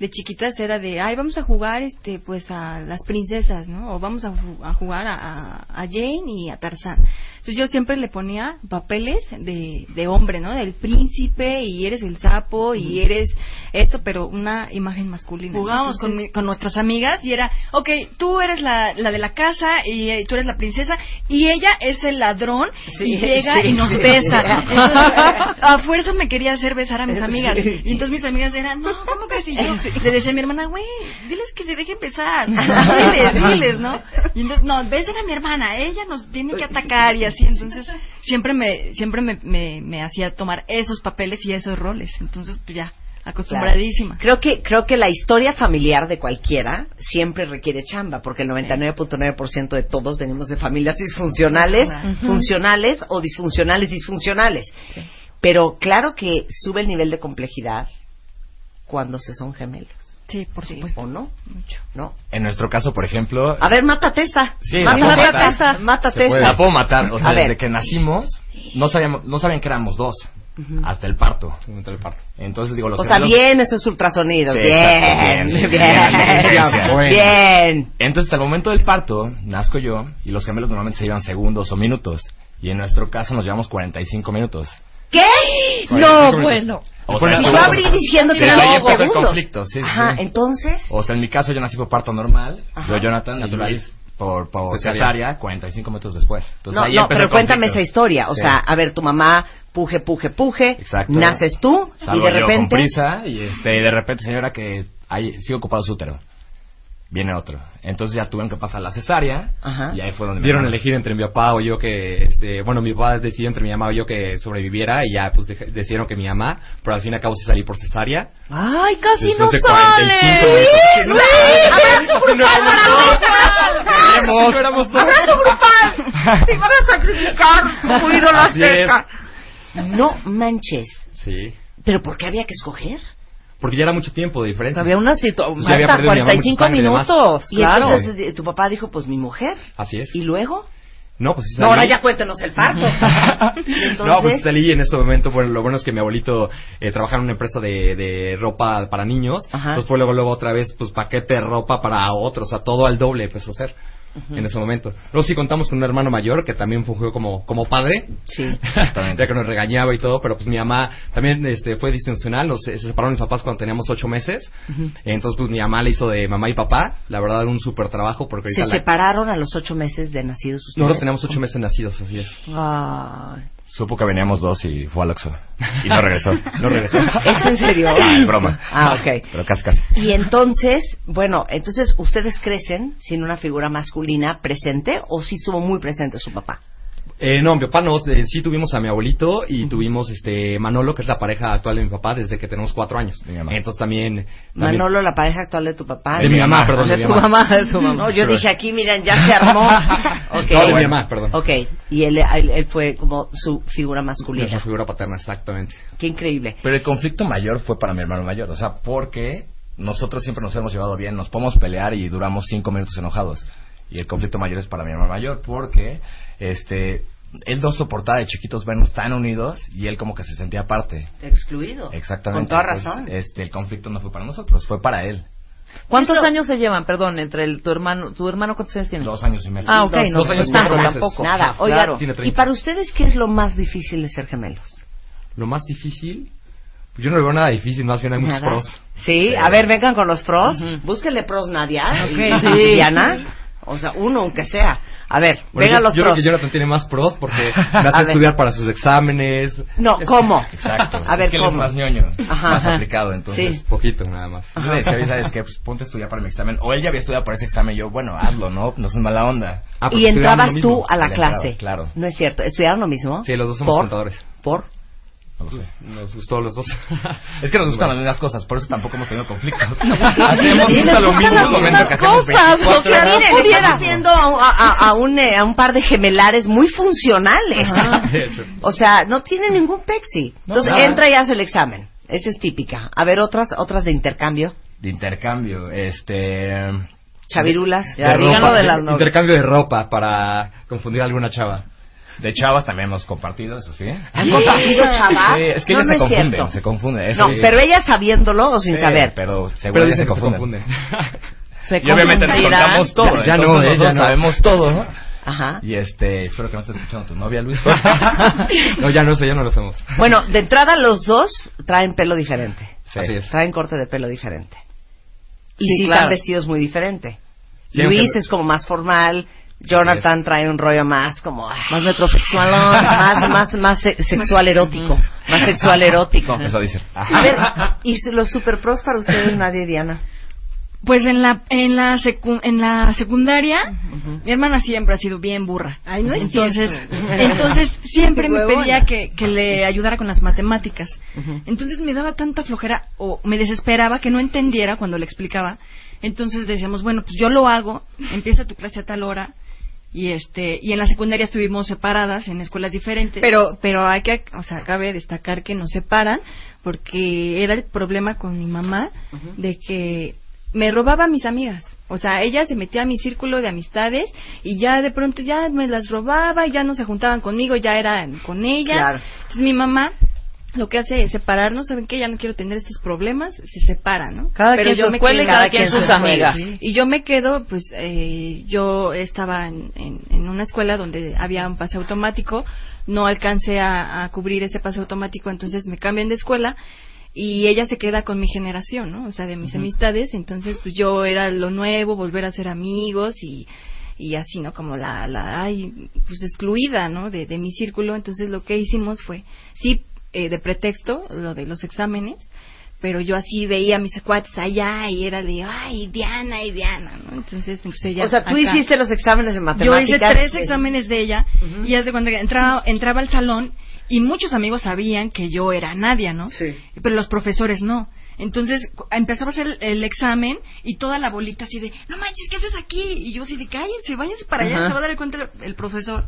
W: de chiquitas era de, ay, vamos a jugar este pues a las princesas, ¿no? O vamos a, ju- a jugar a, a- a Jane y a Tarzán. Entonces yo siempre le ponía papeles de, de hombre, ¿no? Del príncipe y eres el sapo y eres esto, pero una imagen masculina. Jugábamos con, mi- con nuestras amigas y era, ok, tú eres la, la de la casa y eh, tú eres la princesa y ella es el ladrón y llega
B: sí,
W: y nos
B: sí.
W: besa. Entonces, a fuerza me quería hacer besar a mis amigas.
B: Sí.
W: Y entonces mis amigas eran, no, ¿cómo crees? Y yo le decía a mi hermana, güey, diles que se dejen besar. Diles, diles, ¿no? Y entonces, no, besen a mi hermana, ella nos tiene que atacar y así. Entonces, siempre me, siempre me, me, me hacía tomar esos papeles y esos roles. Entonces, pues ya,
E: Claro.
W: acostumbradísima.
E: Creo que creo que la historia familiar de cualquiera siempre requiere chamba, porque el 99.9% de todos venimos de familias disfuncionales,
W: Claro. Ujú.
E: funcionales o disfuncionales disfuncionales. Pero claro que sube el nivel de complejidad cuando se son gemelos.
W: Sí, por
E: supuesto. ¿O no? Mucho. No.
F: En nuestro caso, por ejemplo,
E: A ver, mátate esa.
F: Sí, la puedo
E: mátate
F: matar.
E: esa. Mátate
F: se puede-
E: esa.
F: la puedo matar. O sea,
E: A ver.
F: desde que nacimos, no sabíamos, no sabían que éramos dos. Hasta el parto. Hasta el parto. Entonces digo, los
E: O sea,
F: gemelos-
E: bien esos ultrasonidos.
F: Sí,
E: bien,
F: exacto,
E: bien, bien,
F: Bueno.
E: Bien.
F: Entonces, al momento del parto, nazco yo y los gemelos normalmente se llevan segundos o minutos. Y en nuestro caso nos llevamos 45 minutos.
E: ¿Qué?
F: Oye,
E: No,
F: cinco
E: bueno.
F: O sea,
E: Y
F: no-
E: yo abrí diciendo que
F: Desde ahí
E: eran
F: empezó el
E: segundos.
F: conflicto, sí, sí,
E: Ajá,
F: sí.
E: entonces.
F: O sea, en mi caso yo nací por parto normal,
E: Ajá.
F: yo Jonathan, natural. por, por
E: Cesárea.
F: cesárea, 45 minutos después.
G: Pues
F: Entonces,
E: no,
F: ahí
E: no,
F: empezó
E: pero
F: el
E: cuéntame
F: conflicto.
E: esa historia. O
F: Sí.
E: sea, a ver, tu mamá puje, puje, puje. Naces tú
F: Salgo
E: y de
F: yo con
E: repente.
F: prisa y este, y de repente, señora, que hay, sigue ocupado su útero. Viene otro. Entonces ya tuvieron que pasar la cesárea y ahí fue donde me
G: Dieron a elegir entre mi papá o yo que, este, bueno, mi papá decidió entre mi mamá o yo que sobreviviera y ya pues dej- decidieron que mi mamá, pero al fin y al cabo sí salí por cesárea.
B: Ay, casi
G: Después de
B: no sale.
G: 45 minutos.
B: Luis,
G: Abrazo
B: Luis,
G: grupal
B: para
G: Éramos-
B: Abrazo grupal. Te van a sacrificar. Cuido la
G: Así es.
B: ceja.
E: No manches.
G: Sí.
E: ¿Pero por qué había que escoger?
G: Porque ya era mucho tiempo de diferencia. Pues
E: Había una
G: Ya había perdido mi mamá mucha sangre y demás.
E: Y entonces eh, tu papá dijo, pues mi mujer.
G: Así es.
E: ¿Y luego?
G: No, pues sí
E: No,
G: salí.
E: ahora ya cuéntenos el parto. Y entonces,
G: No, pues salí en ese momento. Bueno, lo bueno es que mi abuelito eh, trabajaba en una empresa de, de ropa para niños. Entonces fue luego, luego otra vez, pues paquete de ropa para otros. O sea, todo al doble empezó a ser en ese momento. Luego sí contamos con un hermano mayor que también fungió como, como padre.
E: Sí.
G: ya que nos regañaba y todo, pero pues mi mamá también este, fue disfuncional. Nos, se separaron mis papás cuando teníamos ocho meses. Entonces, pues mi mamá le hizo de mamá y papá. La verdad, un súper trabajo porque
E: se
G: ahorita la-
E: separaron a los ocho meses de nacidos ustedes.
G: nosotros teníamos ocho meses nacidos, así es.
E: Ah.
F: Supo que veníamos dos y fue al Oxxo. Y no regresó. No regresó.
E: ¿Es en serio?
F: Ah, es broma.
E: Ah, ok.
F: Pero casi, casi.
E: Y entonces, bueno, entonces ustedes crecen sin una figura masculina presente o sí estuvo muy presente su papá.
G: Eh, no, mi papá no. eh, sí tuvimos a mi abuelito y tuvimos este Manolo, que es la pareja actual de mi papá desde que tenemos cuatro años. Entonces también... también-
E: Manolo, la pareja actual de tu papá.
G: De mi mamá, perdón,
E: De,
G: de mi
E: tu
G: mamá.
E: mamá, de tu mamá.
G: Mm.
E: No, yo dije aquí, miren, ya se armó. Ok.
G: No, de mi
E: Bueno.
G: mamá, perdón.
E: Ok, y él, él- él fue como su figura
G: Nuestra
E: masculina.
G: figura paterna, exactamente.
E: Qué increíble.
F: Pero el conflicto mayor fue para mi hermano mayor, o sea, porque nosotros siempre nos hemos llevado bien, nos podemos pelear y duramos cinco minutos enojados. Y el conflicto mayor es para mi hermano mayor, porque este, él no soportaba de chiquitos vernos tan unidos y él como que se sentía aparte.
E: Excluido.
F: Exactamente. pues, eh,
E: Con toda
F: Entonces,
E: razón.
F: este, el conflicto no fue para nosotros, fue para él.
C: ¿Cuántos años se llevan, perdón, entre el, tu hermano, tu hermano cuántos años tiene?
F: Dos años y medio.
C: Ah, ok,
F: Dos-
C: no,
F: dos años y
C: tanto,
F: cuatro meses.
C: tampoco.
E: Nada, oiga,
C: Claro.
E: ¿y para ustedes qué es lo más difícil de ser gemelos?
G: Lo más difícil, pues yo no lo veo nada difícil, más bien hay muchos
E: Nada.
G: pros.
E: Sí, a ver, vengan con los pros. Búsquenle pros, Nadia. y-
C: Sí.
E: y Diana. O sea, uno, aunque sea. A ver,
G: Bueno,
E: vengan
G: yo,
E: los
G: yo creo
E: pros.
G: que Jonathan tiene más pros porque
E: A
G: la hace
E: ver.
G: estudiar para sus exámenes.
E: No, ¿cómo?
F: Exacto.
E: A ver,
F: Es que él es
E: ¿cómo?
F: más ñoño,
E: Ajá,
F: más
E: ajá.
F: aplicado, entonces.
E: Sí.
G: Poquito nada más.
F: Yo le decía, oye, ¿sabes qué? Pues ponte a estudiar para mi examen. O él ya había estudiado para ese examen. Yo, bueno, hazlo, ¿no? No es mala onda.
E: y entrabas tú a la
F: Le entraba,
E: clase.
F: Claro.
E: No es cierto. ¿Estudiaron lo mismo?
G: Sí, los dos somos
E: ¿Por?
G: contadores.
E: ¿Por? Pues,
G: Nos gustó a los dos.
F: Es que nos gustan las
G: Bueno.
F: mismas cosas, por eso tampoco hemos tenido conflictos. Ah,
G: Hacemos
E: Y les
G: justo lo
E: gustan las
G: mismo en el momento que
E: mismas
G: hacemos
E: cosas,
G: 24
E: o sea,
G: horas.
E: miren, estamos viendo a, a- a- a un, eh, a un par de gemelares muy funcionales.
B: Ah,
E: O sea, no tiene ningún pexi. Entonces
F: nada.
E: entra y hace el examen. Esa es típica. A ver, otras otras de intercambio.
F: De intercambio, este...
E: Chavirulas.
F: Ya, díganlo de las novias.
G: Intercambio de ropa para confundir a alguna chava.
F: De chavas también hemos compartido, eso sí.
E: ¿Han compartido chavas?
F: Sí, es que
E: No, no
F: ellas se
E: es
F: confunden,
E: cierto.
F: se confunden. eso
E: No,
F: sí.
E: pero ella sabiéndolo o sin
F: Sí,
E: saber.
F: Pero
G: Pero
F: seguro
G: dicen
F: se
G: que se
F: confunden.
G: confunden.
F: Y obviamente nos
E: confundirán.
F: contamos todo.
G: Ya, ya no,
F: entonces
G: eh, ya
F: nosotros
G: no.
F: sabemos todo, ¿no?
E: Ajá.
F: Y este, espero que no estés escuchando a tu novia, Luis.
G: No, ya no, eso ya no lo hacemos.
E: Bueno, de entrada los dos traen pelo diferente.
G: Sí. Así es.
E: Traen corte de pelo diferente. Y
G: Sí,
E: sí,
G: claro.
E: están vestidos muy diferente.
G: Sí,
E: Luis
G: aunque-
E: es como más formal, Jonathan trae un rollo más como ah, más metrosexual, más más más se- sexual erótico, más sexual erótico.
F: Eso dicen.
E: A ver, y su- los superpros para ustedes nadie y Diana.
W: Pues en la en la secu- en la secundaria mi hermana siempre ha sido bien burra.
I: no es
W: entonces
I: cierto.
W: entonces siempre me
I: Huevona.
W: pedía que, que le ayudara con las matemáticas. Entonces me daba tanta flojera o me desesperaba que no entendiera cuando le explicaba. Entonces decíamos, bueno, pues yo lo hago, empieza tu clase a tal hora. Y este y en la secundaria estuvimos separadas en escuelas diferentes. Pero pero hay que, o sea, cabe destacar que nos separan porque era el problema con mi mamá de que me robaba a mis amigas. O sea, ella se metía a mi círculo de amistades y ya de pronto ya me las robaba, y ya no se juntaban conmigo, ya eran con ella.
E: Claro.
W: Entonces mi mamá lo que hace es separarnos, ¿saben qué? Ya no quiero tener estos problemas, se separan, ¿no?
C: Cada quien su
W: me
C: escuela y
W: quedé-
C: cada quien sus
W: escuela.
C: amigas.
W: Y yo me quedo, pues eh, yo estaba en, en- en una escuela donde había un pase automático, no alcancé a, a cubrir ese pase automático, entonces me cambian de escuela y ella se queda con mi generación, ¿no? O sea, de mis
I: Ujú.
W: amistades, entonces pues yo era lo nuevo, volver a ser amigos y y así, ¿no? Como la, la ay, pues excluida, ¿no? De, de mi círculo. Entonces lo que hicimos fue, sí, eh, de pretexto, lo de los exámenes, pero yo así veía a mis cuates allá y era de, ay, Diana y Diana, ¿no? Entonces, pues ella.
E: o sea, tú
W: acá.
E: hiciste los exámenes de
W: Yo
E: matemáticas. eh, este,
W: hice tres exámenes de ella y haz de cuenta que entraba, entraba al salón y muchos amigos sabían que yo era Nadia, ¿no? Sí. Pero los profesores no. Entonces cu- empezaba a hacer el, el examen y toda la bolita así de, no manches, ¿qué haces aquí? Y yo así de, cállense, váyanse para allá,
I: Ajá.
W: se va a dar el cuenta el, el profesor.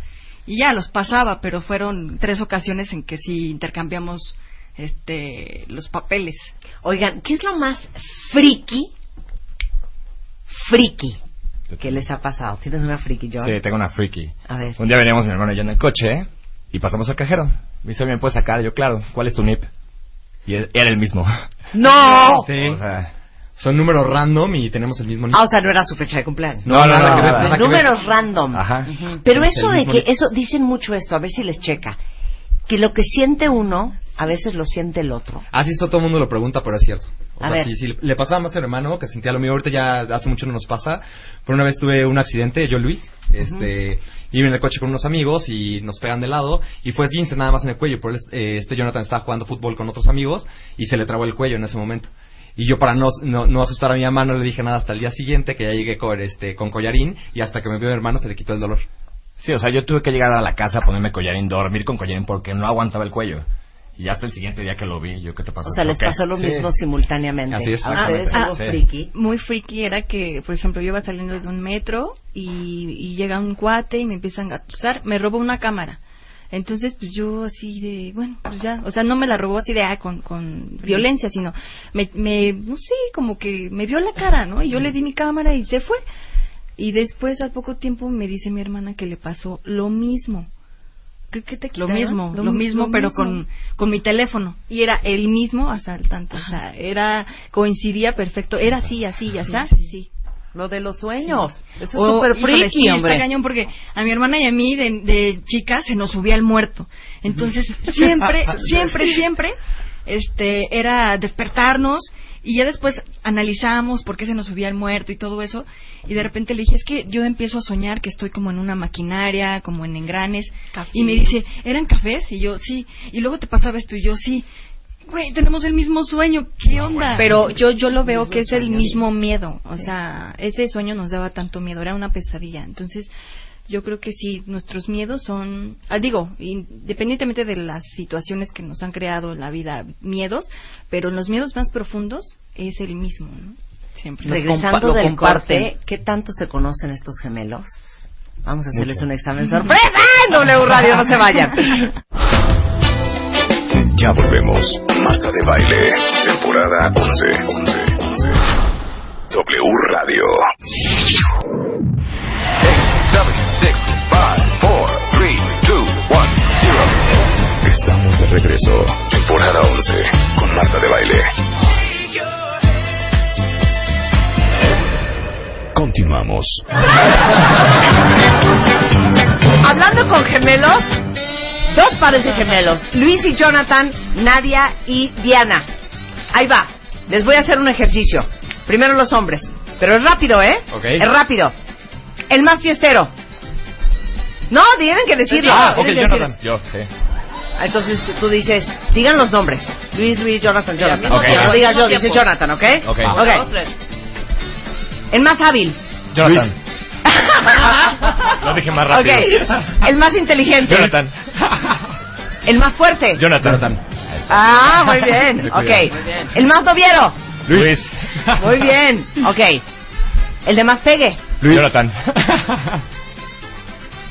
W: Y ya los pasaba, pero fueron tres ocasiones en que sí intercambiamos este los papeles.
E: Oigan, ¿qué es lo más friki? Friki. ¿Qué les ha pasado? ¿Tienes una friki, John?
F: Sí, tengo una freaky.
E: A ver.
F: Un día veníamos mi hermano y yo en el coche y pasamos al cajero. Me dice, ¿me puedes sacar? Yo, claro, ¿cuál es tu NIP? Y él- era el mismo.
E: ¡No!
G: Sí. son números random y tenemos el mismo
E: Ah, o sea, no era su fecha de cumpleaños.
G: No, no, no, nada que ver, nada que ver.
E: Números random.
G: Ajá.
E: Ujú. Pero
G: Es
E: eso
G: el
E: de
G: mismo
E: que,
G: nivel.
E: eso, dicen mucho esto, a ver si les checa. Que lo que siente uno, a veces lo siente el otro.
G: Así Ah, eso todo el mundo lo pregunta, pero es cierto. O
E: A
G: sea,
E: ver.
G: sí, sí, le pasaba más a mi hermano que sentía lo mío. Ahorita ya hace mucho no nos pasa. Pero una vez tuve un accidente, yo Luis, este, iba en el coche con unos amigos y nos pegan de lado y fue esguince nada más en el cuello. Pero el- eh, este Jonathan estaba jugando fútbol con otros amigos y se le trabó el cuello en ese momento. Y yo para no, no, no asustar a mi mamá no le dije nada hasta el día siguiente que ya llegué con, este, con collarín y hasta que me vio mi hermano se le quitó el dolor.
F: Sí, o sea, yo tuve que llegar a la casa, ponerme collarín, dormir con collarín porque no aguantaba el cuello. Y hasta el siguiente día que lo vi, yo, ¿qué te pasó?
E: O sea, les
F: Ok.
E: pasó lo
F: Sí.
E: mismo simultáneamente.
F: Así es,
E: a ustedes
F: exactamente.
E: algo
F: Sí.
E: friki.
W: Muy friki era que, por ejemplo, yo iba saliendo de un metro y, y llega un cuate y me empiezan a acusar, me robó una cámara. Entonces, pues yo así de, bueno, pues ya, o sea, no me la robó así de, ah, con, con violencia, sino me, me, no sé, como que me vio la cara, ¿no? Y yo le di mi cámara y se fue. Y después, al poco tiempo, me dice mi hermana que le pasó lo mismo. ¿Qué, qué te
C: Lo
W: quitaron?
C: mismo,
W: lo,
C: lo
W: mismo,
C: mismo.
W: pero con, con mi teléfono. Y era el mismo hasta el tanto. O sea, era, coincidía perfecto. Era así, así, ya está. Sí.
C: Lo de los sueños. Eso
E: Oh,
C: es
W: O,
C: súper
W: híjole, sí,
C: friki,
W: está
C: hombre.
W: cañón porque a mi hermana y a mí de, de chicas se nos subía el muerto. Entonces, siempre, siempre, siempre, este, era despertarnos y ya después analizábamos por qué se nos subía el muerto y todo eso. Y de repente le dije, es que yo empiezo a soñar que estoy como en una maquinaria, como en engranes. Y me dice, ¿eran cafés? Y yo, sí. Y luego te pasaba esto y yo, sí. Güey, tenemos el mismo sueño, ¿qué onda? Pero yo yo lo veo que es el mismo miedo, o sea, ese sueño nos daba tanto miedo, era una pesadilla. Entonces, yo creo que sí, nuestros miedos son, ah, digo, independientemente de las situaciones que nos han creado en la vida, miedos, pero en los miedos más profundos es el mismo, ¿no? Siempre.
E: Regresando del corte,
W: parte
E: ¿qué tanto se conocen estos gemelos? Vamos a hacerles un examen
C: Ujú.
E: sorpresa en W Radio, no se vayan.
A: Ya volvemos. Marta de Baile, temporada 11. 11, 11. W Radio. 8, 7, 6, 5, 4, 3, 2, 1, 0. Estamos de regreso. Temporada 11 con Marta de Baile. Continuamos.
E: Hablando con gemelos, dos pares de gemelos, Luis y Jonathan, Nadia y Diana. Ahí va, les voy a hacer un ejercicio. Primero los hombres, pero es rápido, ¿eh?
B: Ok.
E: Es rápido. El más fiestero. No, tienen que decirlo.
F: Ah, ok,
E: tienen que decirlo.
F: Jonathan. Yo, sí.
E: Entonces tú- tú dices, digan los nombres. Luis, Luis, Jonathan, Jonathan.
F: mismo Ok. tiempo,
E: No digas
F: al mismo
E: yo, dice
F: tiempo.
E: Jonathan, ¿ok?
F: Ok.
E: Ok. El más hábil.
F: Jonathan. Lo dije más rápido.
E: Ok. El más inteligente.
F: Jonathan.
E: El más fuerte.
F: Jonathan.
E: Ah, muy bien.
F: Cuidado.
E: Ok.
F: Muy bien.
E: El más noviero.
F: Luis.
E: Muy bien. Ok. El de más pegue.
F: Luis. Jonathan.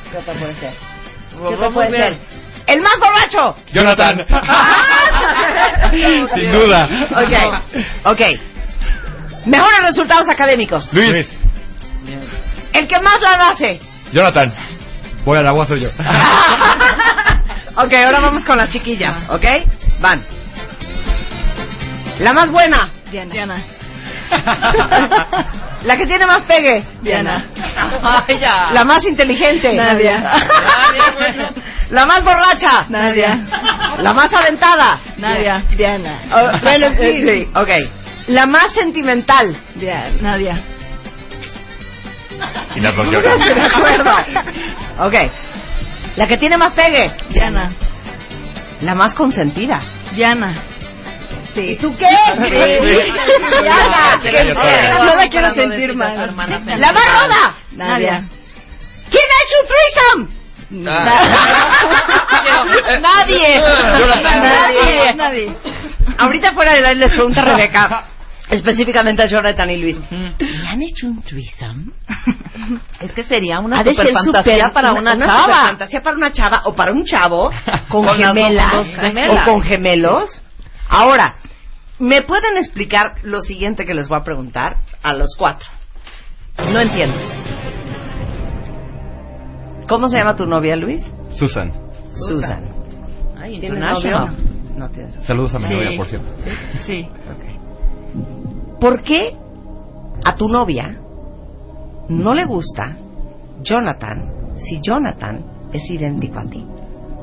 E: ¿Qué otro puede ser?
C: Muy
E: ¿Qué otro puede
C: bien.
E: ser? El más borracho.
F: Jonathan.
E: Ah.
F: Sin duda.
E: Ok. Ok. Mejores resultados académicos.
F: Luis.
E: El que más la hace.
F: Jonathan. Voy al agua, soy yo.
E: Ok, ahora vamos con las chiquillas, ¿ok? Van. La más buena.
W: Diana. Diana.
E: La que tiene más pegue.
W: Diana.
C: Ay, ya.
E: La más inteligente.
W: Nadia.
E: La más borracha.
W: Nadia.
E: La más aventada.
W: Nadia. Ah, Diana.
E: Oh, bueno, sí, sí, ok. La más sentimental.
W: Diana. Nadia.
F: Y las dos
E: No se me
F: lloran.
E: acuerda. Ok. La que tiene más pegue.
W: Diana.
E: La más consentida.
W: Diana. Sí.
E: ¿Y tú qué?
W: Sí.
E: Diana.
W: Sí, yo también.
E: Eh, No me quiero
W: Hablando de
E: sentir
W: tus
E: mal.
W: hermanas
E: La más roda.
W: Nadia.
E: ¿Quién ha hecho un threesome? Nadie.
B: Nadie.
W: Nadie.
E: Ahorita fuera de la les pregunta a Rebeca, específicamente a Jonathan y Luis. ¿Le han hecho un threesome?
C: Es que sería una
E: Ha de
C: super
E: ser
C: fantasía
E: super-
C: para una, chava.
E: super fantasía para una chava o para un chavo
C: Con
E: con,
C: las dos-
E: gemelas,
C: dos gemelas.
E: o con gemelos. Ahora, ¿me pueden explicar lo siguiente que les voy a preguntar a los cuatro? No entiendo. ¿Cómo se llama tu novia, Luis?
G: Susan.
E: Susan.
C: Ay,
E: ¿Tienes
C: international.
E: novio? No tienes novio.
G: Saludos a mi
E: Sí.
G: novia, por cierto.
C: Sí.
E: ¿Por qué a tu novia no le gusta Jonathan si Jonathan es idéntico a ti?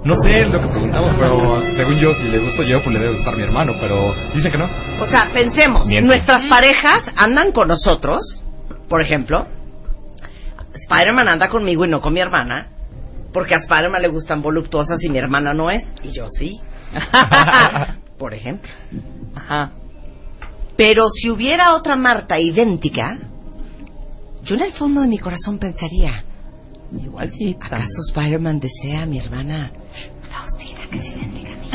G: No sé lo que preguntamos, pero según yo, si le gusto yo, pues le debe gustar mi hermano, pero dice que no.
E: O sea, pensemos,
G: Miente.
E: nuestras parejas andan con nosotros, por ejemplo. Spider-Man anda conmigo y no con mi hermana, porque a Spider-Man le gustan voluptuosas y mi hermana no es, y yo sí. por ejemplo. Ajá. Pero si hubiera otra Marta idéntica, yo en el fondo de mi corazón pensaría, igual sí, ¿acaso Spider-Man desea a mi hermana Faustina que es idéntica a mí?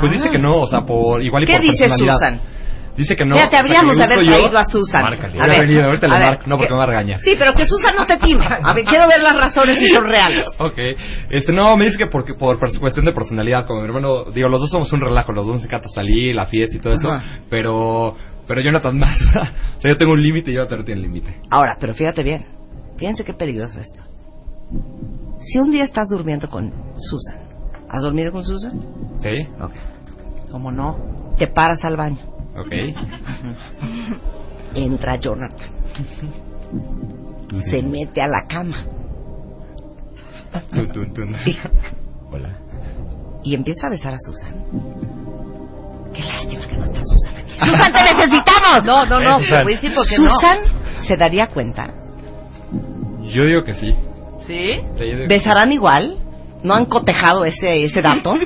G: Pues dice que no, o sea, por igual
E: Ah.
G: y
E: ¿Qué
G: por
E: dice
G: personalidad.
E: Susan?
G: Dice que no.
E: Fíjate, habríamos de
G: de
E: haber traído a Susan.
G: Márcale.
E: A
G: Hubiera
E: ver,
G: venido, ahorita
E: a
G: le
E: ver,
G: marco. No, porque me va a regañar.
E: Sí, pero que Susan no te timba. A ver, quiero ver las razones si son reales.
G: Ok. Este, no, me dice que porque, por, por cuestión de personalidad, como mi hermano, digo, los dos somos un relajo, los dos nos encanta salir, la fiesta y todo eso,
E: Ajá.
G: pero, pero Jonathan más. o sea, yo tengo un límite y Jonathan no tiene límite.
E: Ahora, pero fíjate bien. Fíjense qué peligroso es esto. Si un día estás durmiendo con Susan, ¿has dormido con Susan?
G: Sí. Ok.
E: ¿Cómo no? Te paras al baño.
G: Ok.
E: Entra Jonathan. Se mete a la cama
G: Tun, tun, tun. Hola.
E: y empieza a besar a Susan.
B: Susan, te necesitamos.
E: No, no, no.
G: Eh, Susan.
E: te voy a decir por qué
G: Susan
E: no. se daría cuenta.
G: Yo digo que sí.
C: ¿Sí?
E: ¿Besarán igual? ¿No han cotejado ese, ese dato?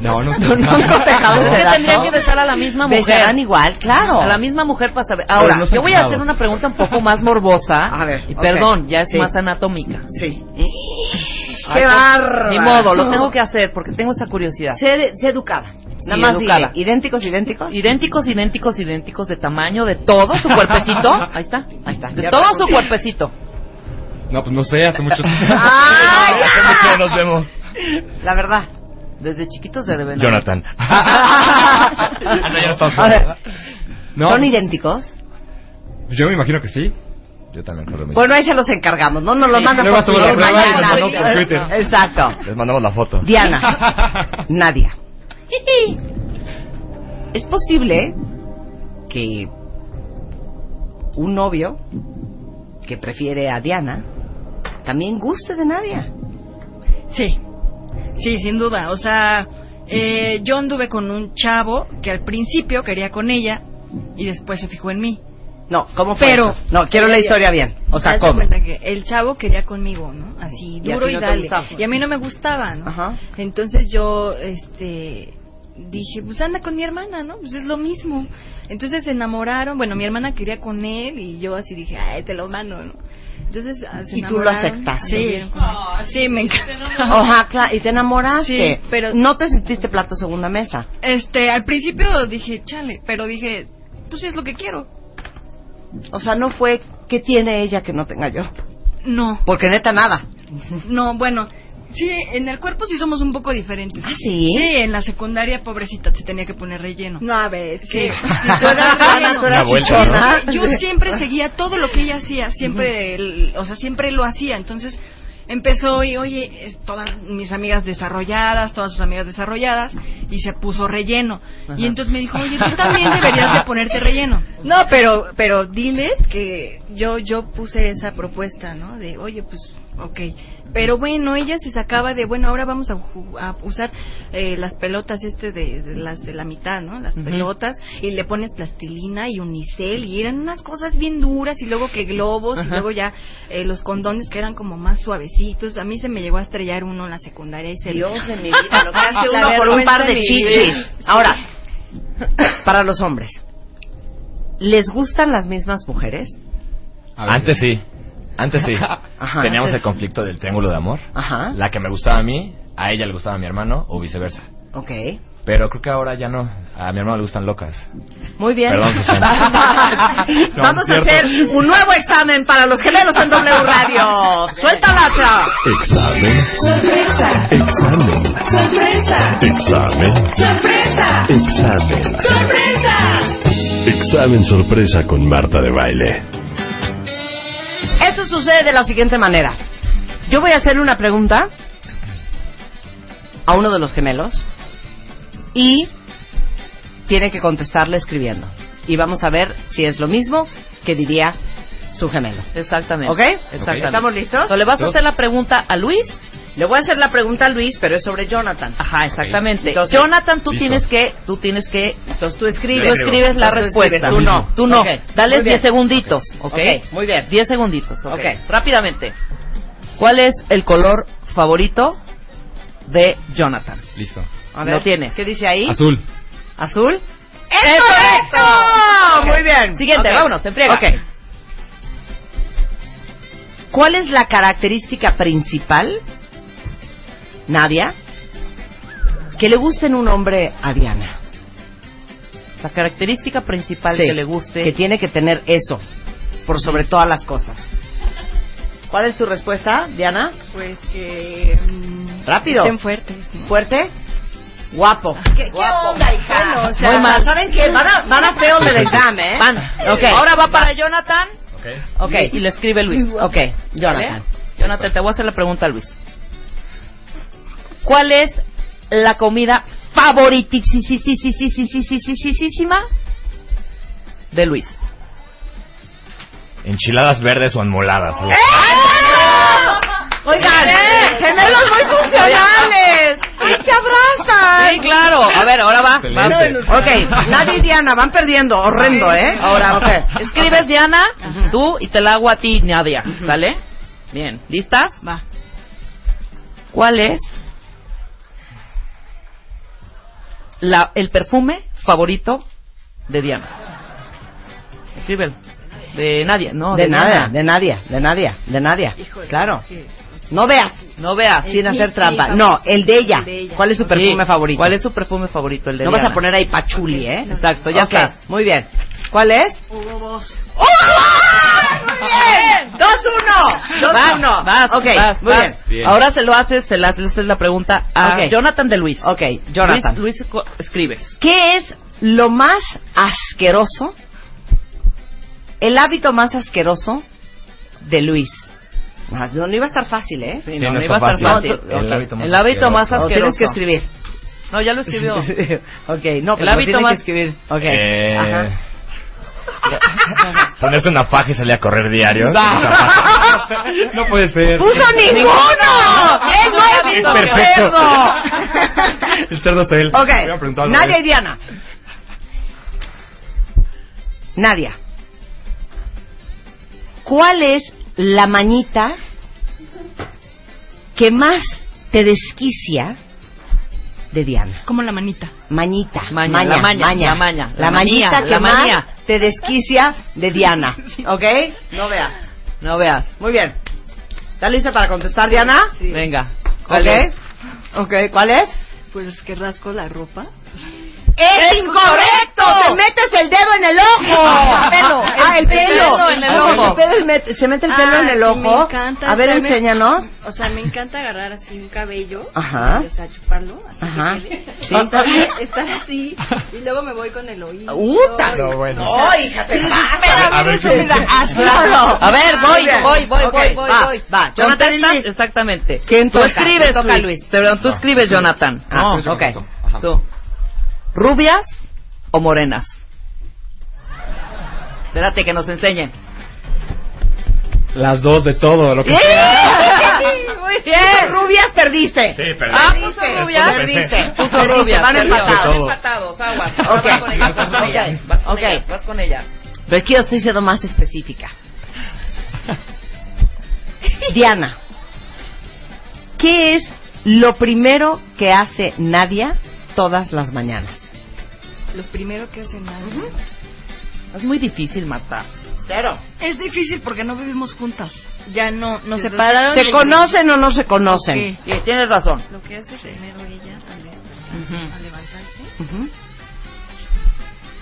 G: No, no sé.
E: No, no han cotejado
C: Es
E: ese
C: que
E: dato.
C: tendrían que besar a la misma mujer.
E: Besarán igual, claro.
C: A la misma mujer para saber. Ahora,
E: Pero no se
C: yo
E: han
C: voy a
E: quejado.
C: hacer una pregunta un poco más morbosa.
E: A ver,
C: Y
E: ok.
C: perdón, ya es
E: Sí.
C: más anatómica.
E: Sí.
C: Ay,
E: ¡Qué
C: pues,
E: bárbaro!
C: Ni modo, lo tengo que hacer porque tengo esa curiosidad.
E: Sé, sé educada. Nada
C: Sí,
E: más
C: educada.
E: dile, idénticos, idénticos.
C: Idénticos, idénticos, idénticos de tamaño, de todo su cuerpecito. Ahí está, ahí está. De
E: Ya
C: todo su
E: pregunté.
C: cuerpecito.
G: No, pues no sé, hace mucho
E: ¡Ah,
C: ¡Ay,
G: hace mucho que nos vemos.
E: La verdad.
C: Desde chiquitos se deben.
G: Jonathan. Ah,
E: A ver,
G: No, Pues
E: ¿son idénticos?
G: yo me imagino que sí. Yo también, por lo
E: Bueno, ahí se los encargamos. No nos los
G: Sí.
E: mandan
G: Luego
E: por
G: hacemos la
E: Twitter.
G: prueba y
E: mañana.
G: nos mandamos por Twitter.
E: Exacto.
F: Les mandamos la foto.
E: Diana, Nadia, es
C: ¿eh?
E: posible que un novio que prefiere a Diana también guste de Nadia.
W: Sí, sí, sin duda. O sea, eh, yo anduve con un chavo que al principio quería con ella y después se fijó en mí.
E: No, ¿cómo fue?
W: Pero-
E: eso? no, quiero la historia bien. O sea,
W: Haz de
E: ¿cómo?
W: cuenta que el chavo quería conmigo, ¿no? Así,
E: Y a
W: duro
E: ti
W: y,
E: no te
W: dale.
E: gustaba.
W: Y a mí no me gustaba, ¿no? Entonces yo, este, dije, pues anda con mi hermana, ¿no? Pues es lo mismo. Entonces se enamoraron. Bueno, mi hermana quería con él y yo así dije, ay, te lo mando, ¿no? Entonces ah, se
E: Y tú lo
W: enamoraron,
E: aceptaste.
W: anduvieron con- sí, me encanta.
E: Ajá, claro, y te enamoraste.
W: Sí, pero-
E: No te sentiste plato segunda mesa.
W: Este, al principio dije, chale, pero dije, pues es lo que quiero.
E: O sea, no fue que tiene ella que no tenga yo.
W: No,
E: Porque neta nada.
W: no, bueno, sí, en el cuerpo sí somos un poco diferentes. ¿Ah,
E: sí?
W: en la secundaria, pobrecita, te tenía que poner relleno. No, a ver, sí.
E: Tú eras relleno, tú eras Una vuelta, chichona. ¿no?
W: Yo siempre seguía todo lo que ella hacía, siempre, el- o sea, siempre lo hacía, entonces... Empezó y, oye, es- todas mis amigas desarrolladas, todas sus amigas desarrolladas, y se puso relleno. Y entonces me dijo, oye, tú también deberías de ponerte relleno. No, pero pero diles que yo yo puse esa propuesta, ¿no? De, oye, pues, ok. Pero bueno, ella se sacaba de, bueno, ahora vamos a, ju- a usar eh, las pelotas este de, de las de la mitad, ¿no? Las
C: Ujú.
W: pelotas y le pones plastilina y unicel y eran unas cosas bien duras y luego que globos y
C: Ajá.
W: luego ya eh, los condones que eran como más suavecitos. A mí se me llegó a estrellar uno en la secundaria y se
E: Dios de mi vida, lo que hace uno por un par de chichis.
W: chichis
E: Ahora, para los hombres, ¿les gustan las mismas mujeres?
F: Antes sí. Antes sí.
E: Ajá,
F: Teníamos
E: antes-
F: el conflicto del triángulo de amor.
E: Ajá.
F: La que me gustaba a mí, a ella le gustaba a mi hermano o viceversa.
E: Ok.
F: Pero creo que ahora ya no. A mi hermano le gustan locas.
E: Muy bien.
F: Perdón, Susana. No,
E: Vamos
F: no
E: a
F: es
E: hacer
F: cierto.
E: un nuevo examen para los gemelos en W Radio. ¡Suéltala, chao!
X: Examen.
B: Sorpresa.
X: Examen.
B: Sorpresa.
X: Examen.
B: Sorpresa.
X: Examen.
B: Sorpresa.
X: Examen sorpresa con Marta de baile.
E: Esto sucede de la siguiente manera. Yo voy a hacer una pregunta a uno de los gemelos y tiene que contestarle escribiendo. Y vamos a ver si es lo mismo que diría su gemelo.
C: Exactamente.
E: ¿Ok?
C: Exactamente.
E: ¿Estamos listos?
C: Entonces, ¿Le vas a hacer la pregunta a Luis?
E: Le voy a hacer la pregunta a Luis, pero es sobre Jonathan.
C: Ajá, exactamente.
E: Entonces,
C: Jonathan, tú
E: listo.
C: tienes que, tú tienes que,
E: entonces tú escribes,
C: tú escribes la
E: Entonces tú
C: respuesta.
E: escribes, tú no,
C: tú no.
E: Ok,
C: Dale
E: muy bien.
C: 10 segunditos, ¿ok?
E: Ok, muy bien.
C: 10 segunditos, ok.
E: Ok.
C: Rápidamente. ¿Cuál es el color favorito de Jonathan?
G: Listo.
E: A ver,
C: Lo tienes.
E: ¿Qué dice ahí?
G: Azul.
E: ¿Azul? ¡Es
C: correcto!
E: correcto! Muy
C: Ok.
E: bien.
C: Siguiente,
E: Ok.
C: vámonos, en friega.
E: Ok. ¿Cuál es la característica principal, Nadia, que le guste en un hombre a Diana?
C: La característica principal
E: Sí,
C: que le guste.
E: Que tiene que tener eso, por sobre todas las cosas. ¿Cuál es tu respuesta, Diana?
W: Pues que... mm,
E: Rápido.
W: Estén fuertes. ¿no?
E: ¿Fuerte? Guapo. ¿Qué, onda, hija?
W: Bueno, o sea,
E: Muy mal. ¿Saben qué? Van a, van a feo
G: Pues
E: del examen, ¿eh?
C: Van.
E: Ok.
C: Ahora va para Jonathan.
E: Ok.
C: Y le escribe Luis.
E: Ok, Jonathan.
C: ¿Vale? Jonathan, te voy a hacer la pregunta a Luis. ¿Cuál es la comida favoritísima de Luis?
F: Enchiladas verdes o enmoladas.
E: ¡Eh!
C: Oigan, gemelos muy funcionales.
E: ¡Ay, se abrazan!
C: Sí, claro. A ver, ahora va.
E: Excelente. Ok, Nadie y Diana van perdiendo, horrendo, ¿eh?
C: Ahora,
E: ok.
C: Escribes Diana, tú y te la hago a ti, Nadia. ¿Sale? Bien. ¿Listas? Va. ¿Cuál es la, el perfume favorito de Diana? Escríbelo. De Nadia, no.
E: de, nada,
C: Diana.
E: de nadie, de nadie, de nadie. claro. No veas.
C: No veas.
E: Sin hacer trampa. No, el de ella. ¿Cuál es su perfume favorito?
C: ¿Cuál es su perfume favorito? El de
E: No vas
C: Diana.
E: a poner ahí pachuli, ¿eh?
C: Exacto, ya
E: Ok,
C: está.
E: Muy bien. ¿Cuál es?
I: Hugo Boss.
E: Dos uno, dos
C: Vas,
E: uno.
C: vas,
E: Ok,
C: vas,
E: muy
C: vas.
E: bien. Bien.
C: Ahora se lo haces, se la- le haces la pregunta a
E: Ok.
C: Jonathan de Luis.
E: Ok, Jonathan.
C: Luis, Luis co- escribe.
E: ¿Qué es lo más asqueroso? El hábito más asqueroso de Luis. Ah, No, no iba a estar fácil, ¿eh?
C: Sí, no, no no iba está a estar fácil. fácil.
E: No, tú-
C: El
E: ok.
C: hábito más El hábito más asqueroso.
E: tienes que escribir.
C: No, ya lo escribió.
E: ok, no,
C: El
E: pero
C: hábito
E: tienes
C: más-
E: que escribir. Ok.
F: Eh,
E: Ajá.
F: Ponerse una paja y salir a correr diario. No puede ser.
E: ¡Puso ninguno! ¡Es nuestro
F: Es perfecto.
E: cerdo!
F: El cerdo es él.
E: Ok,
F: Voy a preguntar al
E: Nadia y
F: revés.
E: Diana. Nadia, ¿cuál es la mañita que más te desquicia de Diana?
I: Como la manita.
E: Mañita,
C: Maña,
E: maña,
C: la maña,
E: maña.
C: la maña,
E: La
C: la
E: mañita
C: manía,
E: que
C: la
E: más
C: manía.
E: te desquicia de Diana, ¿ok? No veas.
C: No veas.
E: Muy bien. ¿Estás lista para contestar, Diana?
C: Venga.
E: ¿Cuál es? Ok, ¿cuál es?
I: Pues que rasco la ropa.
E: ¡Es,
I: ¡Es
E: incorrecto!
I: correcto!
E: ¡Te metes el dedo en el ojo!
I: El pelo,
E: ¡Ah, el
I: el
E: pelo!
I: pelo en el
E: Ah,
I: ojo.
E: ustedes met- se mete el pelo
I: Ah,
E: en el
I: sí,
E: ojo.
I: me encanta
E: A ver,
I: estarme-
E: enséñanos.
I: O sea, me encanta agarrar así un cabello.
E: Ajá.
I: O sea, chuparlo. Así
E: Ajá.
I: Que quede.
E: Sí.
I: Estar, estar así. Y luego me voy con el oído.
E: ¡Uta!
I: No,
E: bueno.
I: O sea,
E: hija, te
I: sí,
E: pasa!
C: a ver, sí.
E: mira, mira, hazlo.
C: A ver,
E: Muy
C: voy,
E: bien.
C: voy, voy,
E: Ok,
C: voy, voy,
E: va,
C: voy.
E: Va, Jonathan y
C: Jonathan,
E: Luis.
C: exactamente.
E: ¿Quién
C: tú
E: toca?
C: escribes,
E: ¿Quién toca,
C: Luis.
E: Luis?
C: Perdón, tú escribes, Jonathan.
E: Ah,
C: No,
E: yo
C: ok. Tú. ¿Rubias o morenas? Espérate que nos enseñen.
G: Las dos de todo, lo que
C: Muy bien.
E: Rubias perdiste.
G: Sí, perdí.
C: Ah, puso rubias.
E: Perdiste.
C: Puso
E: Perdiste,
C: rubias.
E: van
C: perdió.
E: empatados.
C: Van empatados, aguas.
E: Ok.
C: Vas con ella, vas con ella, vas con
E: Ok.
C: ella, vas con ella.
E: Pero es que yo estoy siendo más específica. Diana, ¿qué es lo primero que hace Nadia todas las mañanas?
I: Lo primero que hace nadie.
C: Es muy difícil matar.
E: Cero.
I: Es difícil porque no vivimos juntas. Ya no, nos separaron.
E: ¿Se conocen o no se conocen?
I: Sí.
C: Sí, tienes razón.
I: Lo que hace primero ella al,
C: Ujú.
I: al levantarse.
E: Ujú.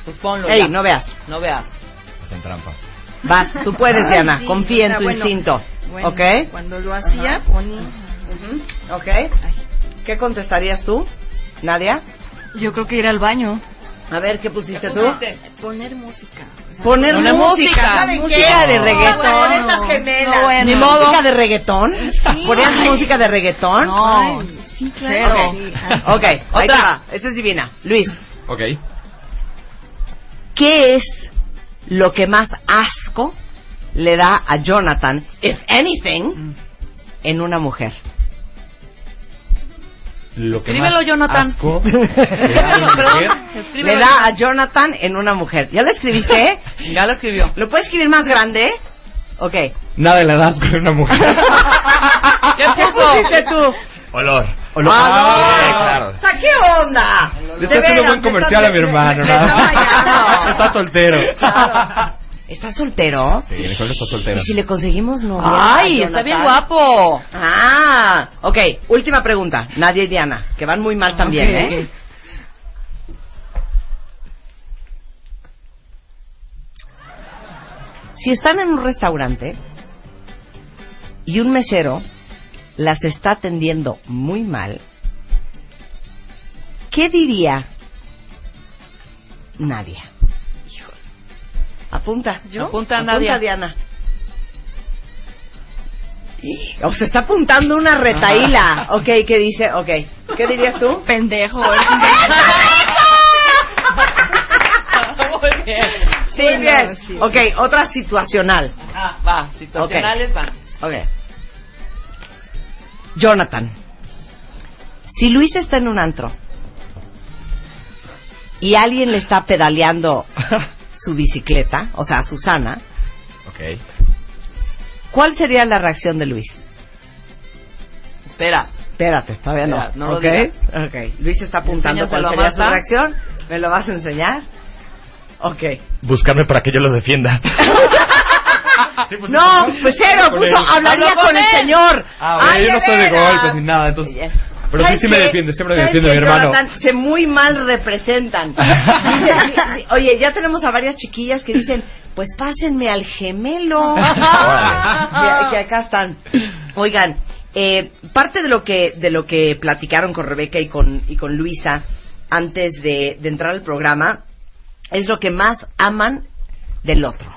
C: Pues ponlo
E: Ey,
C: ya.
E: no veas.
C: No veas.
F: Hacen trampa.
E: Vas, tú puedes, Diana.
I: Sí,
E: Confía
I: o sea,
E: en tu
I: bueno,
E: instinto.
I: bueno,
E: ¿Ok?
I: Cuando lo hacía,
E: Ajá.
I: ponía.
E: ¿Ok? ¿Qué contestarías tú, Nadia?
I: Yo creo que ir al baño. Pues
E: A ver, ¿qué pusiste tú?
I: Poner música.
E: Poner
I: Poner
E: música.
I: música.
E: ¿Saben
I: Música
E: qué?
I: de reggaetón.
E: bueno,
I: No,
E: gemelas.
I: no, bueno.
E: Ni modo. ¿Música de reggaetón? ¿Ponías
I: Ay.
E: música de reggaetón?
I: No. Sí, claro.
E: Ok, ahí te va.
C: Otra.
E: Esta es divina. Luis,
G: Ok.
E: ¿qué es lo que más asco le da a Jonathan, if anything, en una mujer?
G: Lo que
C: Escríbelo,
G: más
C: Jonathan.
G: asco
E: le
G: da a una mujer.
C: escríbelo,
E: da a Jonathan en una mujer. ¿Ya lo escribiste? eh?
C: Ya lo escribió.
E: ¿Lo puedes escribir más grande? Ok.
G: Nada le da asco a una mujer.
C: ¿Qué
E: ¿Qué
C: puso?
E: pusiste ah, tú?
F: Olor.
G: Olor.
E: Ah, no.
G: Sí, claro.
E: O sea, ¿qué onda?
G: Le está haciendo buen comercial a mi hermano, nada más. Está soltero.
E: ¿Estás soltero?
G: Sí, el Nicole está soltero.
E: ¿Y si le conseguimos novia?
C: Ay,
E: a
C: está bien
E: Jonathan?
C: guapo.
E: Ah, ok. Última pregunta. Nadia y Diana, que van muy mal también,
C: Ok.
E: ¿eh? Si están en un restaurante y un mesero las está atendiendo muy mal, ¿qué diría Nadia? Apunta.
C: ¿Yo? Apunta,
E: Apunta
C: Nadia.
E: Diana. O se está apuntando una retaíla. Ok, ¿qué dice? Ok. ¿Qué dirías tú?
I: Pendejo.
E: Muy bien.
C: sí.
E: Ok, otra situacional.
C: Ah, va, situacionales van.
E: Ok. Jonathan, si Luis está en un antro y alguien le está pedaleando su bicicleta, o sea, a Susana,
F: Ok.
E: ¿cuál sería la reacción de Luis?
C: Espera.
E: Espérate, todavía no.
C: Espera, no lo
E: Ok,
C: digas.
E: ok. Luis está apuntando cuál
C: Enséñaselo a
E: sería su
C: Marta.
E: reacción. ¿Me lo vas a enseñar? Ok.
F: Buscarme para que yo lo defienda. Ah,
E: no, pues cero,
F: Con
E: puso,
F: él.
E: hablaría
F: Habló con
E: con el
F: él.
E: señor.
F: Ah,
E: Ay,
F: bueno, yo no
E: de
F: soy de
E: veras.
F: golpes ni nada, entonces. Pero sí,
E: ¿Sabes
F: sí me
E: qué?
F: defiende, siempre me
E: ¿Sabes
F: defiende mi
E: qué,
F: hermano.
E: Jonathan? se muy mal representan. Dice, di- di- oye, ya tenemos a varias chiquillas que dicen, pues pásenme al gemelo.
B: Órale.
E: que, que acá están. Oigan, eh, parte de lo que de lo que platicaron con Rebeca y con y con Luisa antes de, de entrar al programa es lo que más aman del otro.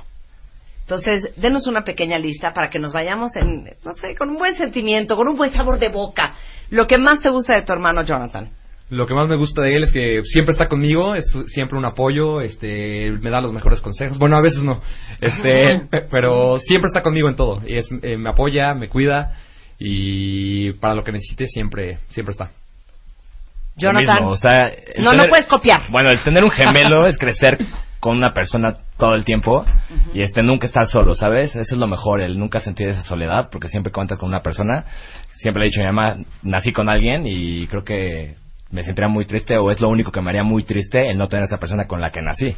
E: Entonces, denos una pequeña lista para que nos vayamos en, no sé, con un buen sentimiento, con un buen sabor de boca. Lo que más te gusta de tu hermano Jonathan.
G: Lo que más me gusta de él es que siempre está conmigo, es su- siempre un apoyo, este, me da los mejores consejos. Bueno, a veces no, este, pe- pero siempre está conmigo en todo. Y es, eh, me apoya, me cuida y para lo que necesite siempre, siempre está.
F: Lo
E: Jonathan.
F: mismo, o sea, el
E: no, no
F: tener-
E: puedes copiar.
F: Eh, Bueno, el tener un gemelo es crecer con una persona todo el tiempo y este nunca estar solo, ¿sabes? Eso es lo mejor, el nunca sentir esa soledad porque siempre cuentas con una persona. Siempre le he dicho a mi mamá, nací con alguien y creo que me sentiría muy triste o es lo único que me haría muy triste el no tener esa persona con la que nací,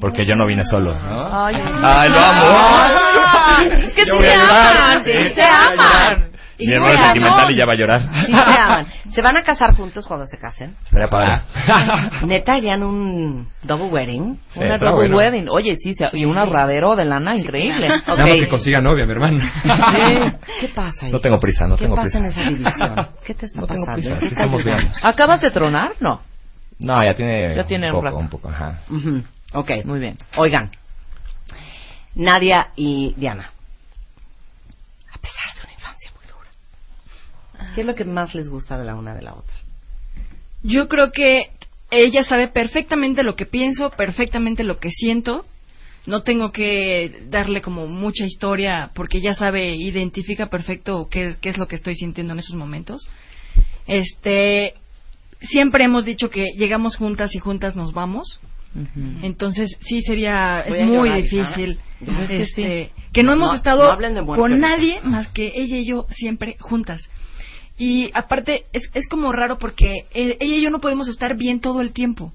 F: porque yo no vine solo, ¿no?
E: Ay,
F: Ay, lo amo.
E: Es Ah, que
B: Yo
E: sí
B: voy
E: se
B: a llorar.
E: aman, sí,
B: Sí,
E: se
B: voy a
E: aman. Y
F: Mi
E: se
F: hermano es
E: aman.
F: sentimental y ya va a llorar.
E: Sí se aman. ¿Se van a casar juntos cuando se casen?
F: Estaría padre.
E: Ah, ¿Neta harían un double wedding?
F: Sí,
C: una
F: está
C: double
F: bueno.
C: wedding. Oye, sí, se- y un ahorradero de lana increíble.
G: Nada más que consiga novia, mi hermano.
E: ¿Qué pasa?
F: No tengo prisa, no
E: ¿Qué
F: tengo
E: pasa
F: prisa.
E: en esa división? ¿Qué te está pasando?
F: prisa,
E: ¿Qué
F: sí
E: estás
F: estamos bien.
E: viviendo?
C: ¿Acabas de tronar? No.
F: No, ya tiene
C: Ya tiene un
F: poco,
C: rato.
F: un poco, ajá.
E: Ujú, Ok.
C: Muy bien.
E: Oigan, Nadia y Diana. A pesar de una infancia muy dura. ¿Qué es lo que más les gusta de la una de la otra?
I: Yo creo que ella sabe perfectamente lo que pienso, perfectamente lo que siento. No tengo que darle como mucha historia porque ella sabe, identifica perfecto qué, qué es lo que estoy sintiendo en esos momentos. Este, siempre hemos dicho que llegamos juntas y juntas nos vamos. Entonces sí sería
C: Voy
I: es
C: a
I: muy
C: llorar, hija.
I: difícil
C: Ya, es que
I: este,
C: sí.
I: que no hemos
C: No,
I: estado
C: no hablen de muerte
I: con
C: ahorita.
I: nadie más que ella y yo siempre juntas. Y aparte es, es como raro porque eh, ella y yo no podemos estar bien todo el tiempo,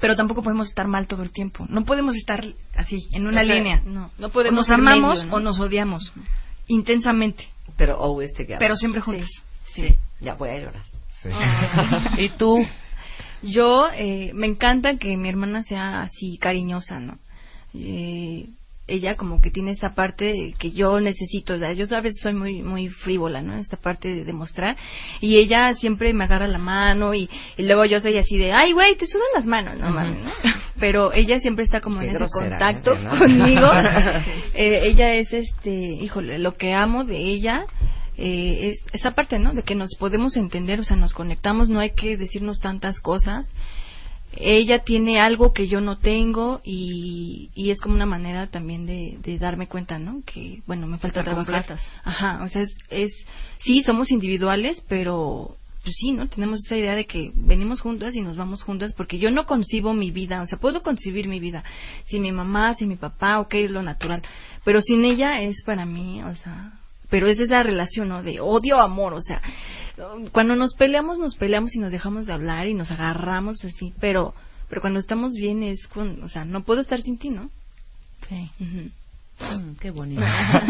I: pero tampoco podemos estar mal todo el tiempo. No podemos estar así en una
E: O sea,
I: línea.
W: no.
I: no
W: podemos
I: podemos nos
W: ir
I: amamos
W: medio, ¿no?
I: o nos odiamos intensamente,
E: Pero always together.
I: pero siempre juntas.
E: Sí. Ya voy a llorar. Ah.
C: ¿Y tú?
W: Yo eh, me encanta que mi hermana sea así cariñosa, ¿no? Eh, ella como que tiene esta parte que yo necesito, o sea, yo sabes soy muy muy frívola, ¿no? Esta parte de demostrar y ella siempre me agarra la mano y, y luego yo soy así de, ay güey, te sudan las manos, no mames, ¿no? Pero ella siempre está como
E: Qué
W: en ese
E: grosera,
W: contacto
E: ¿eh? Diana?
W: conmigo. Eh, ella es este, híjole, lo que amo de ella eh, es esa parte, ¿no? De que nos podemos entender, o sea, nos conectamos, no hay que decirnos tantas cosas. Ella tiene algo que yo no tengo y, y es como una manera también de, de darme cuenta, ¿no? Que, bueno, me falta
I: Estar
W: trabajar.
I: completas.
W: Ajá, o sea, es, es, sí, somos individuales, pero pues sí, ¿no? Tenemos esa idea de que venimos juntas y nos vamos juntas porque yo no concibo mi vida, o sea, puedo concebir mi vida sin mi mamá, sin mi papá, ok, es lo natural, pero sin ella es para mí, o sea, pero es esa relación, ¿no? De odio a amor, o sea, cuando nos peleamos, nos peleamos y nos dejamos de hablar y nos agarramos, así, pero, pero cuando estamos bien es con, o sea, no puedo estar sin ti, ¿no? Sí.
E: Mm,
C: qué bonito.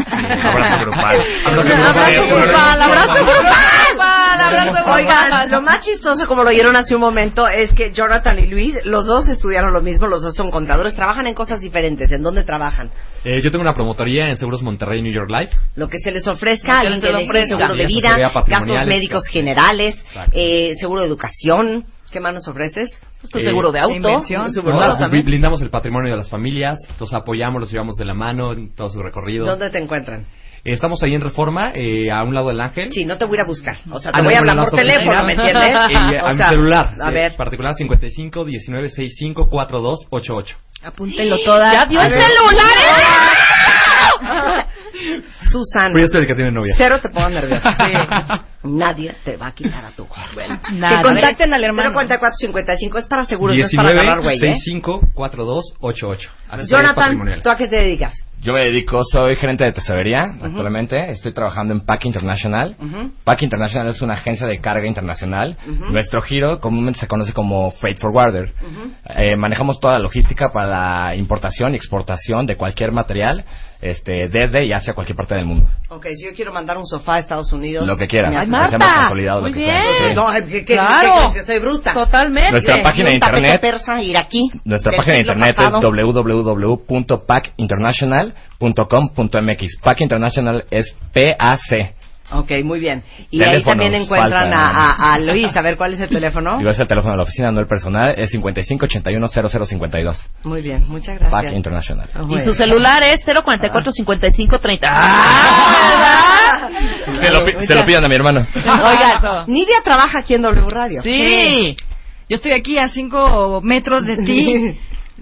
B: Abrazo grupal.
E: Abrazo grupal, abrazo grupal.
B: abrazo grupal.
E: Oigan, lo más chistoso, como lo oyeron hace un momento, es que Jonathan y Luis, los dos estudiaron lo mismo, los dos son contadores, trabajan en cosas diferentes. ¿En dónde trabajan?
G: Eh, yo tengo una promotoría en Seguros Monterrey New York Life.
E: Lo que se les ofrezca,
C: Lo que
E: alguien que
C: se les
E: les
C: ofrezca.
E: seguro de vida,
G: Asesoría patrimonial,
E: gastos médicos
G: etcétera.
E: generales, eh, seguro de educación. ¿Qué más nos ofreces? Pues
G: Eh, Ah,
E: Su-
G: No,
E: ¿verdad?
G: bl- blindamos el patrimonio de las familias, los apoyamos, los llevamos de la mano en todos sus recorridos.
E: ¿Dónde te encuentran?
G: Eh, estamos ahí en Reforma, eh, a un lado del Ángel.
E: Sí, no te voy a ir a buscar. O sea, te
G: Ah, no,
E: voy a
G: bueno,
E: hablar
G: las
E: por teléfono,
G: oficinas.
E: ¿me entiendes?
G: Y a
E: O
G: mi
E: sea,
G: celular.
E: A
G: eh,
E: ver.
G: particular 55 19 65 42 88.
W: Apúntelo todas.
E: ¡Ya dio el
W: A ver.
E: Susana.
W: ¿eh?
G: Pero yo soy el que tiene novia.
E: Cero te pongo nerviosa. Nadie te va a quitar a tu Bueno,
W: nada.
E: Que contacten al hermano. 4455 es para seguros, no es para
G: 19
E: agarrar güey, ¿eh?
G: 65 42 88. Asesoría
E: Jonathan,
G: patrimonial.
E: ¿tú a qué te dedicas?
F: Yo me dedico, soy gerente de tesorería actualmente. Estoy trabajando en Pack International. Pack International es una agencia de carga internacional.
B: Ujú.
F: Nuestro giro comúnmente se conoce como Freight Forwarder. Eh, manejamos toda la logística para la importación y exportación de cualquier material este, desde y hacia cualquier parte del mundo.
E: Ok, si yo quiero mandar un sofá a Estados Unidos.
F: Lo que quieras.
E: me haces-
F: Ay, Marta. Hacemos consolidado lo Muy que sea. bien. Sí.
E: No, ay, ¿qué, qué,
C: Claro.
E: qué crees? soy bruta. Totalmente.
F: Nuestra página de internet-
E: persa iraquí.
F: Nuestra
E: del
F: página de
E: siglo
F: internet
E: pasado.
F: es www.packinternational.com.mx. Pack International es P-A-C.
E: Ok, muy bien. Y ahí
F: Teléfonos
E: también encuentran
F: faltan.
E: a, a, a Luis. A ver, ¿cuál es el teléfono?
F: Y vas al teléfono de la oficina, no el personal, es 55810052.
E: Muy bien, muchas gracias. Ah,
F: Pack International.
C: Y su celular es 044 55 30.
E: Ah,
C: Ah.
F: Se lo, pi- se lo pidan a mi hermano.
E: Oigan, Nidia trabaja aquí en W Radio.
I: Sí. Yo estoy aquí a cinco metros de ti.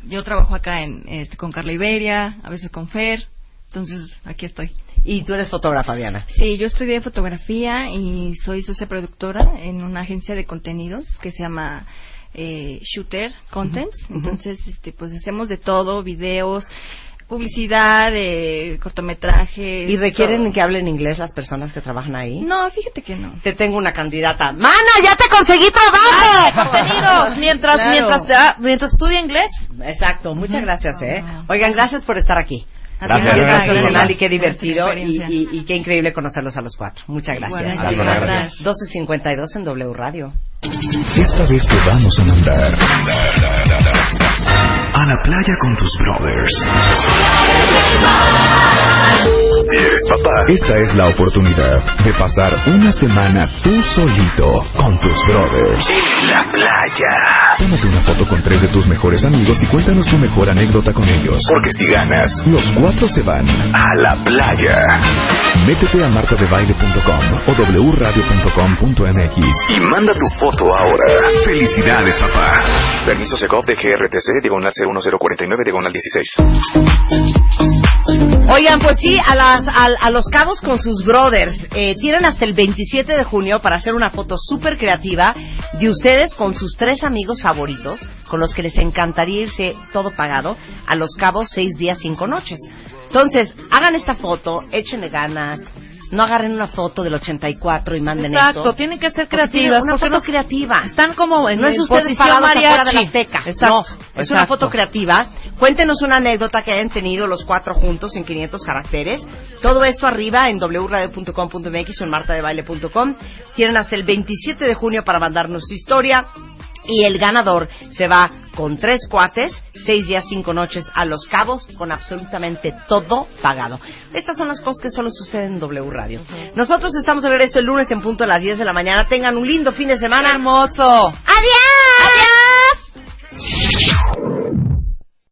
I: Yo trabajo acá en, este, con Carla Iberia, a veces con Fer. Entonces, aquí estoy.
E: Y tú eres fotógrafa, Diana.
W: Sí, yo estudié fotografía y soy socia productora en una agencia de contenidos que se llama eh, Shooter Contents.
E: Ujú, ujú.
W: Entonces, este, pues hacemos de todo, videos, publicidad, eh, cortometraje.
E: ¿Y requieren
W: todo.
E: que hablen inglés las personas que trabajan ahí?
W: No, fíjate que no.
E: Te tengo una candidata. ¡Mana, ya te conseguí trabajo!
C: Contenidos, mientras,
E: Claro.
C: mientras, te va- mientras estudia inglés. Mm. Ah.
E: Exacto, muchas gracias, ¿eh? Oigan, gracias por estar aquí.
C: Gracias.
E: Qué
C: Gracias.
E: sensacional y qué
C: Gracias.
E: divertido y,
C: Experiencia.
E: y- y qué increíble conocerlos a los cuatro. Muchas gracias.
A: Igualmente. Alguna, gracias.
E: 12.52 en W Radio.
A: Esta vez te vamos a mandar a la playa con tus brothers. Si eres papá, esta es la oportunidad de pasar una semana tú solito con tus brothers. En la playa. Tómate una foto con tres de tus mejores amigos y cuéntanos tu mejor anécdota con ellos. Porque si ganas, los cuatro se van a la playa. Métete a martadebaile.com o wradio.com.mx y manda tu foto ahora. Felicidades, papá.
J: Permiso SECOF de GRTC, diagonal 01049, diagonal 16.
E: Oigan, pues sí, a, las, a, a los cabos con sus brothers. eh, tienen hasta el 27 de junio para hacer una foto súper creativa de ustedes con sus tres amigos favoritos, con los que les encantaría irse todo pagado, a los cabos seis días, cinco noches. Entonces, hagan esta foto, échenle ganas. No agarren una foto del 84 y manden
C: Exacto,
E: eso.
C: tienen que ser
E: Porque tienen
C: creativas.
E: Una
C: porque
E: foto
C: no-
E: creativa.
C: Están como en
E: no es
C: en
E: ustedes
C: posición
E: parados afuera de
C: mariachi.
E: la Azteca.
C: Exacto,
E: no, es
C: exacto.
E: una foto creativa. Cuéntenos una anécdota que hayan tenido los cuatro juntos en 500 caracteres. Todo esto arriba en wradio.com.mx o en martadebaile.com. Tienen hasta el 27 de junio para mandarnos su historia. Y el ganador se va con tres cuates, seis días, cinco noches a Los Cabos, con absolutamente todo pagado. Estas son las cosas que solo suceden en W Radio. Nosotros estamos de regreso el lunes en punto a las 10 de la mañana. Tengan un lindo fin de semana. ¡Hermoso! ¡Adiós!